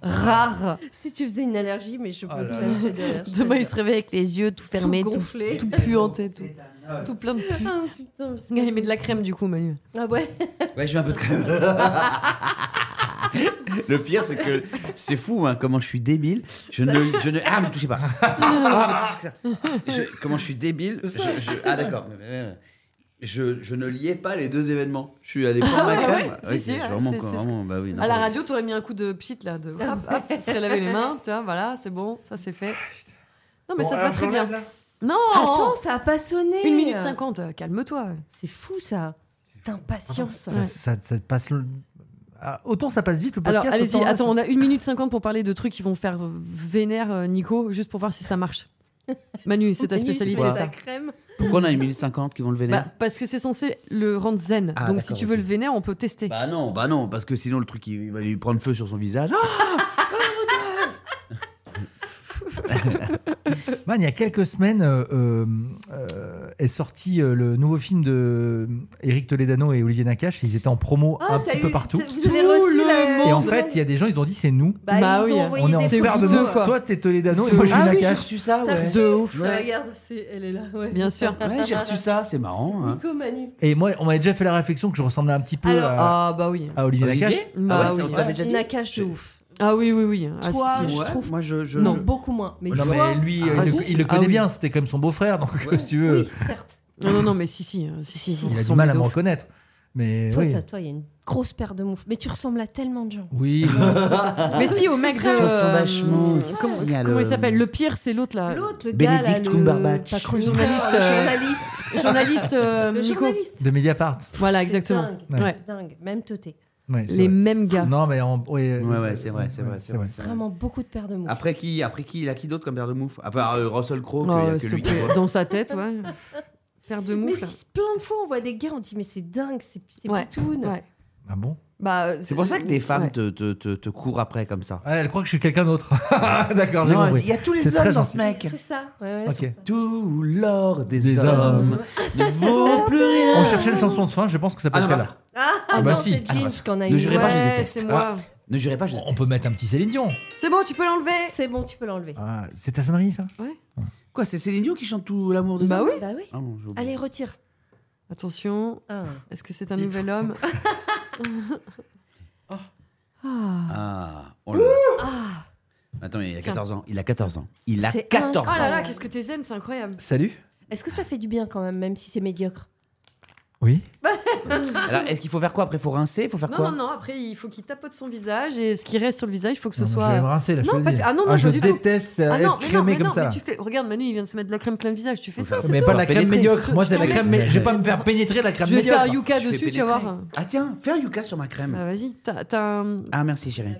Speaker 7: rare.
Speaker 1: Si tu faisais une allergie, mais je peux
Speaker 3: Oh là là.
Speaker 1: classer d'allergie.
Speaker 7: Demain, il se réveille avec les yeux tout fermés, tout,
Speaker 1: gonflé.
Speaker 7: tout puanté, tout, tout plein de pu.
Speaker 1: Ah putain, mais c'est
Speaker 7: Il met de la crème du coup, Manu.
Speaker 1: Ah ouais.
Speaker 2: Ouais, je mets un peu de crème. Le pire, c'est que c'est fou, hein, comment je suis débile. Je ne, je ne, ah, me touchez pas. Ah, me touchez pas. Je- comment je suis débile. Je, je- ah, d'accord. Je, je ne liais pas les deux événements. Je suis allé prendre ma
Speaker 7: ouais,
Speaker 2: crème.
Speaker 7: ouais,
Speaker 2: Oui,
Speaker 7: si, si,
Speaker 2: je-
Speaker 7: ouais,
Speaker 2: vraiment,
Speaker 7: c'est-
Speaker 2: quoi,
Speaker 7: c'est ce
Speaker 2: vraiment, bah oui. non,
Speaker 7: À la
Speaker 2: mais-
Speaker 7: radio, t'aurais mis un coup de pchit là, de hop, hop, tu serais lavé les mains, tu vois, voilà, c'est bon, ça c'est fait. Non, mais ça te va très bien. Non,
Speaker 1: Attends, ça a pas sonné.
Speaker 7: 1 minute 50, euh, calme-toi.
Speaker 1: C'est fou ça. C'est impatience.
Speaker 3: Ça, ça- ça passe. le- Ah, Autant ça passe vite le podcast.
Speaker 7: Alors, allez-y,
Speaker 3: autant là,
Speaker 7: attends,
Speaker 3: ça-
Speaker 7: on a 1 minute 50 pour parler de trucs qui vont faire vénère euh, Nico, juste pour voir si ça marche. Manu, c'est ta
Speaker 1: Manu,
Speaker 7: spécialité,
Speaker 1: met
Speaker 7: ça.
Speaker 1: sa crème.
Speaker 2: Pourquoi on a une minute cinquante qui vont le
Speaker 7: Bah,
Speaker 2: vénère
Speaker 7: parce que c'est censé le rendre zen.
Speaker 3: Ah,
Speaker 7: Donc, si
Speaker 3: d'accord,
Speaker 7: tu veux
Speaker 3: ok.
Speaker 7: le vénère, on peut tester.
Speaker 2: bah non, bah non, parce que sinon le truc il va lui prendre feu sur son visage. Ah
Speaker 3: Man, il y a quelques semaines euh, euh, euh, est sorti euh, le nouveau film de euh, Eric Toledano et Olivier Nakache. Ils étaient en promo
Speaker 7: Ah,
Speaker 1: Ah,
Speaker 3: un petit peu partout.
Speaker 1: Vous avez reçu la.
Speaker 3: Et en fait, il y a des gens, ils ont dit c'est nous.
Speaker 1: Bah,
Speaker 7: Bah
Speaker 1: ils
Speaker 7: oui,
Speaker 1: ont
Speaker 7: hein.
Speaker 1: envoyé
Speaker 3: On est en
Speaker 1: des
Speaker 3: paire de
Speaker 1: photos.
Speaker 3: meufs. Toi, t'es Toledano et moi, je suis
Speaker 2: Ah oui, j'ai
Speaker 3: Nakache.
Speaker 2: reçu ça,
Speaker 1: T'as
Speaker 2: ouais.
Speaker 1: reçu
Speaker 7: De ouf.
Speaker 1: Ah, Regarde, c'est- elle est là. ouais.
Speaker 7: Bien sûr.
Speaker 2: Ouais, j'ai reçu ça, c'est marrant. hein.
Speaker 1: Nico Manu.
Speaker 3: Et moi, on m'avait déjà fait la réflexion que je ressemblais un petit peu
Speaker 1: Alors,
Speaker 3: à,
Speaker 7: Ah, bah oui.
Speaker 3: à Olivier,
Speaker 2: Olivier
Speaker 3: Nakache.
Speaker 2: Ah ouais,
Speaker 7: Bah
Speaker 2: ça,
Speaker 7: oui,
Speaker 2: on te
Speaker 7: ouais.
Speaker 2: l'avait déjà dit
Speaker 1: Nakache de ouf.
Speaker 7: Ah oui, oui, oui. Ah,
Speaker 1: Toi,
Speaker 7: si, si.
Speaker 1: je
Speaker 2: Ouais,
Speaker 1: trouve-
Speaker 2: moi, je. je-
Speaker 1: non,
Speaker 2: je-
Speaker 1: beaucoup moins. Mais
Speaker 3: non,
Speaker 1: toi,
Speaker 3: mais lui,
Speaker 7: Ah,
Speaker 3: il, le-
Speaker 7: si.
Speaker 3: il le connaît
Speaker 7: Ah oui.
Speaker 3: bien, c'était comme son beau-frère, donc
Speaker 2: Ouais.
Speaker 3: si tu veux,
Speaker 1: oui, certes.
Speaker 7: Non, non, non, mais si, si. euh, si, si,
Speaker 3: il
Speaker 7: vous
Speaker 3: a du
Speaker 7: ressemblez
Speaker 3: mal à
Speaker 7: de
Speaker 3: me
Speaker 7: ouf.
Speaker 3: reconnaître. Mais
Speaker 1: Toi,
Speaker 3: oui.
Speaker 1: t'as- toi, il y a une grosse paire de moufles. Mais tu ressembles à tellement de gens.
Speaker 3: Oui,
Speaker 7: Mais si, au mec de.
Speaker 2: Je ressemble
Speaker 7: euh,
Speaker 2: vachement aussi
Speaker 7: comment,
Speaker 2: à le-
Speaker 7: comment il s'appelle Le pire, c'est l'autre là.
Speaker 1: L'autre, le gars, là,
Speaker 2: Benedict
Speaker 1: le...
Speaker 2: Cumberbatch.
Speaker 1: pas
Speaker 7: Ah, Le
Speaker 1: chroniqueur,
Speaker 7: journaliste,
Speaker 1: le
Speaker 7: euh,
Speaker 1: journaliste.
Speaker 7: Le journaliste euh,
Speaker 1: Le
Speaker 7: Nico.
Speaker 1: journaliste.
Speaker 3: de Mediapart.
Speaker 7: Voilà, exactement.
Speaker 1: C'est dingue.
Speaker 7: Ouais.
Speaker 1: C'est dingue. Même teuté.
Speaker 3: Ouais, c'est vrai.
Speaker 7: Les mêmes gars.
Speaker 3: Non, mais en- euh, ouais,
Speaker 2: Ouais, ouais, c'est vrai, c'est
Speaker 3: ouais,
Speaker 2: vrai, c'est vrai. c'est vrai.
Speaker 1: Vraiment beaucoup de paires de moufles.
Speaker 2: Après qui, après qui, il a qui d'autre comme paire de moufles À part euh, Russell Crowe, qu'il y
Speaker 7: Oh,
Speaker 2: a que
Speaker 7: s'il te
Speaker 2: lui. qui
Speaker 7: plaît.
Speaker 2: voit.
Speaker 7: Dans sa tête, ouais. Paire de
Speaker 1: mais
Speaker 7: moufles.
Speaker 1: si- plein de fois, on voit des gars, on dit mais c'est dingue, c'est c'est
Speaker 7: Ouais.
Speaker 1: pitoune.
Speaker 7: Ouais.
Speaker 3: Ah bon
Speaker 7: Bah, euh,
Speaker 2: C'est pour ça que les femmes
Speaker 7: ouais.
Speaker 2: te, te, te, te courent après comme ça.
Speaker 3: Ah, Elle croit que je suis quelqu'un d'autre. D'accord, j'ai
Speaker 2: Non,
Speaker 3: compris.
Speaker 2: il y a tous
Speaker 3: C'est
Speaker 2: les
Speaker 3: très
Speaker 2: hommes dans
Speaker 3: gentil.
Speaker 2: ce mec.
Speaker 1: C'est ça. Ouais, ouais,
Speaker 3: Ok.
Speaker 1: c'est ça.
Speaker 2: Tout l'or des,
Speaker 3: Des
Speaker 2: hommes
Speaker 3: hommes.
Speaker 2: ne vaut plus rien.
Speaker 3: On cherchait une chanson de fin, je pense que ça peut
Speaker 2: Ah,
Speaker 3: être
Speaker 2: non, bah,
Speaker 3: celle-là.
Speaker 1: Ah,
Speaker 3: Ah bah
Speaker 1: non,
Speaker 3: si.
Speaker 1: c'est
Speaker 2: Ah bah
Speaker 1: Jeans
Speaker 2: si.
Speaker 1: qu'on a
Speaker 2: Ne
Speaker 1: eu.
Speaker 2: jurez pas, Ah. je
Speaker 1: Ouais.
Speaker 7: Ouais,
Speaker 2: déteste.
Speaker 7: c'est moi.
Speaker 2: Ne jurez pas, je
Speaker 3: On peut
Speaker 2: déteste.
Speaker 3: mettre un petit Céline Dion.
Speaker 7: C'est bon, tu peux l'enlever.
Speaker 1: C'est bon, tu peux l'enlever.
Speaker 3: Ah, c'est ta sonnerie, ça
Speaker 2: Quoi, c'est Céline Dion qui chante tout l'amour des
Speaker 7: Bah
Speaker 2: hommes
Speaker 7: oui.
Speaker 1: Bah oui.
Speaker 2: Ah bon, j'ai oublié.
Speaker 1: Allez, retire.
Speaker 7: Attention,
Speaker 1: Ah.
Speaker 7: est-ce que c'est un
Speaker 2: Dis-toi.
Speaker 7: nouvel homme
Speaker 2: Ah, oh là là. Attends, il a 14 ans. Il a 14 ans. Il a
Speaker 1: C'est
Speaker 2: 14
Speaker 7: Oh
Speaker 2: ans.
Speaker 7: là là, qu'est-ce que t'es zen, c'est incroyable.
Speaker 5: Salut.
Speaker 1: Est-ce que ça fait du bien quand même, même si c'est médiocre
Speaker 3: Oui.
Speaker 2: Alors, est-ce qu'il faut faire quoi après Faut rincer Faut faire
Speaker 7: Non,
Speaker 2: quoi
Speaker 7: non, non, après, il faut qu'il tapote son visage et ce qui reste sur le visage, il faut que ce
Speaker 3: Non, mais
Speaker 7: soit.
Speaker 3: Je vais me rincer, là, je
Speaker 7: Non,
Speaker 3: te le
Speaker 7: pas
Speaker 3: dis.
Speaker 7: du- ah non, non,
Speaker 3: Ah, je
Speaker 7: pas du tout.
Speaker 3: déteste euh,
Speaker 7: Ah non,
Speaker 3: être
Speaker 7: mais non,
Speaker 3: crémé
Speaker 7: mais
Speaker 3: comme
Speaker 7: non,
Speaker 3: ça.
Speaker 7: mais tu fais... Regarde, Manu, il vient de se mettre de la crème plein le visage. Tu fais
Speaker 2: Faut
Speaker 7: ça,
Speaker 2: faire-
Speaker 7: c'est
Speaker 3: Mais
Speaker 7: tout.
Speaker 3: pas de la
Speaker 2: Faut
Speaker 3: crème
Speaker 2: pénétrer.
Speaker 3: médiocre. Moi, c'est la
Speaker 7: Je
Speaker 3: crème. mais Je vais pas me faire pénétrer de la crème
Speaker 7: Je vais
Speaker 3: médiocre.
Speaker 7: faire Yuka
Speaker 2: Je hein. fais
Speaker 7: dessus, tu vas
Speaker 2: pénétrer.
Speaker 7: voir.
Speaker 2: Ah tiens, fais un yuka sur ma crème.
Speaker 7: Ah, Vas-y, t'as t'as un.
Speaker 2: Ah merci chérie.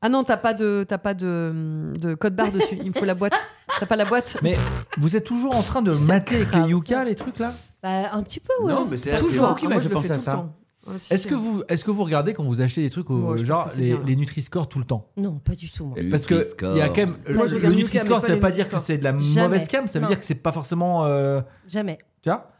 Speaker 7: Ah non, t'as pas de, t'as pas de, de code barre dessus. Il me faut la boîte. T'as pas la boîte.
Speaker 3: Mais vous êtes toujours en train de mater avec les
Speaker 7: grave.
Speaker 3: Yuka, les trucs là
Speaker 1: Bah un petit peu, ouais.
Speaker 2: Non mais c'est
Speaker 7: toujours.
Speaker 2: toujours qui
Speaker 7: Ah,
Speaker 2: m'a
Speaker 7: moi,
Speaker 2: fait
Speaker 7: je le
Speaker 2: penser
Speaker 7: fais tout
Speaker 2: à
Speaker 7: le
Speaker 2: ça.
Speaker 7: temps. Ah, si,
Speaker 3: Est-ce
Speaker 7: si.
Speaker 3: que vous, est-ce que vous regardez quand vous achetez des trucs, au-
Speaker 7: Moi, je pense
Speaker 3: genre
Speaker 7: que c'est
Speaker 3: les,
Speaker 7: bien.
Speaker 3: les Nutri-Score tout le temps
Speaker 1: Non, pas du tout, moi.
Speaker 3: Parce que il y a quand même
Speaker 7: Moi, je
Speaker 3: le,
Speaker 7: regarde Yuka, mais
Speaker 3: Nutri-Score,
Speaker 7: pas
Speaker 3: ça veut
Speaker 7: les
Speaker 3: pas dire que
Speaker 7: Nutri-Score.
Speaker 3: c'est de la
Speaker 1: Jamais.
Speaker 3: mauvaise cam, ça veut
Speaker 1: Non.
Speaker 3: dire que c'est pas forcément, euh,
Speaker 1: Jamais.
Speaker 3: tu vois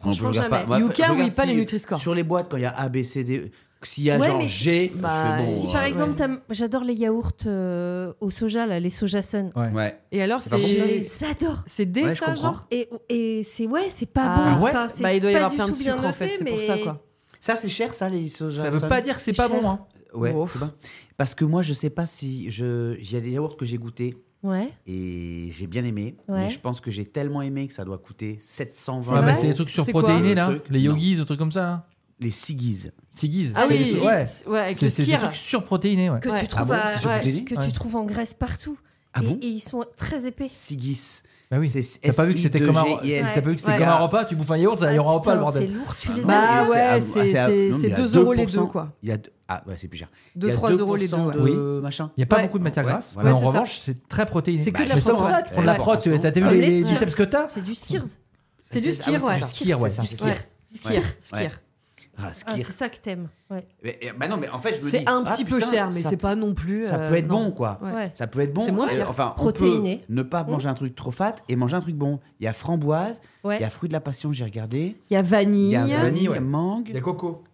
Speaker 1: Franchement, jamais.
Speaker 2: Moi,
Speaker 7: Yuka,
Speaker 2: je
Speaker 7: oui,
Speaker 2: Bah, regarde
Speaker 7: pas
Speaker 2: si-
Speaker 7: les Nutri-Score.
Speaker 2: Sur les boîtes quand il y a A B C D E, s'il y a
Speaker 1: Ouais,
Speaker 2: genre
Speaker 1: mais-
Speaker 2: G, c'est
Speaker 7: Bah,
Speaker 2: bon.
Speaker 1: Euh,
Speaker 2: euh,
Speaker 1: Si
Speaker 7: Ouais,
Speaker 1: par
Speaker 7: ouais.
Speaker 1: exemple, t'aimes- j'adore les yaourts euh, au soja, là, les soja sun.
Speaker 2: Ouais.
Speaker 7: Et alors,
Speaker 2: C'est pas bon,
Speaker 1: Je
Speaker 7: c'est.
Speaker 1: les adore.
Speaker 7: C'est des
Speaker 2: Ouais, je
Speaker 7: ça,
Speaker 2: comprends.
Speaker 7: genre
Speaker 1: Et, et c'est ouais, c'est pas
Speaker 7: Ah,
Speaker 1: bon.
Speaker 3: ouais
Speaker 1: Enfin, c'est
Speaker 7: Bah, il doit y
Speaker 1: pas
Speaker 7: avoir
Speaker 1: du
Speaker 7: plein de
Speaker 1: tout bien
Speaker 7: sucre en fait,
Speaker 1: noté,
Speaker 7: c'est pour
Speaker 1: mais-
Speaker 7: ça quoi.
Speaker 2: Ça c'est cher ça les soja.
Speaker 3: Ça veut
Speaker 2: Sun
Speaker 3: pas dire que c'est
Speaker 1: C'est
Speaker 3: pas
Speaker 1: cher.
Speaker 3: bon. hein.
Speaker 2: Ouais.
Speaker 7: Ouf.
Speaker 2: c'est bon. Parce que moi je sais pas si je il y a des yaourts que j'ai goûté
Speaker 1: Ouais.
Speaker 2: et j'ai bien aimé
Speaker 1: Ouais.
Speaker 2: mais je pense que j'ai tellement aimé que ça doit coûter 720
Speaker 3: Ah,
Speaker 1: vrai
Speaker 3: bah,
Speaker 2: euros.
Speaker 3: c'est les trucs
Speaker 7: C'est
Speaker 3: surprotéinés
Speaker 2: quoi
Speaker 3: là,
Speaker 2: Le truc
Speaker 3: les yogis, des trucs comme ça. Là.
Speaker 2: les sigis.
Speaker 3: Sigis.
Speaker 7: Ah oui,
Speaker 3: C'est-
Speaker 7: c'est-
Speaker 3: ouais.
Speaker 7: c'est- ouais, avec
Speaker 3: C'est
Speaker 7: le
Speaker 3: c'est des
Speaker 7: skir.
Speaker 3: trucs surprotéinés, ouais.
Speaker 1: Que
Speaker 7: Ouais.
Speaker 1: tu
Speaker 2: Ah
Speaker 1: trouves
Speaker 2: bon,
Speaker 1: à-
Speaker 2: c'est sur
Speaker 7: ouais,
Speaker 2: toutes les lignes
Speaker 1: que
Speaker 3: Ouais.
Speaker 1: tu trouves en Grèce partout.
Speaker 2: Ah
Speaker 1: et,
Speaker 2: bon
Speaker 1: et ils sont très épais.
Speaker 2: Sigis.
Speaker 3: Bah oui.
Speaker 2: C'est
Speaker 3: T'as pas vu que c'était comme un,
Speaker 2: S-I-2-G-I-S.
Speaker 3: t'as pas vu que c'était
Speaker 7: Ouais.
Speaker 3: comme un repas, tu bouffes un yaourt, ça y aura
Speaker 1: Ah,
Speaker 3: un repas le
Speaker 1: putain, C'est
Speaker 3: bordel.
Speaker 1: lourd, tu les as.
Speaker 7: Bah
Speaker 2: Ah,
Speaker 7: ouais,
Speaker 2: mais
Speaker 7: c'est
Speaker 2: à-
Speaker 7: c'est-
Speaker 2: non, mais
Speaker 7: c'est
Speaker 2: il y a
Speaker 7: 2 euros les
Speaker 2: 2%.
Speaker 7: deux quoi.
Speaker 2: Il y a deux- ah ouais, c'est plus cher. Il
Speaker 7: 2,
Speaker 2: y a
Speaker 7: 3 euros les deux.
Speaker 2: 2%
Speaker 7: ouais.
Speaker 2: de
Speaker 3: ouais.
Speaker 2: machin.
Speaker 3: Il n'y a pas
Speaker 7: Ouais.
Speaker 3: beaucoup de matière
Speaker 2: Ouais,
Speaker 3: grasse,
Speaker 2: voilà.
Speaker 3: mais en
Speaker 7: C'est ça.
Speaker 3: revanche, c'est très protéiné.
Speaker 7: C'est que de la
Speaker 3: Mais c'est pour
Speaker 7: protéine.
Speaker 3: ça que tu prends de la
Speaker 2: Ouais.
Speaker 3: prot, tu- t'as vu
Speaker 1: Comme
Speaker 3: les,
Speaker 1: les
Speaker 3: les
Speaker 1: skirs.
Speaker 3: biceps que t'as
Speaker 1: C'est du skirs.
Speaker 7: C'est du skir,
Speaker 2: ah
Speaker 7: ouais.
Speaker 2: c'est ça.
Speaker 3: Skir, ouais,
Speaker 2: C'est ça,
Speaker 3: du
Speaker 2: c'est
Speaker 7: Ouais.
Speaker 2: ça.
Speaker 7: Skir,
Speaker 2: Ouais.
Speaker 7: skir.
Speaker 2: Ah,
Speaker 1: Ah,
Speaker 2: skir.
Speaker 1: c'est ça que t'aimes. Ouais.
Speaker 2: Mais- eh, bah non, mais en fait, je me dis.
Speaker 7: C'est un
Speaker 2: ah,
Speaker 7: petit peu
Speaker 2: putain,
Speaker 7: cher, mais
Speaker 2: ça-
Speaker 7: c'est pas non plus.
Speaker 2: Ça
Speaker 7: euh,
Speaker 2: peut être
Speaker 7: non.
Speaker 2: bon, quoi.
Speaker 7: Ouais.
Speaker 1: Ouais.
Speaker 2: Ça peut être bon.
Speaker 7: C'est moins
Speaker 2: euh,
Speaker 7: cher.
Speaker 2: Enfin,
Speaker 1: Protéiné.
Speaker 2: on peut ne pas manger un truc trop fat et manger un truc bon. Il y a framboise, il
Speaker 1: Ouais.
Speaker 2: y a fruit de la passion, j'ai regardé.
Speaker 7: Il y a
Speaker 2: Il
Speaker 7: vanille,
Speaker 2: y a vanille,
Speaker 3: ouais.
Speaker 2: mangue.
Speaker 3: coco.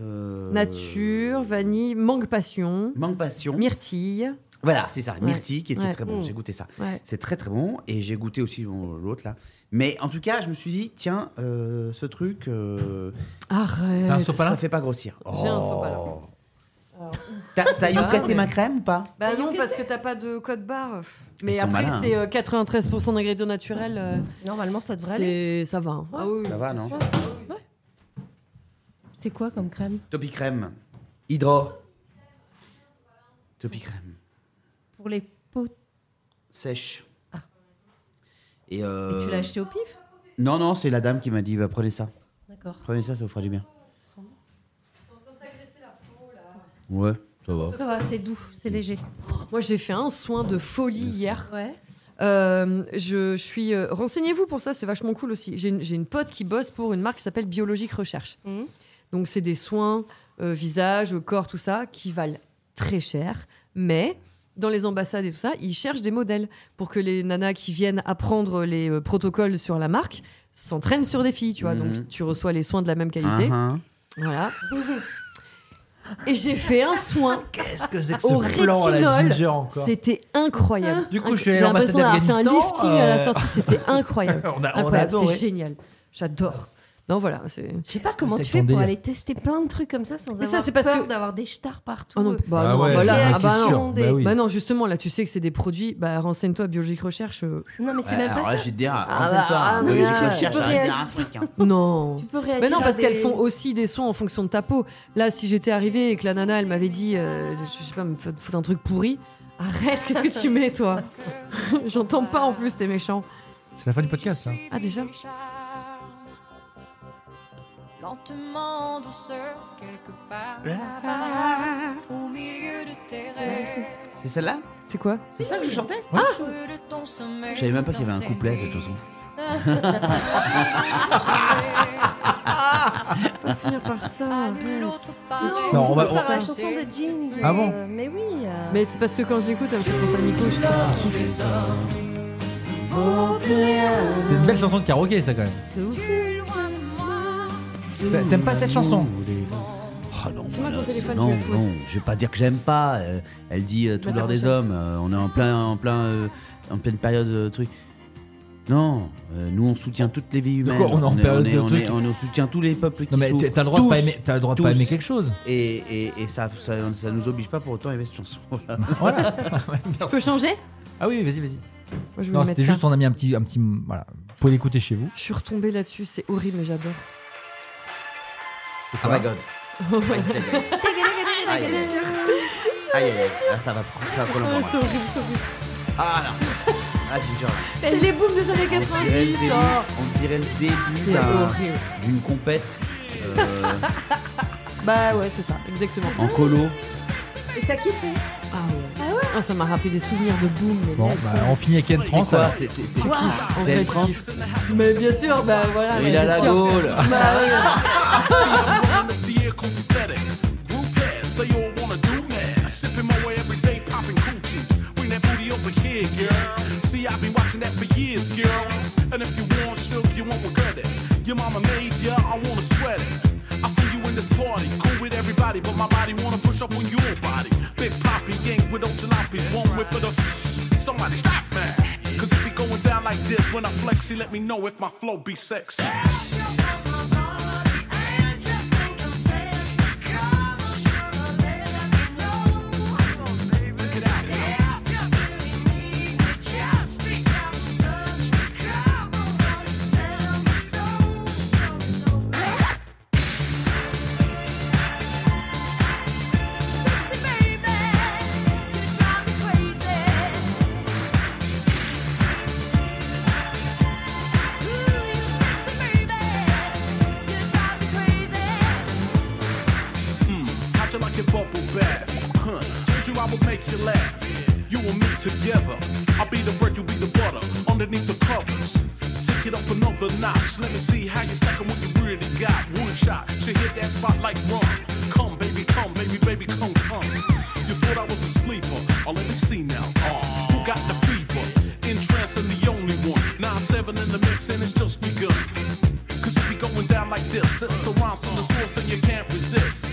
Speaker 2: euh,
Speaker 7: nature, vanille, mangue passion,
Speaker 2: Mangue passion.
Speaker 7: myrtille.
Speaker 2: Voilà, c'est ça. Myrtille qui était
Speaker 7: Ouais.
Speaker 2: très bon.
Speaker 1: Mm.
Speaker 2: J'ai goûté ça.
Speaker 7: Ouais.
Speaker 2: C'est très très bon et j'ai goûté aussi bon, l'autre là. Mais en tout cas, je me suis dit, tiens, euh, ce truc, euh,
Speaker 3: T'as un
Speaker 7: Arrête.
Speaker 3: sopalin
Speaker 2: ça fait pas grossir. Oh.
Speaker 7: J'ai un sopalin.
Speaker 2: T'as t'as
Speaker 7: Bah,
Speaker 2: yucaté
Speaker 7: mais-
Speaker 2: ma crème ou pas
Speaker 7: Bah
Speaker 1: Bah,
Speaker 7: non,
Speaker 1: you
Speaker 7: parce que t'as pas de code barre. Mais
Speaker 2: Ils sont
Speaker 7: après,
Speaker 2: malins,
Speaker 7: c'est euh, 93% d'ingrédients naturels. euh,
Speaker 1: Normalement, ça devrait aller.
Speaker 7: c'est ça va. hein. Ah oui.
Speaker 2: Ça va, non
Speaker 1: Ouais. C'est quoi comme crème
Speaker 2: Topi crème. Hydro. Topi crème.
Speaker 1: Pour les pots.
Speaker 2: Sèche.
Speaker 1: Ah.
Speaker 2: Et, euh,
Speaker 1: Et tu l'as acheté au pif
Speaker 2: Non, non, c'est la dame qui m'a dit, bah, prenez ça.
Speaker 1: D'accord.
Speaker 2: Prenez ça, ça vous fera du bien. Ouais, ça va.
Speaker 1: Ça va, c'est doux, c'est léger.
Speaker 7: Moi, j'ai fait un soin de folie hier.
Speaker 1: Ouais.
Speaker 7: Euh, je, je suis. euh, Renseignez-vous pour ça, c'est vachement cool aussi. J'ai une, j'ai une pote qui bosse pour une marque qui s'appelle Biologique Recherche.
Speaker 1: Mhm.
Speaker 7: Donc, c'est des soins, euh, visage, corps, tout ça, qui valent très cher. Mais dans les ambassades et tout ça, ils cherchent des modèles pour que les nanas qui viennent apprendre les euh, protocoles sur la marque s'entraînent sur des filles, tu vois.
Speaker 2: Mhm.
Speaker 7: Donc, tu reçois les soins de la même qualité.
Speaker 2: Ah,
Speaker 7: Voilà. Et j'ai fait un soin.
Speaker 3: Qu'est-ce que c'est que
Speaker 7: Au
Speaker 3: ce plan à la
Speaker 7: rétinol,
Speaker 3: ginger encore
Speaker 7: C'était incroyable.
Speaker 3: Du coup, je suis allé
Speaker 7: J'ai
Speaker 3: à l'ambassade
Speaker 7: l'impression d'avoir fait un
Speaker 3: d'Afghanistan,
Speaker 7: lifting à la
Speaker 3: euh,
Speaker 7: sortie. C'était incroyable.
Speaker 3: On a, on a
Speaker 7: Incroyable,
Speaker 3: adoré.
Speaker 7: c'est génial. J'adore. Non, voilà. c'est-
Speaker 1: Je sais pas comment
Speaker 3: c'est
Speaker 1: tu
Speaker 3: que
Speaker 1: fais
Speaker 3: ton
Speaker 1: pour
Speaker 3: délire
Speaker 1: aller tester plein de trucs comme ça sans
Speaker 7: Mais ça,
Speaker 1: avoir
Speaker 7: c'est parce
Speaker 1: peur
Speaker 7: que-
Speaker 1: d'avoir des stars partout.
Speaker 7: Ah non, bah
Speaker 3: Ah
Speaker 7: non,
Speaker 3: ouais,
Speaker 7: bah là,
Speaker 3: ah,
Speaker 7: ah
Speaker 3: c'est
Speaker 7: bah non.
Speaker 3: sûr.
Speaker 1: Des-
Speaker 3: Bah oui.
Speaker 7: Bah non, justement, là, tu sais que c'est des produits. Bah, renseigne-toi, Biologique Recherche. euh,
Speaker 1: Non, mais c'est
Speaker 2: Ouais,
Speaker 1: même
Speaker 2: alors
Speaker 1: pas
Speaker 2: là,
Speaker 1: ça.
Speaker 2: je vais te dire,
Speaker 7: Ah
Speaker 2: renseigne-toi.
Speaker 7: bah,
Speaker 2: hein,
Speaker 7: ah,
Speaker 2: de-
Speaker 7: mais
Speaker 2: je
Speaker 7: tu
Speaker 2: cherche
Speaker 1: peux
Speaker 2: à dire un
Speaker 1: réagir.
Speaker 2: truc. hein.
Speaker 7: Non.
Speaker 1: Tu peux réagir.
Speaker 7: Mais non,
Speaker 1: à
Speaker 7: parce
Speaker 1: des-
Speaker 7: qu'elles font aussi des sons en fonction de ta peau. Là, si j'étais arrivée et que la nana, elle m'avait dit, euh, je sais pas, me faut faut un truc pourri, arrête, qu'est-ce que tu mets, toi J'entends pas en plus, t'es méchant.
Speaker 3: C'est la fin du podcast, là.
Speaker 7: Ah, déjà
Speaker 8: Lentement, douceur, quelque part là-bas, au milieu de tes rêves,
Speaker 2: C'est celle-là
Speaker 7: C'est quoi
Speaker 2: C'est ça que je chantais
Speaker 1: Ah.
Speaker 8: creux de ton sommeil.
Speaker 2: Je savais même pas qu'il y
Speaker 8: dans
Speaker 2: avait un
Speaker 8: tes
Speaker 2: couplet à
Speaker 8: nuits.
Speaker 2: cette chanson.
Speaker 1: Ah,
Speaker 7: Pas finir par ça.
Speaker 8: Ah, Nul autre pareil.
Speaker 1: Non,
Speaker 3: Non, on
Speaker 1: on
Speaker 3: va-
Speaker 1: va Ah, faire
Speaker 3: on-
Speaker 1: la chanson de Jing.
Speaker 3: Ah bon
Speaker 1: euh, Mais oui. euh.
Speaker 7: Mais c'est parce que quand je l'écoute, elle me fait penser à Nico, je suis là, qui fait ça
Speaker 3: C'est une belle chanson de karaoké, ça, quand même.
Speaker 7: C'est ouf.
Speaker 3: T'aimes pas cette chanson
Speaker 2: Oh non,
Speaker 7: Dis-moi ton
Speaker 2: voilà,
Speaker 7: téléphone,
Speaker 2: non,
Speaker 7: je vais le trouver.
Speaker 2: non, je vais pas dire que j'aime pas. euh, elle dit euh, tout
Speaker 7: Bah,
Speaker 2: l'heure
Speaker 7: t'as
Speaker 2: des
Speaker 7: raison.
Speaker 2: hommes. euh, on est en plein, en plein, euh, en pleine période euh, truc. Non, euh, nous on soutient toutes les vies
Speaker 3: De
Speaker 2: humaines.
Speaker 3: quoi on est en période
Speaker 2: on
Speaker 3: de
Speaker 2: on
Speaker 3: truc
Speaker 2: on, on soutient tous les peuples qui
Speaker 3: Non, mais t'as
Speaker 2: souffrent.
Speaker 3: t'as le droit de pas
Speaker 2: Tous.
Speaker 3: aimer, t'as le droit de pas
Speaker 2: Tous.
Speaker 3: aimer quelque chose.
Speaker 2: Et, et, et ça, ça, ça nous oblige pas pour autant à aimer cette chanson. Voilà.
Speaker 3: Voilà.
Speaker 7: Je peux changer
Speaker 3: Ah oui, vas-y, vas-y.
Speaker 7: Moi, je voulais
Speaker 3: Non,
Speaker 7: mettre
Speaker 3: c'était
Speaker 7: ça.
Speaker 3: juste, on a mis un petit. Un petit voilà. Vous pouvez l'écouter chez vous.
Speaker 7: Je suis retombée là-dessus, c'est horrible, mais j'adore.
Speaker 2: Oh my god. Aïe, aïe, aïe, aïe, aïe. Ah, ça va, ça va trop loin pour moi.
Speaker 7: horrible, c'est horrible.
Speaker 2: Ah là. Ah, Ginger.
Speaker 7: C'est les booms des années
Speaker 2: On dirait le
Speaker 7: 90
Speaker 2: début,
Speaker 7: ça.
Speaker 2: on dirait le début
Speaker 7: C'est
Speaker 2: d'un-
Speaker 7: horrible.
Speaker 2: d'une compète euh,
Speaker 7: Bah ouais, c'est ça, exactement.
Speaker 2: en colo.
Speaker 1: Et t'as kiffé
Speaker 7: Ah ouais. Ah, ça m'a rappelé des souvenirs de boom. mais
Speaker 3: Bon,
Speaker 7: laisse
Speaker 3: bah,
Speaker 7: tomber.
Speaker 3: on finit avec Ken Trans. alors.
Speaker 2: C'est c'est- c'est-
Speaker 7: En
Speaker 2: C'est
Speaker 7: vrai,
Speaker 2: L Trans.
Speaker 7: je Mais bien sûr, bah voilà.
Speaker 2: Il
Speaker 7: bah,
Speaker 2: a
Speaker 7: bien
Speaker 2: la
Speaker 7: sûr.
Speaker 2: gaule.
Speaker 7: Bah ouais.
Speaker 9: How'd you like your bubble bath? Huh. Told you I would make you laugh. You and me together. I'll be the bread, you be the butter. Underneath the covers. Take it up another notch. Let me see how you stack 'em what you really got. One shot. She hit that spot like rum. Come, baby, come, baby, baby, come, come. You thought I was a sleeper. Oh, let me see now. Oh, who got the fever? In trance and the only one. Nine seven in the mix and it's just begun. Cause it be going down like this. It's the rhymes from the source and you can't resist.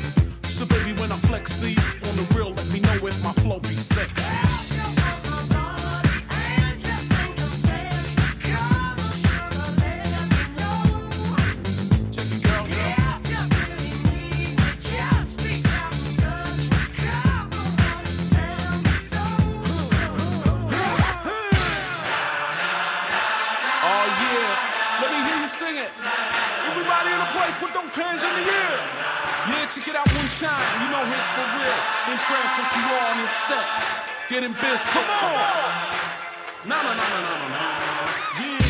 Speaker 9: So baby, when I flex see on the real, let me know if my flow be sexy. Check it, girl. Oh yeah, let me hear you sing it. Everybody in the place, put those hands in the air. Yeah, check it out one time. You know it's for real. Then trash if you all on this set. Getting biz, come on. No, no, no, no, no, no, no. Yeah.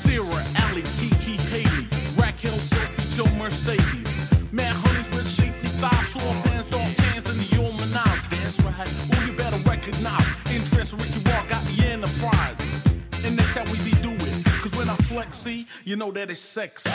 Speaker 9: Sarah, Allie, Kiki, Haley, Raquel, Sophie, Joe, Mercedes. Mad honeys with shapely thighs, sore fans, dog chance in the old Menage. That's right. Ooh, you better recognize. Interest Ricky Walk got the enterprise. And that's how we be doing. Cause when I flex, see, you know that it's sexy.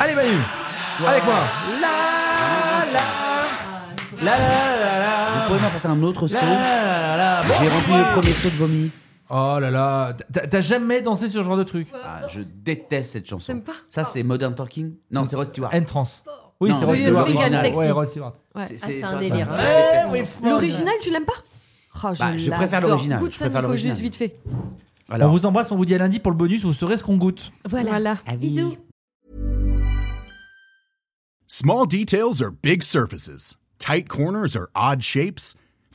Speaker 3: Allez, Manu Avec moi
Speaker 2: La la la la.
Speaker 5: Vous pouvez m'apporter un autre saut
Speaker 2: La la la la. Bon,
Speaker 5: J'ai rempli le premier saut de vomi.
Speaker 3: Oh là là T'as t'as jamais dansé ce genre de truc
Speaker 2: Ah, je déteste cette chanson.
Speaker 7: T'aimes pas
Speaker 2: Ça, c'est Modern Talking Non, c'est Rod Stewart.
Speaker 3: N-Trance. Oui,
Speaker 2: Non,
Speaker 3: c'est Rod
Speaker 2: oui,
Speaker 3: Stewart.
Speaker 2: Hooligan
Speaker 3: original.
Speaker 1: Sexy.
Speaker 3: Ouais, Rod Stewart.
Speaker 7: Ouais.
Speaker 2: C'est-
Speaker 1: Ah,
Speaker 2: c'est-
Speaker 1: c'est un
Speaker 2: ça-
Speaker 1: délire.
Speaker 2: ça-
Speaker 3: Eh, oui, Franck.
Speaker 7: L'original, tu l'aimes pas Ah,
Speaker 2: Bah, je préfère
Speaker 7: l'adore.
Speaker 2: l'original,
Speaker 7: Goûte
Speaker 2: je
Speaker 7: ça,
Speaker 2: préfère
Speaker 7: Nico,
Speaker 2: l'original.
Speaker 7: juste vite fait.
Speaker 3: On
Speaker 2: Alors,
Speaker 3: vous embrasse, on vous dit à lundi pour le bonus, vous saurez ce qu'on goûte.
Speaker 1: Voilà.
Speaker 2: Ah
Speaker 1: Bisous.
Speaker 9: Small details are big surfaces. Tight corners are odd shapes.